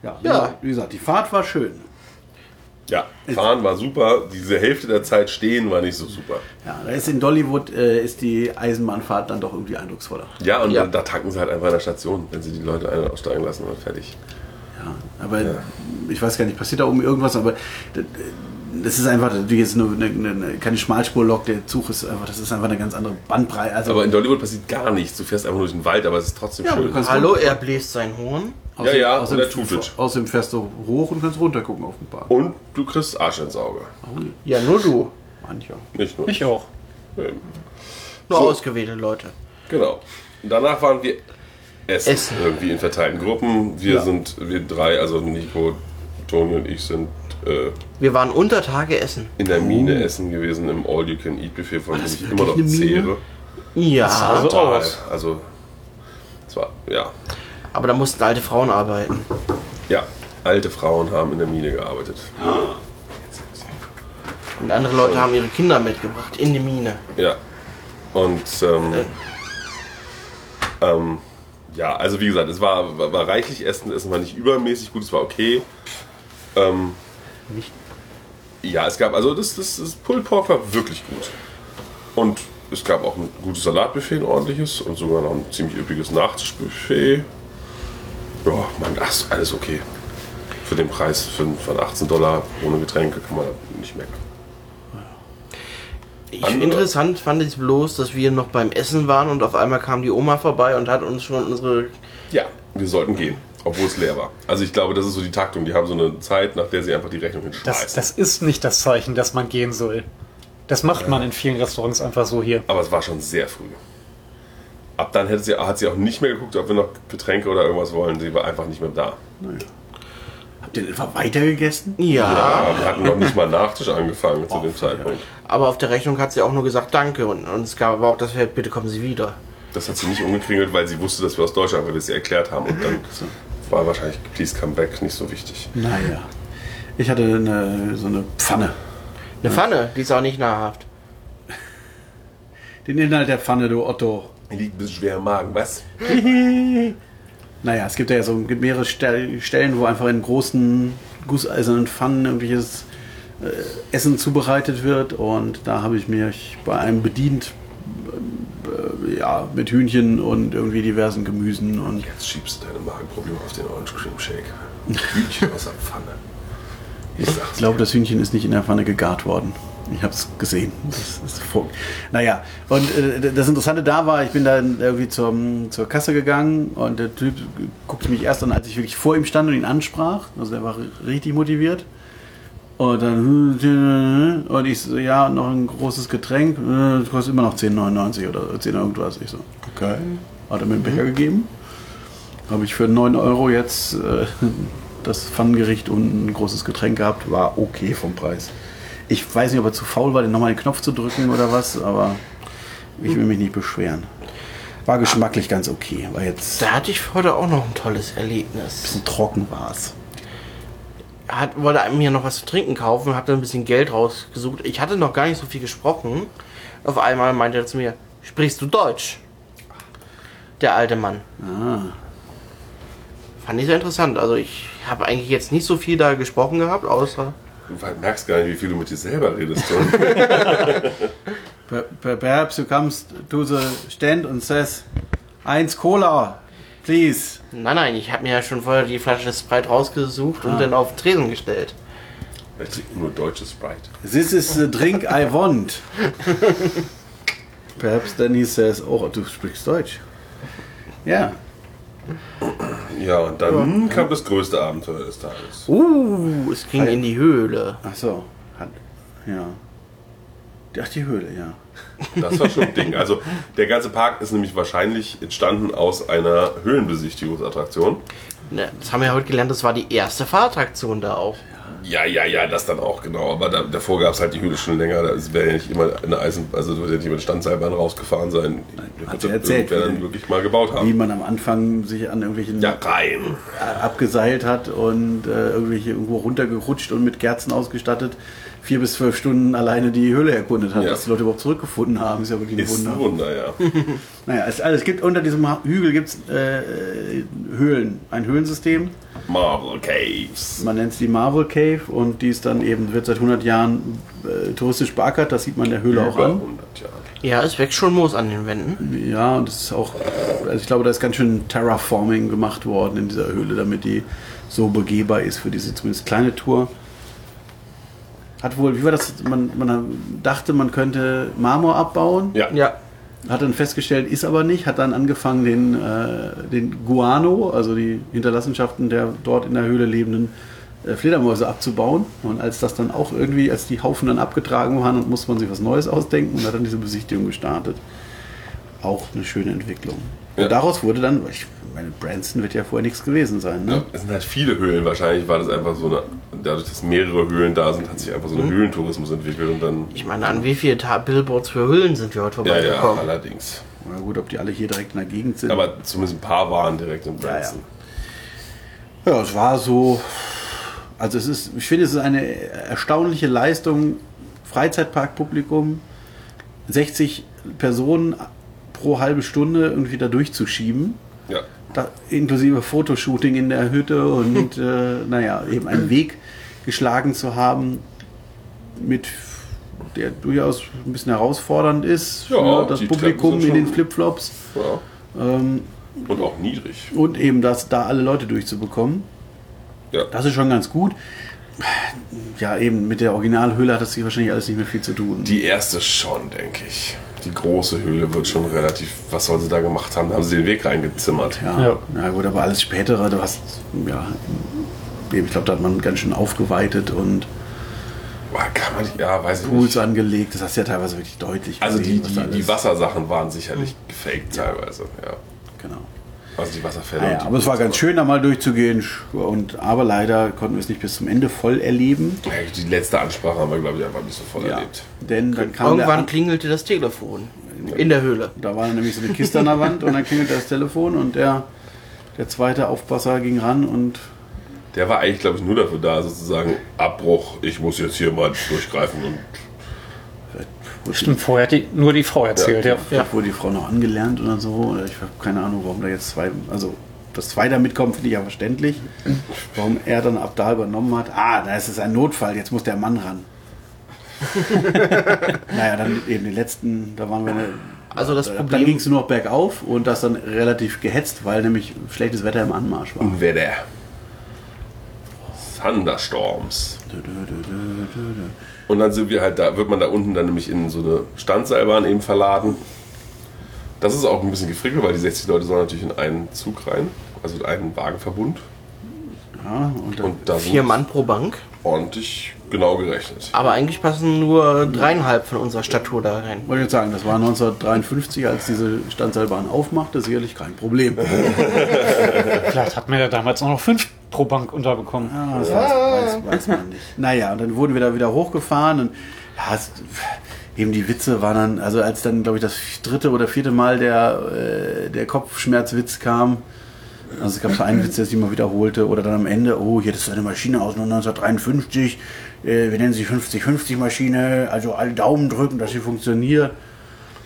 Speaker 4: Ja,
Speaker 1: Ja.
Speaker 4: Wie gesagt, die Fahrt war schön.
Speaker 2: Ja, fahren war super. Diese Hälfte der Zeit stehen war nicht so super.
Speaker 4: Ja, da ist in Dollywood äh, ist die Eisenbahnfahrt dann doch irgendwie eindrucksvoller.
Speaker 2: Ja, und
Speaker 1: Ja.
Speaker 2: dann- da tanken sie halt einfach in der Station, wenn sie die Leute ein- und aussteigen lassen und fertig.
Speaker 4: Ja, aber ich weiß gar nicht, passiert da oben irgendwas, aber d- d- das ist einfach natürlich jetzt nur eine, eine, eine, keine Schmalspurlok, der Zug ist einfach, das ist einfach eine ganz andere Bandbreite. Also
Speaker 2: Aber in Dollywood passiert gar nichts. Du fährst einfach nur durch den Wald, aber es ist trotzdem
Speaker 4: Ja, du
Speaker 2: schön.
Speaker 4: kannst-
Speaker 1: Hallo, er bläst sein Horn.
Speaker 2: Ja, ja, und er
Speaker 4: dem,
Speaker 2: tut es.
Speaker 4: außerdem fährst du hoch und kannst runtergucken auf den Bahn.
Speaker 2: Und du kriegst Arsch ins Auge.
Speaker 1: Ja, nur du.
Speaker 4: Mancher.
Speaker 2: Nicht nur.
Speaker 3: Ich auch.
Speaker 2: Ähm,
Speaker 1: Nur
Speaker 2: So.
Speaker 1: ausgewählte Leute.
Speaker 2: Genau. Und danach waren wir essen,
Speaker 1: Essen.
Speaker 2: irgendwie in verteilten Gruppen. Wir
Speaker 4: Ja.
Speaker 2: sind, wir drei, also Nico, Toni und ich sind äh,
Speaker 1: Wir waren unter Tage essen.
Speaker 2: in der Mine essen gewesen im All-You-Can-Eat-Buffet, von dem
Speaker 4: Oh. das
Speaker 2: ich immer noch
Speaker 4: wirklich eine Mine?
Speaker 2: zehre.
Speaker 1: Ja,
Speaker 3: Also
Speaker 2: Total.
Speaker 3: aus.
Speaker 2: Also, es war, ja.
Speaker 1: aber da mussten alte Frauen arbeiten.
Speaker 2: Ja, alte Frauen haben in der Mine gearbeitet.
Speaker 1: Und andere Leute haben ihre Kinder mitgebracht in die Mine.
Speaker 2: Ja. Und ähm, ähm, ja, also wie gesagt, es war, war, war reichlich Essen, Essen war nicht übermäßig gut, es war okay. Ähm,
Speaker 4: Nicht-
Speaker 2: Ja, es gab, also das, das, das Pulled Pork war wirklich gut. Und es gab auch ein gutes Salatbuffet, ein ordentliches und sogar noch ein ziemlich üppiges Nachtischbuffet. Ja, man, ach, ist alles okay. Für den Preis von, von 18 Dollar ohne Getränke kann man nicht meckern.
Speaker 1: Ich,
Speaker 2: Andere-
Speaker 1: interessant fand ich bloß, dass wir noch beim Essen waren und auf einmal kam die Oma vorbei und hat uns schon unsere.
Speaker 2: Ja, wir sollten gehen, obwohl es leer war. Also ich glaube, das ist so die Taktung. Die haben so eine Zeit, nach der sie einfach die Rechnung
Speaker 3: Das,
Speaker 2: hinschmeißen.
Speaker 3: das ist nicht das Zeichen, dass man gehen soll. Das macht man in vielen Restaurants einfach so hier.
Speaker 2: Aber es war schon sehr früh. Ab dann hätte sie, hat sie auch nicht mehr geguckt, ob wir noch Getränke oder irgendwas wollen. Sie war einfach nicht mehr da.
Speaker 4: Habt ihr denn einfach weitergegessen?
Speaker 1: Ja,
Speaker 2: Aber wir hatten noch nicht mal Nachtisch angefangen zu
Speaker 3: Oh,
Speaker 2: dem Zeitpunkt.
Speaker 1: aber auf der Rechnung hat sie auch nur gesagt Danke und, und es gab aber auch das Feld, bitte kommen Sie wieder.
Speaker 2: Das hat sie nicht umgekringelt, weil sie wusste, dass wir aus Deutschland, weil wir es ihr erklärt haben. Und dann war wahrscheinlich Please Come Back nicht so wichtig.
Speaker 4: Naja. Ich hatte eine, so eine Pfanne.
Speaker 1: Eine Pfanne, die ist auch nicht nahrhaft.
Speaker 4: Den Inhalt der Pfanne, du Otto.
Speaker 2: Mir Liegt ein bisschen schwer im Magen, was?
Speaker 4: [LAUGHS] Naja, es gibt ja so gibt mehrere Stel- Stellen, wo einfach in großen gusseisernen Pfannen irgendwelches äh, Essen zubereitet wird. Und da habe ich mich bei einem bedient, äh, ja, mit Hühnchen und irgendwie diversen Gemüsen. Und
Speaker 2: Jetzt schiebst du deine Magenprobleme auf den Orange Cream
Speaker 3: [LAUGHS]
Speaker 2: Shake. Hühnchen aus der Pfanne. Ich sag's
Speaker 4: ich glaube, das Hühnchen ist nicht in der Pfanne gegart worden. Ich habe es gesehen. Das ist vor- naja, und äh, das Interessante da war, ich bin dann irgendwie zum, zur Kasse gegangen und der Typ guckte mich erst an, als ich wirklich vor ihm stand und ihn ansprach. Also er war richtig motiviert. Und dann, und ich so, ja, noch ein großes Getränk, äh, das kostet immer noch 10,99 oder 10 irgendwas. Ich so, okay. Hat er mir einen Becher gegeben. Habe ich für 9 Euro jetzt äh, das Pfannengericht und ein großes Getränk gehabt. War okay vom Preis. Ich weiß nicht, ob er zu faul war, den nochmal den Knopf zu drücken oder was, aber ich will mich nicht beschweren. War geschmacklich ganz okay, war jetzt
Speaker 1: Da hatte ich heute auch noch ein tolles Erlebnis.
Speaker 4: trocken war es.
Speaker 1: hat, wollte mir noch was zu trinken kaufen, habe dann ein bisschen Geld rausgesucht. Ich hatte noch gar nicht so viel gesprochen. Auf einmal meinte er zu Ah. mir, sprichst du Deutsch? Der alte Mann. Fand ich sehr interessant. Also ich habe eigentlich jetzt nicht so viel da gesprochen gehabt, außer
Speaker 2: Du merkst gar nicht, wie viel du mit dir selber redest. Tom. [LAUGHS]
Speaker 4: Per- per- Perhaps you comes to the stand and says, eins Cola, please.
Speaker 1: Nein, nein, ich habe mir ja schon vorher die Flasche Sprite rausgesucht und dann auf den Tresen gestellt.
Speaker 2: ich trinke nur deutsches Sprite.
Speaker 4: This is the drink I want. [LAUGHS] Perhaps then he says, oh, du sprichst Deutsch. Ja.
Speaker 2: Ja, und dann kam Mhm, das größte Abenteuer des Tages.
Speaker 1: Uh, es ging in die Höhle.
Speaker 4: Ach so. Hat, ja. Ach, die Höhle, ja.
Speaker 2: Das war schon ein Ding. Also der ganze Park ist nämlich wahrscheinlich entstanden aus einer Höhlenbesichtigungsattraktion.
Speaker 1: Ne, das haben wir ja heute gelernt, das war die erste Fahrattraktion da auch.
Speaker 2: Ja, ja, ja, das dann auch, genau. Aber da, davor gab es halt die Höhle schon länger. Da wäre ja nicht immer eine Eisen... Also da wird ja nicht immer eine Standseilbahn rausgefahren sein. Da
Speaker 4: hat
Speaker 2: wird
Speaker 4: er erzählt,
Speaker 2: irgendwer
Speaker 4: wie-
Speaker 2: dann wirklich mal gebaut
Speaker 4: Wie
Speaker 2: haben.
Speaker 4: man am Anfang sich an irgendwelchen
Speaker 2: Ja, rein.
Speaker 4: abgeseilt hat und äh, irgendwelche irgendwo runtergerutscht und mit Kerzen ausgestattet, vier bis zwölf Stunden alleine die Höhle erkundet hat,
Speaker 2: Ja.
Speaker 4: dass die Leute überhaupt zurückgefunden haben, ist ja wirklich ein
Speaker 2: Ist
Speaker 4: Wunder.
Speaker 2: ein Wunder, ja. [LAUGHS]
Speaker 4: Naja, es, also es gibt unter diesem Ha- Hügel gibt's äh, Höhlen, ein Höhlensystem.
Speaker 2: Marble Caves.
Speaker 4: Man nennt es die Marvel Cave und die ist dann eben wird seit 100 Jahren äh, touristisch beackert. Das sieht man der Höhle auch
Speaker 2: Über
Speaker 4: an.
Speaker 2: 100 Jahre.
Speaker 1: Ja, es wächst schon Moos an den Wänden.
Speaker 4: Ja, und es ist auch, also ich glaube, da ist ganz schön Terraforming gemacht worden in dieser Höhle, damit die so begehbar ist für diese zumindest kleine Tour. Hat wohl, wie war das? Man, man dachte, man könnte Marmor abbauen,
Speaker 2: Ja.
Speaker 1: Ja,
Speaker 4: hat dann festgestellt, ist aber nicht, hat dann angefangen, den, äh, den Guano, also die Hinterlassenschaften der dort in der Höhle lebenden äh, Fledermäuse abzubauen. Und als das dann auch irgendwie, als die Haufen dann abgetragen waren, und musste man sich was Neues ausdenken und hat dann diese Besichtigung gestartet. Auch eine schöne Entwicklung.
Speaker 2: Ja.
Speaker 4: Und daraus wurde dann, ich meine, Branson wird ja vorher nichts gewesen sein, ne?
Speaker 2: Ja, Es sind halt viele Höhlen. Wahrscheinlich war das einfach so eine. Dadurch, dass mehrere Höhlen da sind, hat sich einfach so
Speaker 4: Mhm.
Speaker 2: ein Höhlentourismus entwickelt und dann.
Speaker 1: ich meine, an wie viele Ta Billboards für Höhlen sind wir heute
Speaker 2: Ja, ja,
Speaker 1: vorbeigekommen?
Speaker 2: allerdings.
Speaker 4: Na gut, ob die alle hier direkt in der Gegend sind.
Speaker 2: Aber zumindest ein paar waren direkt in Branson.
Speaker 4: Ja, es war so. Also es ist, ich finde, es ist eine erstaunliche Leistung. Freizeitparkpublikum, 60 Personen pro halbe Stunde irgendwie da durchzuschieben.
Speaker 2: Ja.
Speaker 4: Da, inklusive Fotoshooting in der Hütte
Speaker 2: [LAUGHS]
Speaker 4: und äh, naja, eben einen Weg geschlagen zu haben, mit der durchaus ein bisschen herausfordernd ist für
Speaker 2: Ja,
Speaker 4: das
Speaker 2: die
Speaker 4: Publikum
Speaker 2: Treppen sind
Speaker 4: in den
Speaker 2: schon-
Speaker 4: Flipflops.
Speaker 2: ja.
Speaker 4: Ähm,
Speaker 2: Und auch niedrig.
Speaker 4: und eben das, da alle Leute durchzubekommen.
Speaker 2: Ja.
Speaker 4: Das ist schon ganz gut. Ja, eben mit der Originalhöhle hat das sich wahrscheinlich alles nicht mehr viel zu tun.
Speaker 2: Die erste schon, denke ich. Die große Höhle wird schon relativ. Was sollen sie da gemacht haben? Da haben sie den Weg reingezimmert.
Speaker 4: ja,
Speaker 3: Ja.
Speaker 4: Na gut, aber alles spätere, du hast, ja, eben, ich glaube, da hat man ganz schön aufgeweitet und
Speaker 2: Boah, Kann man nicht, ja, weiß ich
Speaker 4: Pools
Speaker 2: nicht.
Speaker 4: angelegt. Das hast du ja teilweise wirklich deutlich
Speaker 2: Also die,
Speaker 4: gesehen, was da
Speaker 2: die,
Speaker 4: alles- Mhm.
Speaker 2: die Wassersachen waren sicherlich gefaked teilweise. Ja.
Speaker 4: Genau.
Speaker 2: Also die Wasserfälle.
Speaker 4: Ah,
Speaker 2: und
Speaker 4: ja,
Speaker 2: die
Speaker 4: aber es war ganz schön, da mal durchzugehen. Und, aber leider konnten wir es nicht bis zum Ende voll erleben.
Speaker 2: Ja, Die letzte Ansprache haben wir, glaube ich, einfach nicht so voll erlebt.
Speaker 4: Denn dann kam der
Speaker 1: Irgendwann
Speaker 4: An-
Speaker 1: klingelte das Telefon. In der Höhle.
Speaker 4: Da war nämlich so eine Kiste an der Wand und dann klingelte das Telefon und der, der zweite Aufpasser ging ran und
Speaker 2: Der war eigentlich, glaube ich, nur dafür da, sozusagen, Abbruch, ich muss jetzt hier mal durchgreifen und
Speaker 3: Stimmt, vorher hat die, nur die Frau erzählt, ja.
Speaker 4: ja. wurde die Frau noch angelernt oder so. Oder Ich habe keine Ahnung, warum da jetzt zwei, also dass zwei da mitkommen, finde ich ja verständlich. Warum er dann ab da übernommen hat. Ah, da ist es ein Notfall, jetzt muss der Mann
Speaker 1: [LAUGHS]
Speaker 4: ran. naja, dann eben den letzten, da waren wir eine,
Speaker 1: Also das
Speaker 4: Dann
Speaker 1: Problem-
Speaker 4: ging es nur noch bergauf und das dann relativ gehetzt, weil nämlich schlechtes Wetter im Anmarsch
Speaker 1: Mhm.
Speaker 4: war.
Speaker 2: Unwetter. Thunderstorms. Und dann sind wir halt da, wird man da unten dann nämlich in so eine Standseilbahn eben verladen. Das ist auch ein bisschen gefrickelt, weil die 60 Leute sollen natürlich in einen Zug rein, also in einen Wagenverbund.
Speaker 4: Ja, und dann,
Speaker 2: Und da sind
Speaker 1: Vier Mann pro Bank.
Speaker 2: ordentlich genau gerechnet.
Speaker 1: Aber eigentlich passen nur dreieinhalb von unserer Statur da rein.
Speaker 4: Wollte ich jetzt sagen, das war 1953, als diese Standseilbahn aufmachte, sicherlich kein Problem.
Speaker 3: Vielleicht hat man ja damals auch noch fünf pro Bank unterbekommen.
Speaker 4: Ah, das weiß, weiß, weiß man nicht. Naja, und dann wurden wir da wieder hochgefahren und ja, es, eben die Witze waren dann, also als dann, glaube ich, das dritte oder vierte Mal der, äh, der Kopfschmerzwitz kam, also es gab so einen Witz, der sich immer wiederholte, oder dann am Ende, oh, hier, das ist eine Maschine aus 1953, äh, wir nennen sie 50-50-Maschine, also alle Daumen drücken, dass sie funktioniert.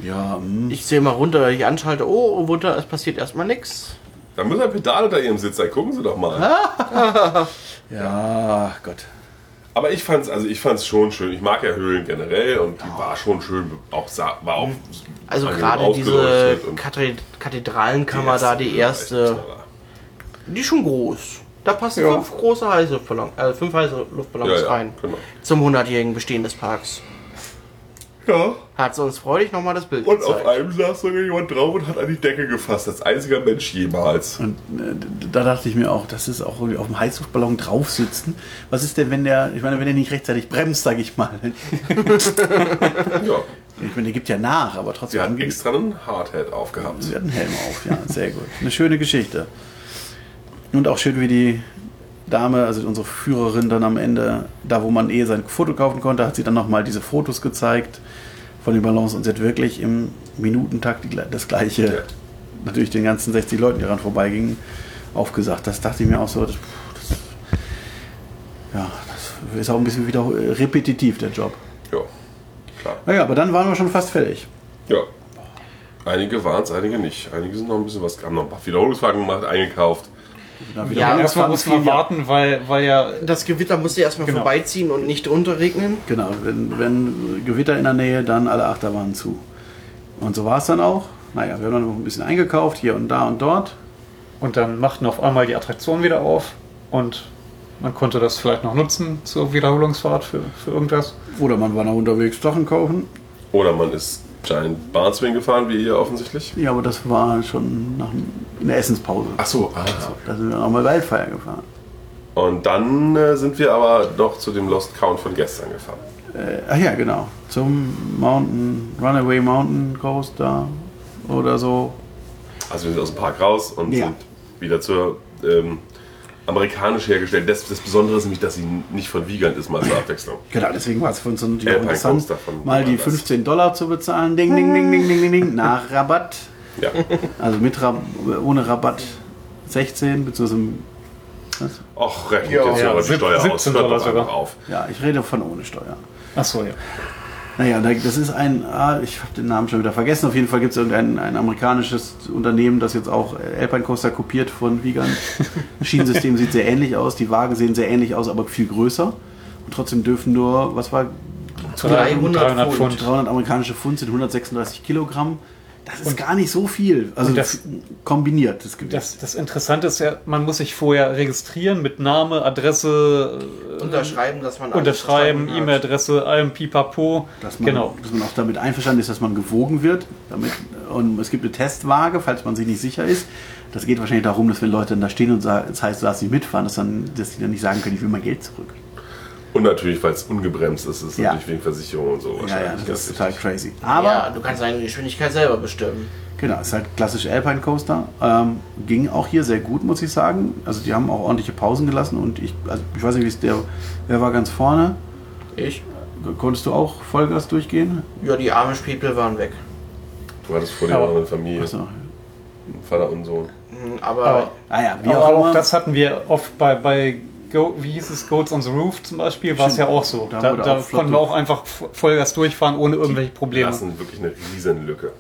Speaker 4: Ja, hm.
Speaker 1: Ich sehe mal runter, ich anschalte, oh, oh, runter, es passiert erstmal nichts.
Speaker 2: Da muss ein Pedal unter ihrem Sitz sein. Gucken Sie doch mal.
Speaker 4: Ja, Gott.
Speaker 2: Aber ich fand's, also ich fand's schon schön. Ich mag ja Höhlen generell und die war schon schön, auch sa- war auch
Speaker 1: Also
Speaker 2: angenehm
Speaker 1: gerade diese
Speaker 2: ausgeleuchtet und
Speaker 1: Kathedra- Kathedralenkammer da, die
Speaker 2: erste
Speaker 1: erste, die ist schon groß. Da passen fünf große heiße Luftballons, äh, fünf heiße
Speaker 2: Ja,
Speaker 1: Luftballons
Speaker 2: ja,
Speaker 1: rein.
Speaker 2: genau.
Speaker 1: Zum 100-jährigen Bestehen des Parks.
Speaker 2: Ja,
Speaker 1: Hat sie uns freudig nochmal das Bild
Speaker 2: und auf
Speaker 1: gezeigt.
Speaker 2: einem saß sogar jemand drauf und hat an die Decke gefasst. Als einziger Mensch
Speaker 1: [LAUGHS]
Speaker 2: jemals.
Speaker 4: Und äh, d- da dachte ich mir auch, das ist auch irgendwie auf dem Heißluftballon drauf sitzen. Was ist denn, wenn der, ich meine, wenn der nicht rechtzeitig bremst, sage ich mal.
Speaker 2: Ja,
Speaker 4: Ich meine, der gibt ja nach, aber trotzdem.
Speaker 2: sie hat
Speaker 4: ging's-
Speaker 2: extra einen Hardhead aufgehabt.
Speaker 4: Sie hat einen Helm auf, ja, sehr gut. Eine schöne Geschichte. Und auch schön, wie die Dame, also unsere Führerin, dann am Ende, da wo man eh sein Foto kaufen konnte, hat sie dann nochmal diese Fotos gezeigt von den Ballons und sie hat wirklich im Minutentakt die, gle- das gleiche,
Speaker 2: Ja.
Speaker 4: natürlich den ganzen 60 Leuten, die daran vorbeigingen, aufgesagt. Das dachte ich mir auch so, das, das, ja, das ist auch ein bisschen wieder äh, repetitiv, der Job.
Speaker 2: Ja, klar.
Speaker 4: Naja, aber dann waren wir schon fast fertig.
Speaker 2: Ja. Einige waren's, einige nicht. Einige sind noch ein bisschen was, haben noch ein paar Wiederholungswagen gemacht, eingekauft.
Speaker 4: Da
Speaker 1: Ja,
Speaker 3: Erstmal
Speaker 4: fanden
Speaker 3: muss man
Speaker 4: wir-
Speaker 3: warten, weil, weil ja
Speaker 1: Das Gewitter musste erstmal
Speaker 3: Genau.
Speaker 1: vorbeiziehen und nicht drunter regnen.
Speaker 4: Genau, wenn, wenn Gewitter in der Nähe, dann alle Achterbahnen zu. Und so war es dann auch. Naja, wir haben dann noch ein bisschen eingekauft, hier und da und dort.
Speaker 3: Und dann machten auf einmal die Attraktion wieder auf und man konnte das vielleicht noch nutzen zur Wiederholungsfahrt für, für irgendwas.
Speaker 4: Oder man war noch unterwegs Sachen kaufen.
Speaker 2: Oder man ist Giant Barnswing gefahren, wie ihr offensichtlich.
Speaker 4: Ja, aber das war schon nach einer Essenspause.
Speaker 2: Ach so, ah.
Speaker 4: Da sind wir nochmal Wildfire gefahren.
Speaker 2: Und dann äh, sind wir aber noch zu dem Lost Count von gestern gefahren.
Speaker 4: Äh, ach ja, genau. Zum Mountain, Runaway Mountain Coaster oder so.
Speaker 2: Also wir sind aus dem Park raus und
Speaker 4: Ja.
Speaker 2: sind wieder zur ähm, amerikanisch hergestellt. Das, das Besondere ist nämlich, dass sie nicht von Wiegand ist, mal zur Abwechslung.
Speaker 4: Genau, deswegen war es für uns dann natürlich
Speaker 2: Äh,
Speaker 4: auch interessant,
Speaker 2: Coaster von
Speaker 4: mal die
Speaker 2: woanders.
Speaker 4: 15 Dollar zu bezahlen. Ding, ding, ding, ding, ding,
Speaker 2: [LAUGHS]
Speaker 4: ding, ding. Nach Rabatt. [LAUGHS]
Speaker 2: Ja.
Speaker 4: Also mit Rab ohne Rabatt 16, beziehungsweise,
Speaker 2: Och, rechnet jetzt
Speaker 3: Ja,
Speaker 2: ja, die
Speaker 3: sieb-
Speaker 2: Steuer aus.
Speaker 3: 17
Speaker 2: Hört doch
Speaker 3: Dollar sogar.
Speaker 2: einfach auf.
Speaker 4: ja, ich rede von ohne Steuer.
Speaker 3: Achso, ja.
Speaker 4: Naja, da- das ist ein, ah, ich habe den Namen schon wieder vergessen, auf jeden Fall gibt es irgendein ein amerikanisches Unternehmen, das jetzt auch äh, Alpine Coaster kopiert von Vegan. Schienensystem sieht sehr ähnlich aus, die Wagen sehen sehr ähnlich aus, aber viel größer. Und trotzdem dürfen nur, was war,
Speaker 1: 300 Pfund.
Speaker 4: 300 amerikanische Pfund sind 136 Kilogramm. Das ist gar nicht so viel. Also
Speaker 3: und das-
Speaker 4: kombiniert, das Gewicht.
Speaker 3: Das, das Interessante ist ja, man muss sich vorher registrieren mit Name, Adresse,
Speaker 1: Unterschreiben, dass man
Speaker 3: äh,
Speaker 1: alles
Speaker 3: unterschreiben,
Speaker 1: verstanden hat.
Speaker 3: E-Mail-Adresse, allem Pipapo.
Speaker 4: Dass man,
Speaker 3: Genau.
Speaker 4: dass man auch damit einverstanden ist, dass man gewogen wird. Damit, und es gibt eine Testwaage, falls man sich nicht sicher ist. Das geht wahrscheinlich darum, dass wenn Leute dann da stehen und sagen, das heißt, du darfst nicht mitfahren, dass, dann, dass die dann nicht sagen können, ich will mein Geld zurück.
Speaker 2: Und natürlich, weil es ungebremst ist, ist es
Speaker 4: Ja.
Speaker 2: natürlich wegen Versicherung und so
Speaker 4: Ja, ja,
Speaker 2: wahrscheinlich.
Speaker 4: das,
Speaker 2: ganz
Speaker 4: ist
Speaker 2: wichtig.
Speaker 4: total crazy. Aber,
Speaker 1: ja, du kannst deine Geschwindigkeit selber bestimmen.
Speaker 4: genau, ist halt klassisch Alpine Coaster. Ähm, ging auch hier sehr gut, muss ich sagen. Also die haben auch ordentliche Pausen gelassen und ich, also ich weiß nicht, wie es der, wer war ganz vorne?
Speaker 1: Ich?
Speaker 4: Konntest du auch Vollgas durchgehen?
Speaker 1: Ja, die Amish People waren weg.
Speaker 2: Du hattest vor dir
Speaker 3: Aber-
Speaker 2: auch eine Familie,
Speaker 4: Achso.
Speaker 2: Vater und Sohn.
Speaker 1: Hm, Aber,
Speaker 3: Aber
Speaker 4: Ah ja, wie
Speaker 3: Aber
Speaker 4: auch immer.
Speaker 3: auch das hatten wir oft bei, bei Go, wie hieß es, Goats on the Roof zum Beispiel, war es ja
Speaker 4: Stimmt.
Speaker 3: auch so.
Speaker 4: Da
Speaker 3: Da,
Speaker 4: wurde
Speaker 3: da,
Speaker 4: auch flott
Speaker 3: konnten wir auch einfach Vollgas durchfahren ohne irgendwelche
Speaker 2: Wir
Speaker 3: Probleme.
Speaker 2: lassen wirklich eine riesen Lücke.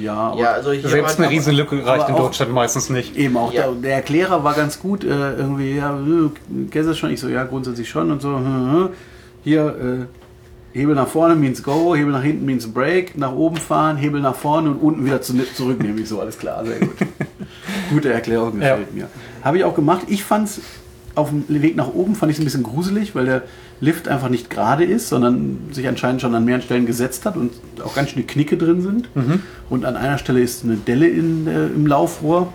Speaker 4: ja, aber
Speaker 1: ja, also hier
Speaker 3: Selbst
Speaker 1: war-
Speaker 3: eine Riesenlücke reicht
Speaker 4: aber
Speaker 3: in
Speaker 4: auch-
Speaker 3: Deutschland meistens nicht.
Speaker 4: Eben auch
Speaker 1: Ja.
Speaker 4: der, der Erklärer war ganz gut, äh, irgendwie, ja, äh, kennst du das schon? Ich so, ja, grundsätzlich schon und so, hm, hm. hier, äh, Hebel nach vorne means go, Hebel nach hinten means break, nach oben fahren, Hebel nach vorne und unten wieder zu, zurücknehmen. Ich so, alles klar, sehr gut. Gute Erklärung, gefällt mir. Habe ich auch gemacht. Ich fand es auf dem Weg nach oben fand ich es ein bisschen gruselig, weil der Lift einfach nicht gerade ist, sondern sich anscheinend schon an mehreren Stellen gesetzt hat und auch ganz schöne Knicke drin sind. Und an einer Stelle ist eine Delle in, äh, im Laufrohr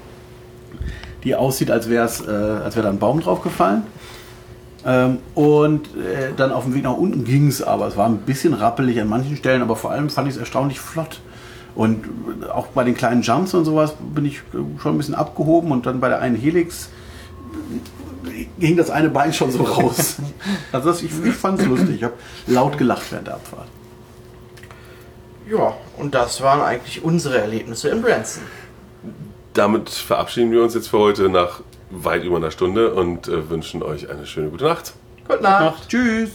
Speaker 4: die aussieht, als wäre äh, als wär da ein Baum draufgefallen. Ähm, und äh, dann auf dem Weg nach unten ging es aber. Es war ein bisschen rappelig an manchen Stellen, aber vor allem fand ich es erstaunlich flott. Und äh, auch bei den kleinen Jumps und sowas bin ich äh, schon ein bisschen abgehoben und dann bei der einen Helix äh, ging das eine Bein schon so raus. Also das, ich, ich fand es lustig. Ich habe laut gelacht während der Abfahrt.
Speaker 1: Ja, und das waren eigentlich unsere Erlebnisse in Branson.
Speaker 2: Damit verabschieden wir uns jetzt für heute nach weit über einer Stunde und äh, wünschen euch eine schöne gute Nacht.
Speaker 1: Gute Nacht.
Speaker 4: Tschüss!